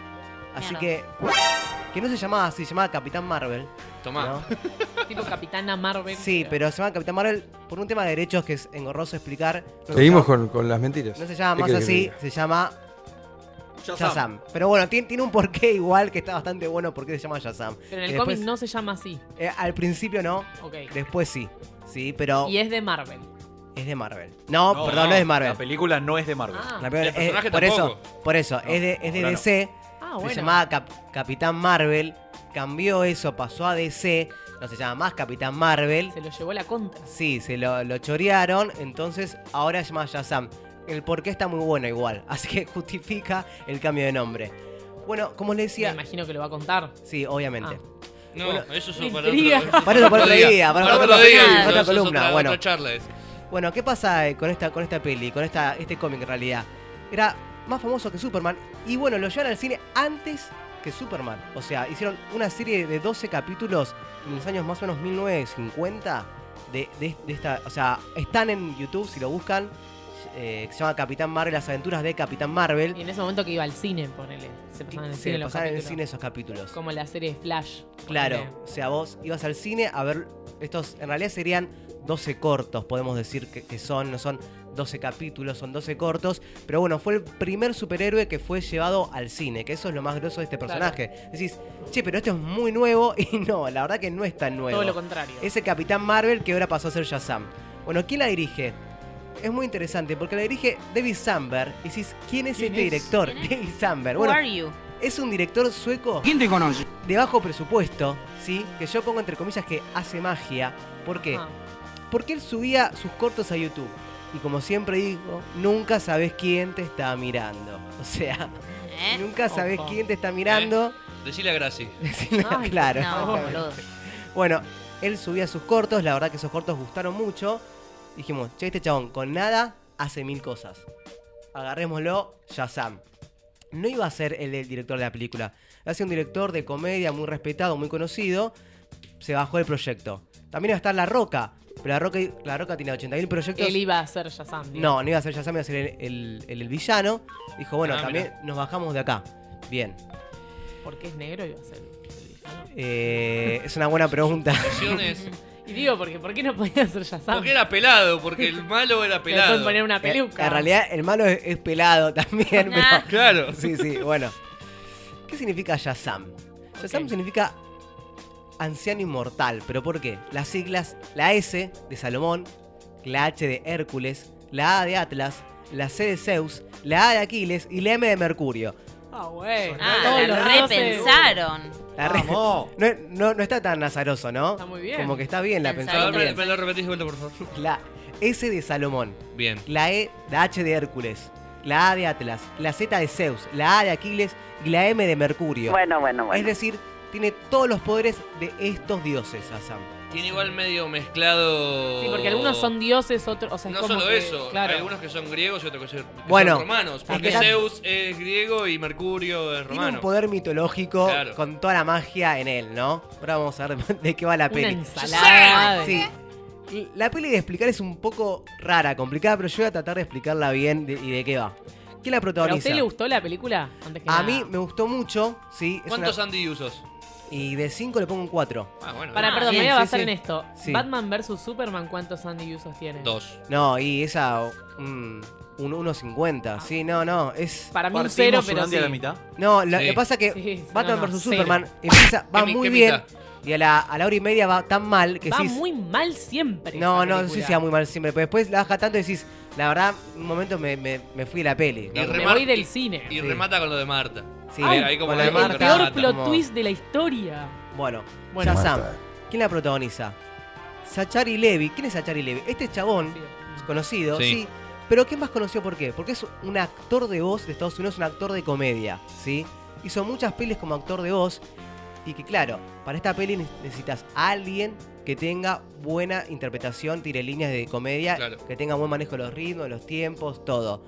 Así Mierda. que. Que no se llamaba así, se llamaba Capitán Marvel. Tomá. ¿no? Tipo Capitana Marvel. Sí, pero se llamaba Capitán Marvel por un tema de derechos que es engorroso explicar. No se Seguimos llama- con, con las mentiras. No se llama ¿Qué más querés que así, diga? se llama Shazam. Shazam. Pero bueno, tiene, tiene un porqué igual que está bastante bueno porque se llama Shazam. Pero en Que el cómic después- no se llama así. pues, eh, al principio no, Ok. después sí. Sí, pero Y es de Marvel. es de Marvel. No, perdón, no, es de Marvel. La película no es de Marvel. La peor- es- eh, por eso, por eso, es de, es de ahora no. DC. Ah, Se bueno. llamaba Cap- Capitán Marvel. Cambió eso, pasó a DC. No se llama más Capitán Marvel. Se lo llevó la contra. Sí, se lo, lo chorearon. Entonces ahora se llama Shazam. El porqué está muy bueno igual. Así que justifica el cambio de nombre. Bueno, como les decía. Me imagino que lo va a contar. Sí, obviamente. Ah. No, eso es me para otro, intriga. Para eso, para otro día, para Para otra otro día. columna, eso otra es otra- columna, otra bueno. charla es. Bueno, ¿qué pasa eh, con esta, con esta peli, con esta, este cómic en realidad? Era más famoso que Superman y bueno, lo llevaron al cine antes que Superman. O sea, hicieron una serie de 12 capítulos en los años más o menos 1950 de, de- de esta... O sea, están en YouTube si lo buscan. eh, que se llama Capitán Marvel, las aventuras de Capitán Marvel. Y en ese momento que iba al cine, ponele. Se pasaban en el Se cine los pasaban en el capítulos. cine esos capítulos. Como la serie de Flash. Claro, ponele. o sea, vos ibas al cine a ver estos, en realidad serían 12 cortos, podemos decir que, que son, no son 12 capítulos, son 12 cortos, pero bueno, fue el primer superhéroe que fue llevado al cine, que eso es lo más grosso de este Claro. personaje. Decís, che, pero esto es muy nuevo y no, la verdad que no es tan nuevo. Todo lo contrario. Es el Capitán Marvel que ahora pasó a ser Shazam. Bueno, ¿quién la dirige? Es muy interesante porque la dirige David Samberg. Y decís, ¿quién es ¿Quién este es? director? David Samberg. Bueno, Who are you? es un director sueco. ¿Quién te conoce? De bajo presupuesto, ¿sí? Que yo pongo entre comillas que hace magia. ¿Por qué? Ah. Porque él subía sus cortos a YouTube. Y como siempre digo, nunca sabes quién te está mirando. O sea, nunca sabes Ojo. quién te está mirando. Decile a Graci. Ay, claro. no, exactamente. boludo. bueno, él subía sus cortos, la verdad que esos cortos gustaron mucho. Dijimos, che, este chabón con nada hace mil cosas. Agarrémoslo, Shazam. No iba a ser el, el director de la película. Iba a ser un director de comedia muy respetado, muy conocido. Se bajó del proyecto. También iba a estar La Roca. Pero La Roca, la Roca tiene 80.000 proyectos. Él iba a ser Shazam. digo. No, no iba a ser Shazam, iba a ser el, el- el- el villano. Dijo, bueno, Ah, también mirá. nos bajamos de acá. Bien. Porque es negro iba a ser. Eh, es una buena pregunta. Y digo, porque ¿por qué no podía ser Shazam? Porque era pelado, porque el malo era Le pueden pelado. poner una peluca. En realidad, el malo es, es pelado también. Ah. pero- Claro. Sí, sí, bueno. ¿Qué significa Shazam? Shazam significa anciano inmortal. ¿Pero por qué? Las siglas, la S de Salomón, la H de Hércules, la A de Atlas, la C de Zeus, la A de Aquiles y la M de Mercurio. Ah, güey. Ah, Todos la los doce. repensaron. La re- no, no- no está tan nazaroso, ¿no? Está muy bien. Como que está bien la pensaron Perdón, me, bien. me lo repetís de vuelta, por favor. La S de Salomón. Bien. La E, la H de Hércules. La A de Atlas. La Z de Zeus. La A de Aquiles. Y la M de Mercurio. Bueno, bueno, bueno. Es decir, tiene todos los poderes de estos dioses, Asam. Tiene igual medio mezclado. Sí, porque algunos son dioses, otros. O sea, es No como solo que- eso, Claro. hay algunos que son griegos y otros que son que Bueno, son romanos. Porque acá- Zeus es griego y Mercurio es Tiene un romano. poder mitológico Claro. con toda la magia en él, ¿no? Ahora vamos a ver de qué va la Una peli. ensalada Sí. Y La peli de explicar es un poco rara, complicada, pero yo voy a tratar de explicarla bien de- y de qué va. ¿Quién ¿Pero la a protagoniza? usted le gustó la película? Antes que A nada. mí me gustó mucho, sí. es ¿Cuántos una- Andy usos? Y de 5 le pongo un 4. Ah, bueno. Para, bien. perdón, me voy a basar en esto. Sí. Batman vs Superman, ¿cuántos Andy Usos tiene? No, y esa. Un, un 1.50. Sí, no, no. Es. Para mí un Partimos cero, pero un Andy sí. a la mitad. No, lo Sí. que pasa que Sí, Batman no, no, vs cero. Superman empieza, va ¿Qué mi- muy qué bien. mitad? Y a la, a la hora y media va tan mal que Va decís, muy mal siempre. No, esa no, no sé película. si sea muy mal siempre. Pero después la baja tanto y decís, la verdad, un momento me, me, me fui de la peli. ¿no? Y Como- remar- del cine. Y Sí. remata con lo de Marta. Sí. Ahí- ahí como Con lo de que Marta. El peor remata. plot twist de la historia. Bueno, Bueno. Shazam. Marta. ¿Quién la protagoniza? Sachari Levy. ¿Quién es Sachari Levy? Este chabón, es conocido, Sí. sí. Pero ¿qué más conoció por qué? Porque es un actor de voz de Estados Unidos, un actor de comedia, ¿sí? Hizo muchas pelis como actor de voz. Y que claro, para esta peli ne- necesitas a alguien que tenga buena interpretación, tire líneas de comedia, que tenga buen manejo de los ritmos, de los tiempos, todo.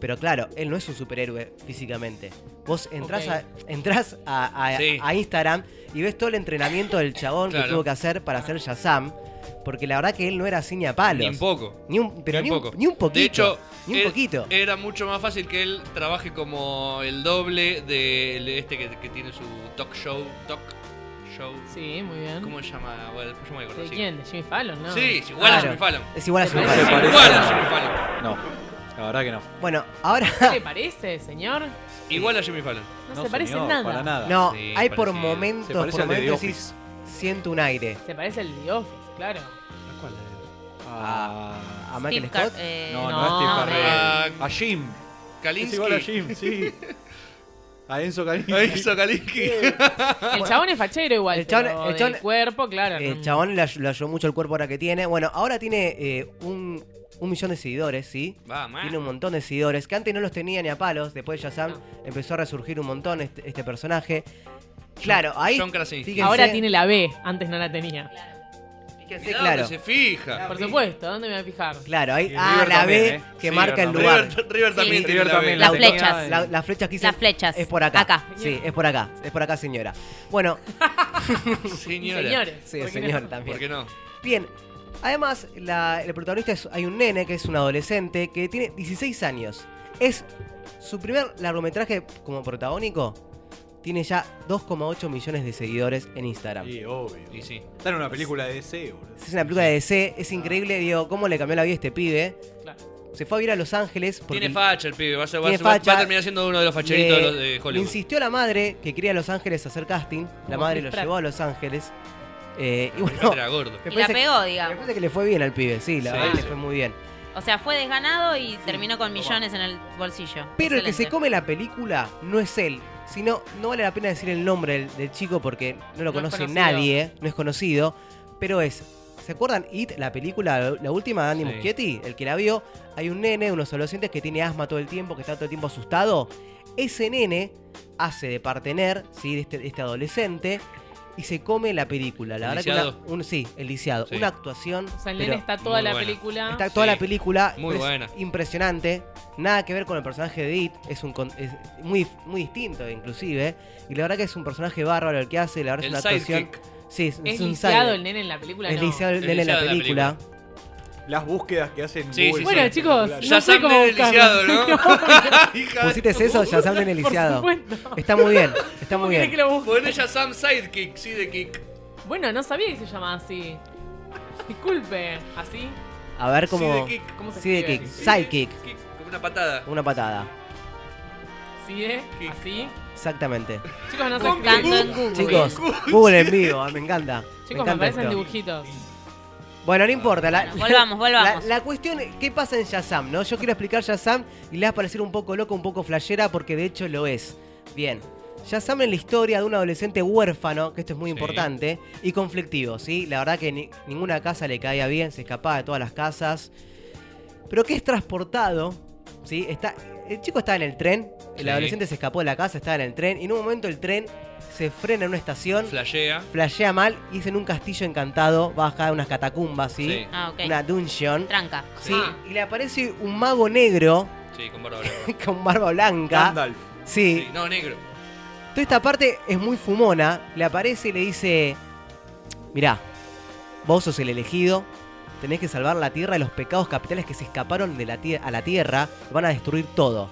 Pero claro, él no es un superhéroe físicamente. Vos entrás, Ok. a, entrás a, a- Sí. a Instagram y ves todo el entrenamiento del chabón que Claro. tuvo que hacer para hacer Shazam. Porque la verdad que él no era así ni a palos. Ni un poco. Ni un, pero ni, un, poco. ni un poquito. De hecho, ni un er- poquito. Era mucho más fácil que él trabaje como el doble de este que, que tiene su talk show. Talk show. Sí, muy bien. ¿Cómo se llama? Bueno, después yo me voy a acordar, ¿De sí. quién? ¿De Jimmy Fallon? No. Ah, Sí, es igual a Jimmy Fallon. Es igual a Se Jimmy parece Fallon. igual a Jimmy Fallon. No. La verdad que no. Bueno, ahora. ¿Qué le parece, señor? Igual a Jimmy Fallon. No No, se parece señor, en nada. para nada. No, Sí, hay por parecido. momentos, Se por parece al de The momentos decís, siento un aire. Se parece al The Office, claro. ¿Cuál es? A, a Steve Michael Car- Scott. eh, no, no, no, Ah, es Steve Carrell. no. A Jim. Kalinsky. Es igual a Jim, sí. A Enzo Kalinsky. A Enzo Kalinsky. El chabón es fachero igual. El chabón- pero el del chabón- cuerpo, claro. El no- Eh, chabón le, ay- le ayudó mucho el cuerpo ahora que tiene. Bueno, ahora tiene eh, un, un millón de seguidores, ¿sí? Vamos. Tiene un montón de seguidores que antes no los tenía ni a palos. Después de Shazam empezó a resurgir un montón este, este personaje. Claro, ahí. fíjense- Ahora tiene la B, antes no la tenía. Sí, claro. se fija. Por supuesto, ¿dónde me voy a fijar? Claro, ahí. Y Ah, River la también, B ¿eh? que Sí, marca el River lugar. también. River- River también Sí, tiene River la B. también Las la tenía flechas. en- La- las flechas que hice- Las flechas. Es por acá. Acá. Sí, es por acá. Es por acá, señora. Bueno. Señora. Sí, ¿Por qué señor no? también. ¿Por qué no? Bien. Además, la- el protagonista es. Hay un nene que es un adolescente que tiene 16 años. Es su primer largometraje como protagónico. Tiene ya 2,8 millones de seguidores en Instagram. Sí, obvio. Y sí. Está en una película de DC, boludo. Es una película de DC, es increíble, digo, cómo le cambió la vida a este pibe. Se fue a vivir a Los Ángeles porque Tiene facha el pibe. Va a, ser- va a tiene ser- va a facha. terminar siendo uno de los facheritos Le- de, los- de le Hollywood. insistió la madre que quería ir a Los Ángeles a hacer casting. La Como madre Chris lo Pratt. llevó a Los Ángeles. Eh, y bueno, Pratt era gordo. me Y la parece que- pegó, me digamos. parece que le fue bien al pibe, sí, la Sí, verdad que sí. le fue muy bien. O sea, fue desganado y terminó con millones en el bolsillo. Pero el que se Excelente. come la película no es él, sino no vale la pena decir el nombre del, del chico porque no lo es conoce conocido. nadie, no es conocido, pero es. ¿Se acuerdan It, la película, la última de Andy Sí. Muschietti? El que la vio, hay un nene, unos adolescentes que tiene asma todo el tiempo, que está todo el tiempo asustado. Ese nene hace de partener, ¿sí? De este, de este adolescente, y se come la película. La ¿El verdad que una- lisiado? un, sí, el lisiado. Sí. Una actuación. O sea, el pero- nene está toda la película. Está toda la película. Muy es buena. Impresionante. Nada que ver con el personaje de It. Es, un, con- es muy, muy distinto, inclusive. Y la verdad que es un personaje bárbaro el que hace. La verdad El es una actuación. sidekick. Sí, ¿Es lisiado un sidekick. el nene en la película? Es No. lisiado el Es nene en la lisiado en la película. Las búsquedas que hacen Sí, Google sí, Bueno, son chicos, no espectaculares. Ya sé saben cómo de buscarlo. lisiado, ¿no? Hija de Pusiste puta. eso, ya saben el lisiado. Está muy bien, está muy bien. Ponle ya Sam Sidekick, sí, de Kick. Bueno, no sabía que se llamaba así. Disculpe, ¿así? A ver cómo. Sidekick, ¿cómo se Sidekick, escribe? Sidekick. Como una patada. Una patada. ¿Sí, eh? ¿Así? Exactamente. Chicos, no se Buscando escribe. en Google. Chicos, Google en vivo, ah, me encanta. me Chicos, me, encanta parecen esto. dibujitos. Bueno, no importa. La, Bueno, volvamos, volvamos. La, la cuestión es, ¿qué pasa en Shazam? ¿no? Yo quiero explicar Shazam y le va a parecer un poco loco, un poco flashera, porque de hecho lo es. Bien. Shazam es la historia de un adolescente huérfano, que esto es muy importante, y conflictivo, ¿sí? La verdad que ni- ninguna casa le caía bien, se escapaba de todas las casas. Pero que es transportado, ¿sí? Está, el chico estaba en el tren, el Sí. adolescente se escapó de la casa, estaba en el tren, y en un momento el tren se frena en una estación Flashea. flashea mal y es en un castillo encantado, baja unas catacumbas, ¿sí? Sí. Ah, ok. Una dungeon. Tranca. Sí, Ah. y le aparece un mago negro Sí, con barba blanca. con barba blanca. Gandalf. Sí. Sí, No, negro. Toda esta parte es muy fumona. Le aparece y le dice: Mirá, vos sos el elegido. Tenés que salvar la tierra de los pecados capitales que se escaparon de la tie- a la tierra. Van a destruir todo.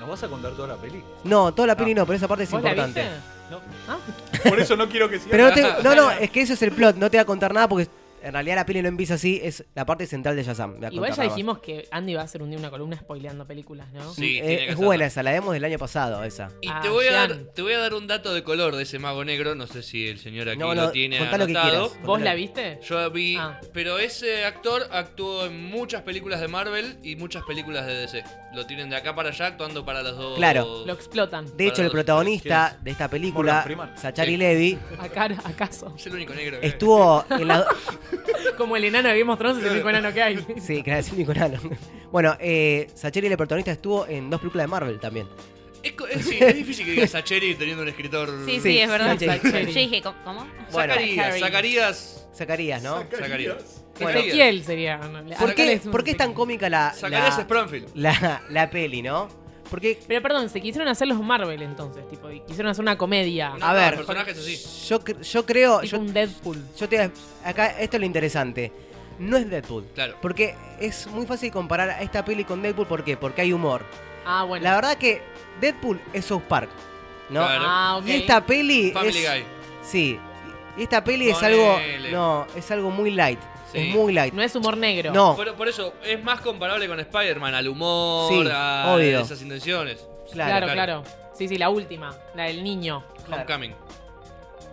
¿Nos vas a contar toda la peli? No, toda la peli no, pero esa parte es ¿Vos la importante. ¿Ah? viste? No. Ah. Por eso no quiero que siga. Pero no, te- no, no, es que eso es el plot, no te voy a contar nada porque en realidad la peli no empieza así, es la parte central de Shazam. voy a Igual contar ya nada más. dijimos que Andy va a hacer un día una columna spoileando películas, ¿no? Eh, es buena esa, la vemos del año pasado, esa. Y Ah, te, voy a dar, te voy a dar un dato de color de ese mago negro. No sé si el señor aquí No, no, lo tiene contá lo que anotado. quieras, contá ¿Vos lo la que- viste? Yo la vi. Pero ese actor actuó en muchas películas de Marvel y muchas películas de DC. Lo tienen de acá para allá actuando para los dos. Claro. Lo explotan. De hecho, el protagonista de esta película, Morgan Freeman. Sachari Sí. Levy, Acá- ¿Acaso? Es el único negro. estuvo en la... Como el enano de Game of Thrones es el único enano que hay. Sí, que era el único enano. Bueno, eh, Sacheri, el protagonista, estuvo en dos películas de Marvel también. Es, co- es- sí, es difícil que digas Sacheri teniendo un escritor. Sí, sí, es verdad. Sacheri. Yo dije, ¿cómo- ¿cómo? Zacarías. Zacarías. Zacarías, ¿no? Zacarías. Ezequiel sería. ¿Por Acá qué, es un por qué es tan cómica la... Zacarías la- Springfield. La, la peli, ¿no? Porque... Pero perdón, se quisieron hacer los Marvel entonces, tipo, y quisieron hacer una comedia. A ver, yo, cre- yo creo... Tipo yo, un Deadpool. Yo te, acá, esto es lo interesante. No es Deadpool. Claro. Porque es muy fácil comparar a esta peli con Deadpool. ¿Por qué? Porque hay humor. Ah, bueno. La verdad que Deadpool es South Park. ¿No? Claro. Ah, ok. Y esta peli. Family es- Guy. Sí. Esta peli es algo. Ponele. No, es algo muy light. Sí. Es muy light. No es humor negro. No. Por, por eso es más comparable con Spider-Man, al humor, Sí, a obvio. esas intenciones. Claro, claro, Sí, sí, la última, la del niño. Homecoming.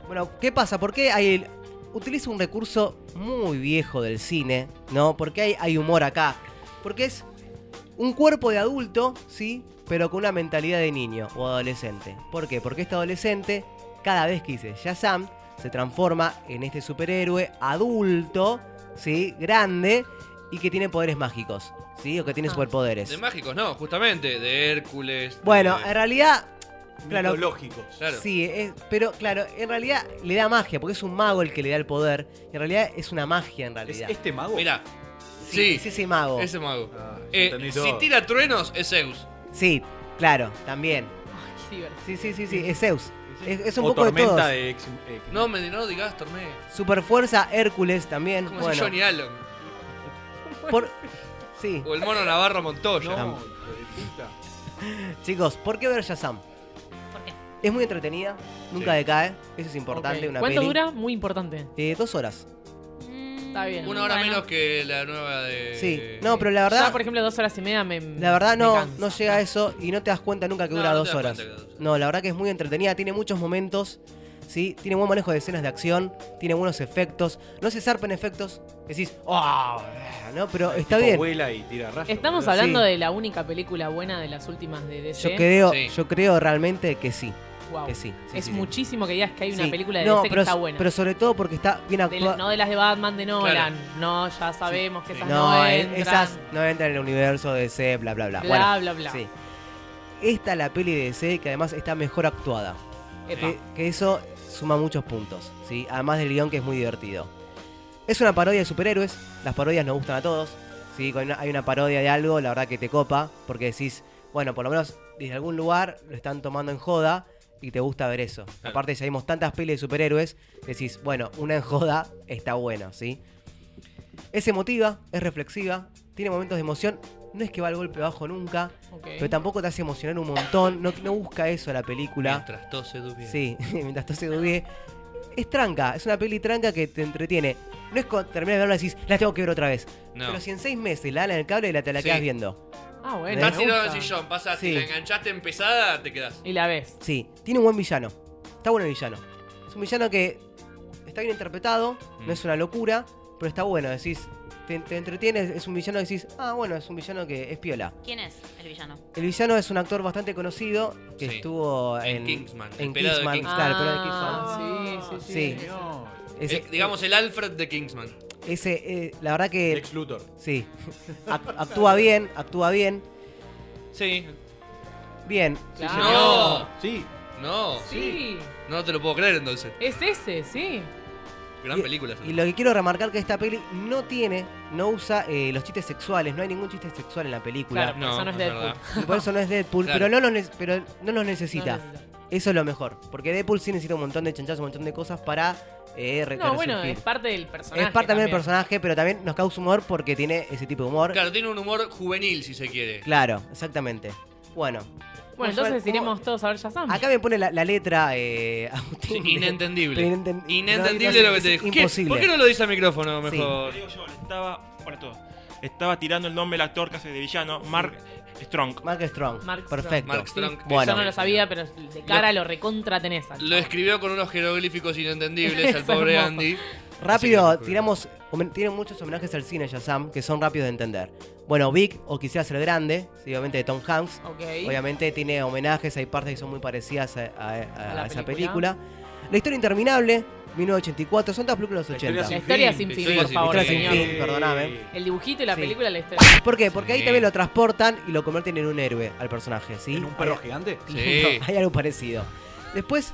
Bueno, ¿qué pasa? ¿Por qué hay el- utiliza un recurso muy viejo del cine, ¿no? Porque hay, hay humor acá. Porque es un cuerpo de adulto, ¿sí? Pero con una mentalidad de niño o adolescente. ¿Por qué? Porque este adolescente, cada vez que dice Shazam, se transforma en este superhéroe adulto, ¿sí? Grande y que tiene poderes mágicos, ¿sí? O que tiene superpoderes. De mágicos, no, justamente. De Hércules. Bueno, en realidad. Claro, Mitológicos. Claro. Sí, es- pero claro, en realidad le da magia, porque es un mago el que le da el poder. En realidad es una magia, en realidad. ¿Este mago? Ah, Mira. Sí, Sí, es ese mago. Ese mago. ya Eh, entendí si todo. tira truenos, es Zeus. Sí, claro, también. Qué divertido. Sí, sí, sí, sí, es Zeus. Es, es un o poco tormenta de todos. de ex- eh, ex- No, me, no digas tormenta. Superfuerza, Hércules también. Como si bueno, Johnny Allen. por- sí. O el mono Navarro Montoya. No, Chicos, ¿por qué ver Shazam? Es muy entretenida, nunca Sí. decae, eso es importante. Ok. Una ¿Cuánto peli. dura? Muy importante. Eh, dos horas. Está bien. Una hora Bueno. menos que la nueva de. Sí, no, pero la verdad- Ya, por ejemplo, dos horas y media me. La verdad me no, cansa. no llega a eso y no te das cuenta nunca que No, dura no te dos das horas. cuenta que dura dos No, la verdad que es muy entretenida, tiene muchos momentos, ¿sí? Tiene buen manejo de escenas de acción, tiene buenos efectos, no se zarpen efectos, decís, ¡oh! No, pero el está tipo bien. Vuela y tira rayos. Estamos Sí. hablando de la única película buena de las últimas de DC. Yo creo, Sí. yo creo realmente que sí. Guau. Que sí. sí, es sí, sí. muchísimo que digas que hay una Sí. película de No, DC pero- que está buena. Pero sobre todo porque está bien De- actuada. no de las de Batman de Nolan. Claro. No, ya sabemos que esas no, No, eh, entran. esas no entran en el universo de DC, bla, bla, bla. Bla, Bueno, bla, bla. sí. Esta es la peli de DC que además está mejor actuada. Epa. Que, que eso suma muchos puntos, ¿sí? Además del guión que es muy divertido. Es una parodia de superhéroes. Las parodias nos gustan a todos. ¿sí? Cuando hay una parodia de algo, la verdad que te copa. Porque decís, bueno, por lo menos desde algún lugar lo están tomando en joda y te gusta ver eso. Aparte, ya vimos tantas pelis de superhéroes, decís, bueno, una en joda está bueno, ¿sí? Es emotiva, es reflexiva, tiene momentos de emoción. No es que va al golpe bajo nunca, pero tampoco te hace emocionar un montón. No, no busca eso la película. Mientras tose dubie. Sí, mientras tose dudé. Es tranca, es una peli tranca que te entretiene. No es cuando terminas de verla y decís, la tengo que ver otra vez. No. Pero si en seis meses la dan en el cable y la te la Sí. quedas viendo. Ah, bueno. Estás Me tirado en el gusta. sillón, pasás, si Sí. la enganchaste en pesada, te quedás. Y la ves. Sí, tiene un buen villano. Está bueno el villano. Es un villano que está bien interpretado, Mm. no es una locura, pero está bueno. Decís, te, te entretienes, es un villano que decís, ah, bueno, es un villano que es piola. ¿Quién es el villano? El villano es un actor bastante conocido que Sí. estuvo En en, Kingsman, el En pelado de Kingsman, Kingsman. claro, el pelado de Ah, Kingsman. sí, sí, Sí. sí. Ese- Eh, digamos el Alfred de Kingsman. Ese, eh, la verdad que. Lex Luthor. Sí. Ac- actúa bien, actúa bien. Sí. Bien. No. Sí. No. Sí. No te lo puedo creer entonces. Es ese, sí. Gran película. Y lo que quiero remarcar que esta peli no tiene, no usa eh, los chistes sexuales, no hay ningún chiste sexual en la película. Claro, por No, eso no es es Deadpool. verdad. Y por eso no es Deadpool, Claro. pero, no los, ne- pero no los necesita. Eso es lo mejor. Porque Deadpool sí necesita un montón de chanchazos, un montón de cosas para eh, re- No, bueno, resurgir. es parte del personaje. Es parte también del personaje, pero también nos causa humor porque tiene ese tipo de humor. Claro, tiene un humor juvenil si se quiere. Claro, exactamente. Bueno. Bueno, entonces iremos todos a ver Shazam. Acá me pone la, la letra eh, Agustín. de- Inentendible. pero inenten- Inentendible no, lo que te es dijo. ¿Qué? Imposible. ¿Por qué no lo dice al micrófono mejor? Lo digo yo, le estaba. Para todo. Estaba tirando el nombre del actor que hace de villano, Mark Strong. Mark Strong. Mark Perfecto. Mark Strong, que Yo no lo sabía, pero de cara lo, recontra tenés. al Lo escribió con unos jeroglíficos inentendibles al Es pobre hermoso. Andy. Rápido, tiramos. homen- Tiene muchos homenajes al cine Shazam que son rápidos de entender. Bueno, Big, o quisiera ser grande, sí, obviamente de Tom Hanks. Ok. Obviamente tiene homenajes, hay partes que son muy parecidas a, a- a- A la a esa película. película. La historia interminable, 1984, son todas películas de los 80. La historia sin fin, por favor. La historia sin señor. fin, perdóname. El dibujito y la Sí. película la historia. ¿Por qué? Porque ahí Sí. también lo transportan y lo convierten en un héroe al personaje, ¿sí? ¿En un perro gigante? Sí. hay algo parecido. Después,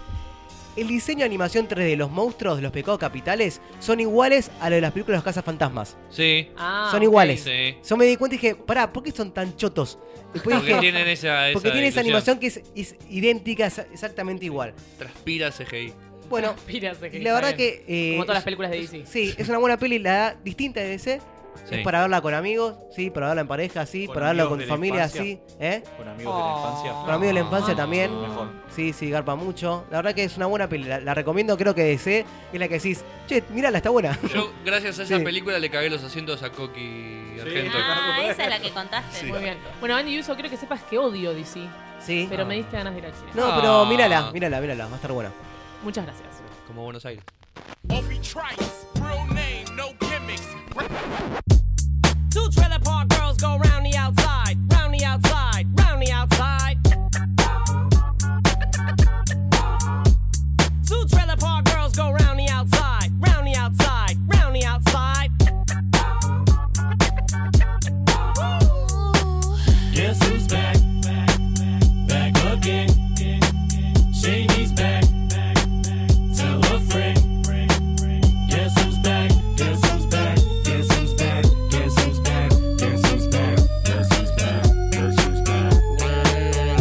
el diseño de animación 3D, los monstruos de los pecados capitales son iguales a los de las películas de los cazafantasmas. Sí. Ah, son ok. iguales. Sí. Yo me di cuenta y dije, pará, ¿por qué son tan chotos? Después Porque dije, tienen esa- esa Porque tiene esa ilusión. animación que es, es idéntica, es exactamente igual. Transpira CGI. Bueno, Pírase, y la verdad que. eh, Como todas las es- películas de DC. Sí, es una buena peli, la distinta de DC, Sí. Es para verla con amigos, sí, para verla en pareja, sí, Con para verla amigos con de la familia, infancia. sí. ¿eh? Con amigos de la infancia. Ah, Con amigos de la infancia también. Mejor. Sí, sí, garpa mucho. La verdad que es una buena peli. La, la recomiendo, creo que DC. Es la que decís, che, mirala, está buena. Yo, gracias a esa Sí. película, le cagué los asientos a Coqui Argento. Ah, esa es la que contaste. Sí. Muy bien. Bueno, Andy Yuso, quiero que sepas que odio DC. Sí. Pero Ah. me diste ganas de ir al cine. No, pero mírala, mírala, mírala. Va a estar buena. Muchas gracias. Como Buenos Aires. Two trailer park girls go round the outside, round the outside, round the outside. Two trailer park girls go round the outside, round the outside, round the outside. Guess who's back? Back again. Shady's back. Tell a friend. Guess who's back? Guess who's back? Guess who's back? Guess who's back? Guess who's back? Guess who's back? Guess who's back?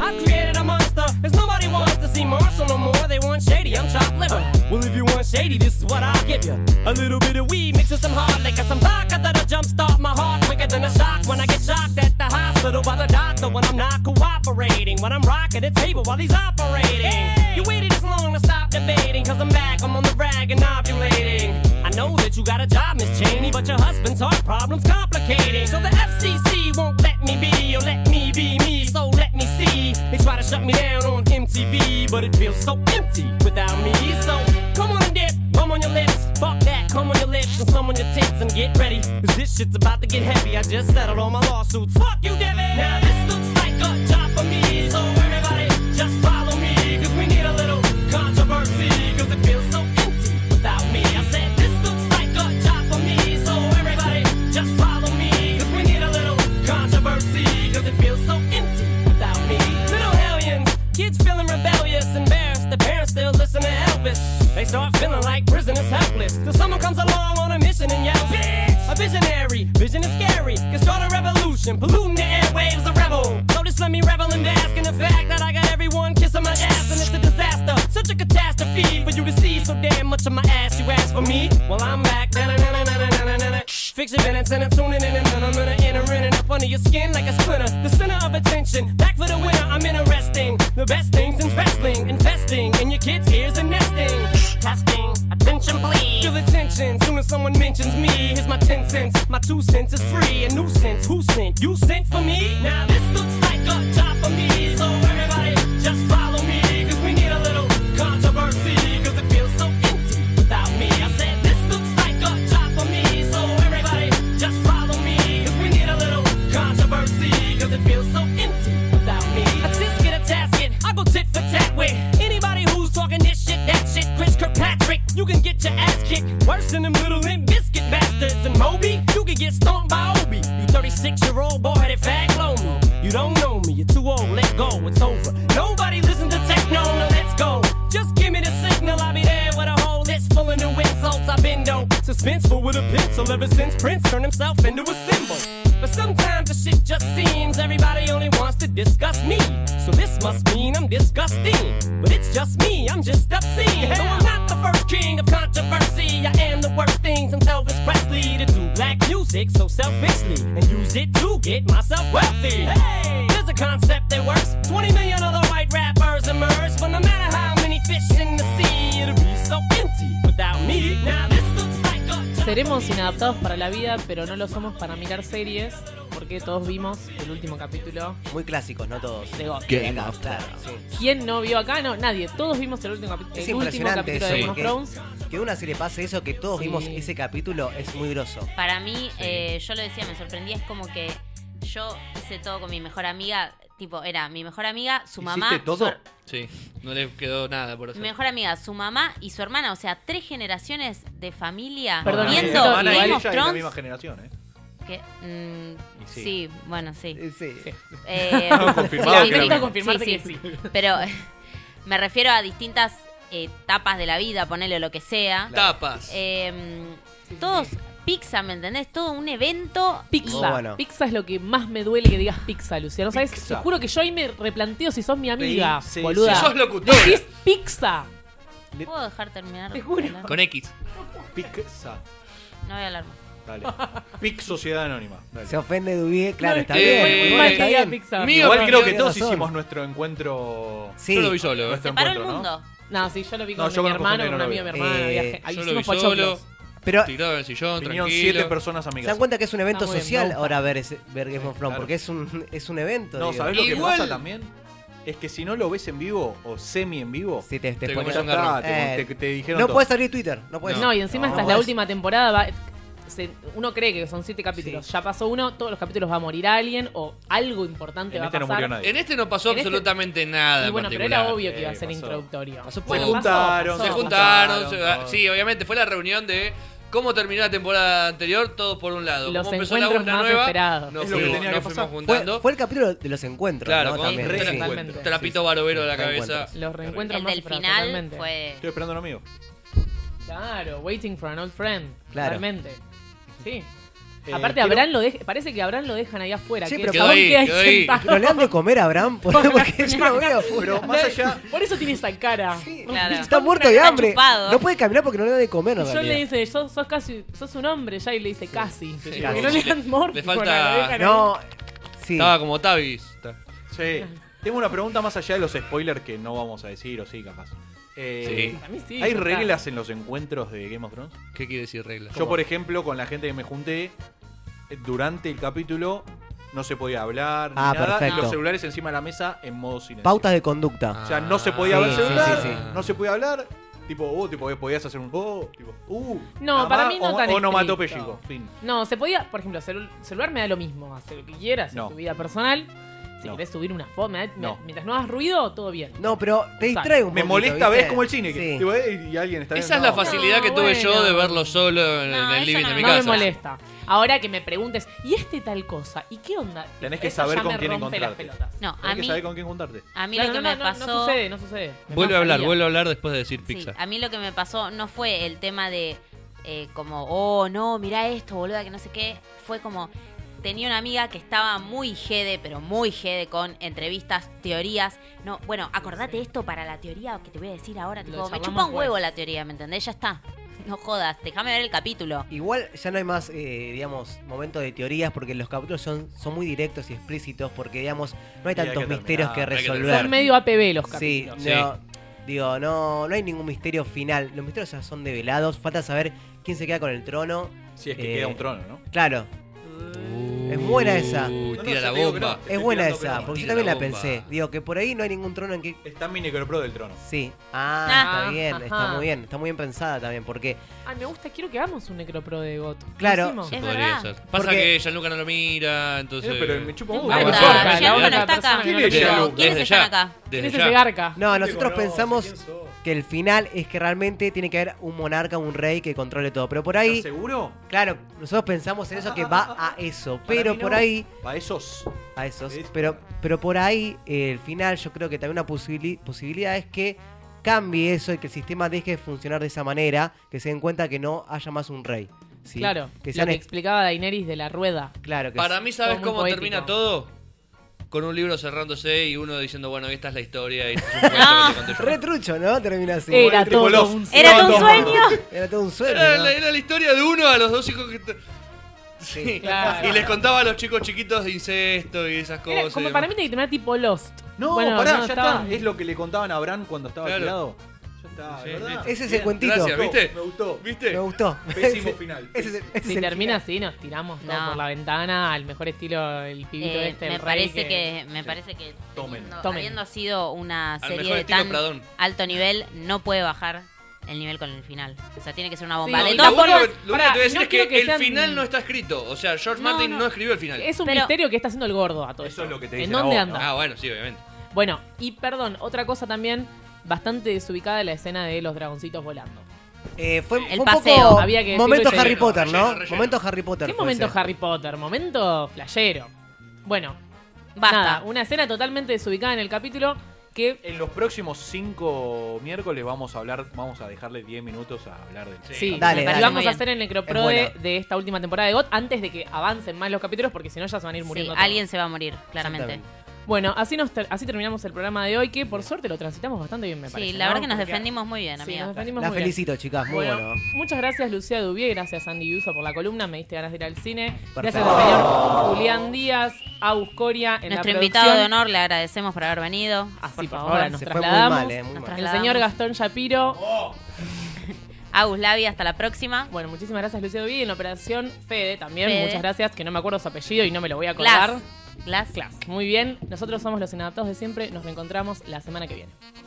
I've created a monster, cause nobody wants to see Marshall no more. They want shady, I'm chopped liver. Well, if you want shady, this is what I'll give you. A little bit of weed mixed with some hard liquor, some vodka that'll jumpstart my heart quicker than a shock when I get shocked at the hospital by the doctor when I'm not cooperating. When I'm rocking the table while he's operating. You waited this long to stop debating, cause I'm back, I'm on the rag and ovulating. I know that you got a job, Miss Cheney, but your husband's heart problem's complicating. So the FCC won't let me be, or let me be me, so let me see. They try to shut me down on MTV, but it feels so empty without me. So come on and dip, come on your lips, fuck that, come on your lips, and some on your tits, and get ready. Cause this shit's about to get heavy, I just settled all my lawsuits. Fuck you, Devin! Now this looks like a job for me, so everybody just follow me, cause we need a little controversy, cause it feels so empty without me. I said this looks like a job for me, so everybody just follow me, cause we need a little controversy, cause it feels so empty without me. Little hellions, kids feeling rebellious, embarrassed, the parents still listen to Elvis. They start feeling like prisoners helpless, till someone comes along on a mission and yells, Bitch! A visionary, vision is scary, can start a revolution, polluting the airwaves, a rebel. So just let me revel and bask in the fact that I got everyone kissing my ass, and it's a disaster, such a catastrophe for you to see so damn much of my ass. You ask for me, well I'm back. Na-na-na-na-na-na-na-na. Fix your minutes and I'm tuning in and then I'm gonna enter in and up under your skin like a splinter. The center of attention, back for the winner. I'm interesting. The best things in wrestling, investing in your kids' ears and nesting. Testing, attention please. Feel attention soon as someone mentions me. Here's my ten cents, my two cents is free. A nuisance, who sent? You sent for me? Now this looks like a job for me. So everybody just follow me, cause we need a little controversy. Cause it feels so empty without me. I said this looks like a job for me. So everybody just follow me, cause we need a little controversy. Cause it feels so empty without me. I just get a tasket, I go tit for tat with anybody who's talking this shit, that shit. Chris Kirkpatrick, you can get your ass kicked. Worse than them little limp biscuit bastards. And Moby, you can get stomped by Obi. You 36 year old boy headed fag lonely. You don't know me, you're too old, let go, it's over. Nobody listen to techno, no, let's go. Just give me the signal, I'll be there with a whole list full of new insults. I've been though suspenseful with a pencil ever since Prince turned himself into a symbol. But sometimes the shit just seems everybody only wants to discuss me. So this must mean I'm disgusting. But it's just me, I'm just obscene. No, I'm not the first king of controversy. I am the worst thing since Elvis Presley to do black music so selfishly and use it to get myself wealthy. Hey, there's a concept that works. 20 million other white rappers emerge, but no matter how many fish in the sea, it'll be so empty without me. Now this looks like a Seremos inadaptados para la vida, pero no lo somos para mirar series, porque todos vimos el último capítulo. Muy clásicos, no todos. De God. Game of Thrones. ¿Quién no vio acá? No, nadie. Todos vimos el último, capi- Es el último impresionante capítulo eso. de Game of Thrones. porque Que a una serie pase eso, que todos Sí. vimos ese capítulo, es muy grosso. Para mí, eh, yo lo decía, me sorprendía, es como que yo hice todo con mi mejor amiga, tipo, era mi mejor amiga, su mamá, su her- Sí, no le quedó nada por mi hacer. mejor amiga, su mamá y su hermana, o sea, tres generaciones de familia Perdón, viendo amiga, van a Game ella of y la Thrones, misma generación, ¿eh? que, mm, Y sí. sí. bueno, sí. Sí. Eh, No, confirmado sí, que sí, no. Confirmarte que sí. Pero me refiero a eh, distintas etapas de la vida, ponele lo que sea. Claro. Etapas. Eh, todos pizza, ¿me entendés? Todo un evento. Pizza. Y- Pizza es lo que más me duele que digas pizza, Luciano. ¿Sabes? Pizza. Te juro que yo ahí me replanteo si sos mi amiga, Sí, sí, boluda. sí. Sos locutora. Decís pizza. ¿Puedo dejar terminar? Te juro. No Con X. Pizza. voy a hablar más. Dale. Pic Sociedad Anónima. Dale. Se ofende Dubié, claro, No, está es que bien. fue muy bueno, mal está que diga bien. pizza. Mío, Igual creo que todos hicimos nuestro encuentro. Sí. Yo lo vi solo, ¿eh? este Nuestro Separó el encuentro, ¿no? mundo. No, sí, yo lo vi No, con yo mi conozco hermano, gente que con un no lo amigo de mi vio. hermano. Eh, viaje. Ahí Yo lo vi hicimos solo. pochoclos. Pero- Tirado en el sillón, Vinieron tranquilo. siete personas ¿Se dan cuenta que es un evento social ahora ver, ese, ver Game of Thrones? claro. Porque es un, es un evento. No, digo. ¿sabés lo que pasa también? Es que si no lo ves en vivo o semi en vivo, Sí, te- te ya pones está, un garrón. te, Eh, te- te dijeron. no todo. puedes abrir Twitter, no puedes. No, y encima Pues, No, esta no es la podés. última temporada. va- se- uno cree que son siete capítulos. Ya pasó uno, todos los capítulos va a morir alguien o algo importante En va este a no pasar. murió nadie. En este no pasó En este- absolutamente nada Y en bueno, pero particular. era obvio que iba a Eh, ser pasó. introductorio. Bueno, Bueno, se juntaron, pasó, pasó. se juntaron. se- Pasaron, sí, obviamente fue la reunión de cómo terminó la temporada anterior, todos por un lado. Los cómo empezó la, encuentros una más nueva, esperados. Nos Es lo que fuimos, tenía nos que fuimos pasar. juntando. Fue, fue el capítulo de los encuentros. Claro, ¿no? con También. tres Sí. encuentros. Trapito barovero a la cabeza. Los reencuentros El más del esperados, final totalmente. fue. Estoy esperando a un amigo. Claro, waiting for an old friend. Claro. Realmente. Sí. Eh, Aparte, quiero- Abraham lo deje- parece que a Abraham lo dejan ahí afuera. Sí, que pero el chabón ahí, queda ahí quedó ahí. sentado. Pero le han de comer a Abraham, por- porque yo lo veo Pero afuera. más allá. Por eso tiene esa cara. Claro. Está muerto de Está hambre. chupado. No puede caminar porque no le dan de comer. en Y John realidad. le dice, sos, sos casi, sos un hombre, ya y le dice casi. sí, Porque sí. no le Le- dan morfina, le falta- la dejan ahí. No, sí. Estaba como Tavis. Sí. Tengo una pregunta más allá de los spoilers que no vamos a decir, o sí, capaz. Eh, Sí. A mí sí, ¿Hay ya está. reglas en los encuentros de Game of Thrones? ¿Qué quiere decir regla? Yo, por ejemplo, con la gente que me junté, eh, durante el capítulo no se podía hablar, ni Ah, nada, y perfecto. los celulares encima de la mesa en modo silencio. Pautas de Ah. conducta. O sea, no se podía Sí, hablar sí, celular, sí, sí. no se podía hablar, tipo, oh, tipo, podías hacer un oh, tipo, uh. No, nada para más, mí no o, tan O no mató estricto. fin. No, se podía, por ejemplo, celu- celular me da lo mismo, hacer lo que quieras, hacer No. tu vida personal. Si No. querés subir una foto, me da- me- No. mientras no hagas ruido, todo bien. No, pero Exacto. te distrae un Me poquito, molesta, ¿viste? ves como el cine, que, Sí. tipo, eh, y alguien está Esa es no. la facilidad que tuve yo de verlo solo en, en el living de mi no casa. me molesta. Ahora que me preguntes, ¿y este tal cosa? ¿Y qué onda? Tenés que Eso saber ya con me quién rompe las encontrarte. pelotas. No, Tenés a que mí, saber con quién juntarte. a mí Claro, lo que no, me no, no, pasó. No sucede, no sucede. Me Vuelve a hablar, pasaría. vuelve a hablar después de decir Sí, pizza. a mí lo que me pasó no fue el tema de eh, como, oh, no, mirá esto, boluda, que no sé qué. Fue como, tenía una amiga que estaba muy jede, pero muy jede con entrevistas, teorías. No, bueno, acordate esto para la teoría que te voy a decir ahora. Lo Tipo, me charlamos chupa un después. huevo la teoría, ¿me entendés? Ya está. No jodas, déjame ver el capítulo. Igual ya no hay más, eh, digamos, momento de teorías porque los capítulos son, son muy directos y explícitos porque, digamos, no hay Y hay tantos que misterios que terminar, hay que resolver. terminar. Son medio APB los Sí, capítulos. no, digo, no, no hay ningún misterio final. Los misterios ya son develados. Falta saber quién se queda con el trono. Si es que queda un trono, ¿no? Claro. es buena esa. Uh, tira la yo te digo que no, bomba. te estoy Es buena tirando esa, que no. porque yo Tira también la bomba. pensé. Digo que por ahí no hay ningún trono en que Está mi necropro del trono. Sí. Ah, Ah, está bien, está ajá. muy bien, está muy bien pensada también, porque Ay, me gusta, quiero que hagamos un necropro de Goto. Claro. ¿Lo hicimos? Es Podría ser. Pasa Porque- que Gianluca no lo mira, entonces. Eh, pero me chupa No un importa, huevo. Gianluca Gianluca no la está otra persona acá. que no ¿Quién es te conoce. Gianluca? ¿Quiénes Desde están ya. acá? ¿Quién Desde es ya. ese garca? no, nosotros pensamos que el final es que realmente tiene que haber un monarca, un rey que controle todo, pero por ahí, ¿Estás seguro? claro, nosotros pensamos en eso que va a eso, Para pero mí no. por ahí Para esos. a esos, Es- pero pero por ahí eh, el final yo creo que también una posibili- posibilidad es que cambie eso y que el sistema deje de funcionar de esa manera, que se den cuenta que no haya más un rey. ¿sí? Claro, que lo sean que es- explicaba Daenerys de la rueda. claro que Para sí. mí, ¿sabes Todo muy cómo poético. termina todo? Con un libro cerrándose y uno diciendo, bueno, esta es la historia y este es un cuento que te conté yo. Retrucho, ¿no? Termina así. Era Tipo todo Lost. un ¿Era todo un sueño? Era todo un sueño. Era, ¿no? la, era la historia de uno a los dos hijos que. te- Sí. claro. Y les contaba a los chicos chiquitos de incesto y esas Era cosas. y como demás. para mí tiene que terminar tipo Lost. No, Bueno, pará, no, ya estaba- está. Es lo que le contaban a Bran cuando estaba Claro. tirado. Ya está, Sí, ¿verdad? listo. Ese es el Bien, cuentito. Gracias, ¿viste? Me gustó. ¿Viste? Me gustó. Pésimo final. Ese es el- ese Si es el termina final. así, nos tiramos todos No. por la ventana al mejor estilo el pibito Eh, este. el me rey parece que, me Sí. parece que Tomen. teniendo- Tomen. habiendo sido una serie mejor de estilo tan Pradón. alto nivel no puede bajar el nivel con el final o sea tiene que ser una bomba Sí, de no, Lo todas la único, formas, que- lo único pará, que te voy a decir no es quiero que, que el sean- final no está escrito. O sea, George No, Martin no, no. escribió el final. Es un Pero- misterio que está haciendo el gordo a todo Eso es lo que te ¿En dicen a dónde vos, anda? Ah, bueno, sí, obviamente. Bueno, y perdón, otra cosa también bastante desubicada la escena de los dragoncitos volando. Eh, fue El fue un paseo, poco había que decirlo momento y Harry relleno, Potter, relleno, ¿no? relleno. Momento Harry Potter. ¿Qué fue momento ese. Harry Potter? Momento flayero. Bueno, Basta. nada, una escena totalmente desubicada en el capítulo que en los próximos cinco miércoles vamos a hablar, vamos a dejarle 10 minutos a hablar del Sí, y vamos a hacer el necroprode de esta última temporada de GOT antes de que avancen más los capítulos porque si no ya se van a ir Sí, muriendo. todos. alguien se va a morir, claramente. Bueno, así, nos ter- así terminamos el programa de hoy que por suerte lo transitamos bastante bien, me Sí, parece. la verdad que nos Porque- defendimos muy bien, Sí, amiga. nos defendimos La muy bien. felicito, chicas, muy bueno. Muchas gracias, Lucía Dubié. Gracias, Andy Yuso, por la columna. Me diste ganas de ir al cine. Gracias Perfecto. al señor Julián Díaz, Agus Coria, en la Nuestro invitado de producción. honor le agradecemos por haber venido. Así, Ah, por favor. favor, nos Se fue muy trasladamos. mal, eh, muy Nos mal. trasladamos. El señor Gastón Shapiro. Agus Lavi, hasta la próxima. Bueno, muchísimas gracias, Lucía Dubié. Y en Operación Fede también, Fede. muchas gracias, que no me acuerdo su apellido y no me lo voy a acordar. Glass. Glass. Muy bien, nosotros somos los inadaptados de siempre. Nos reencontramos la semana que viene.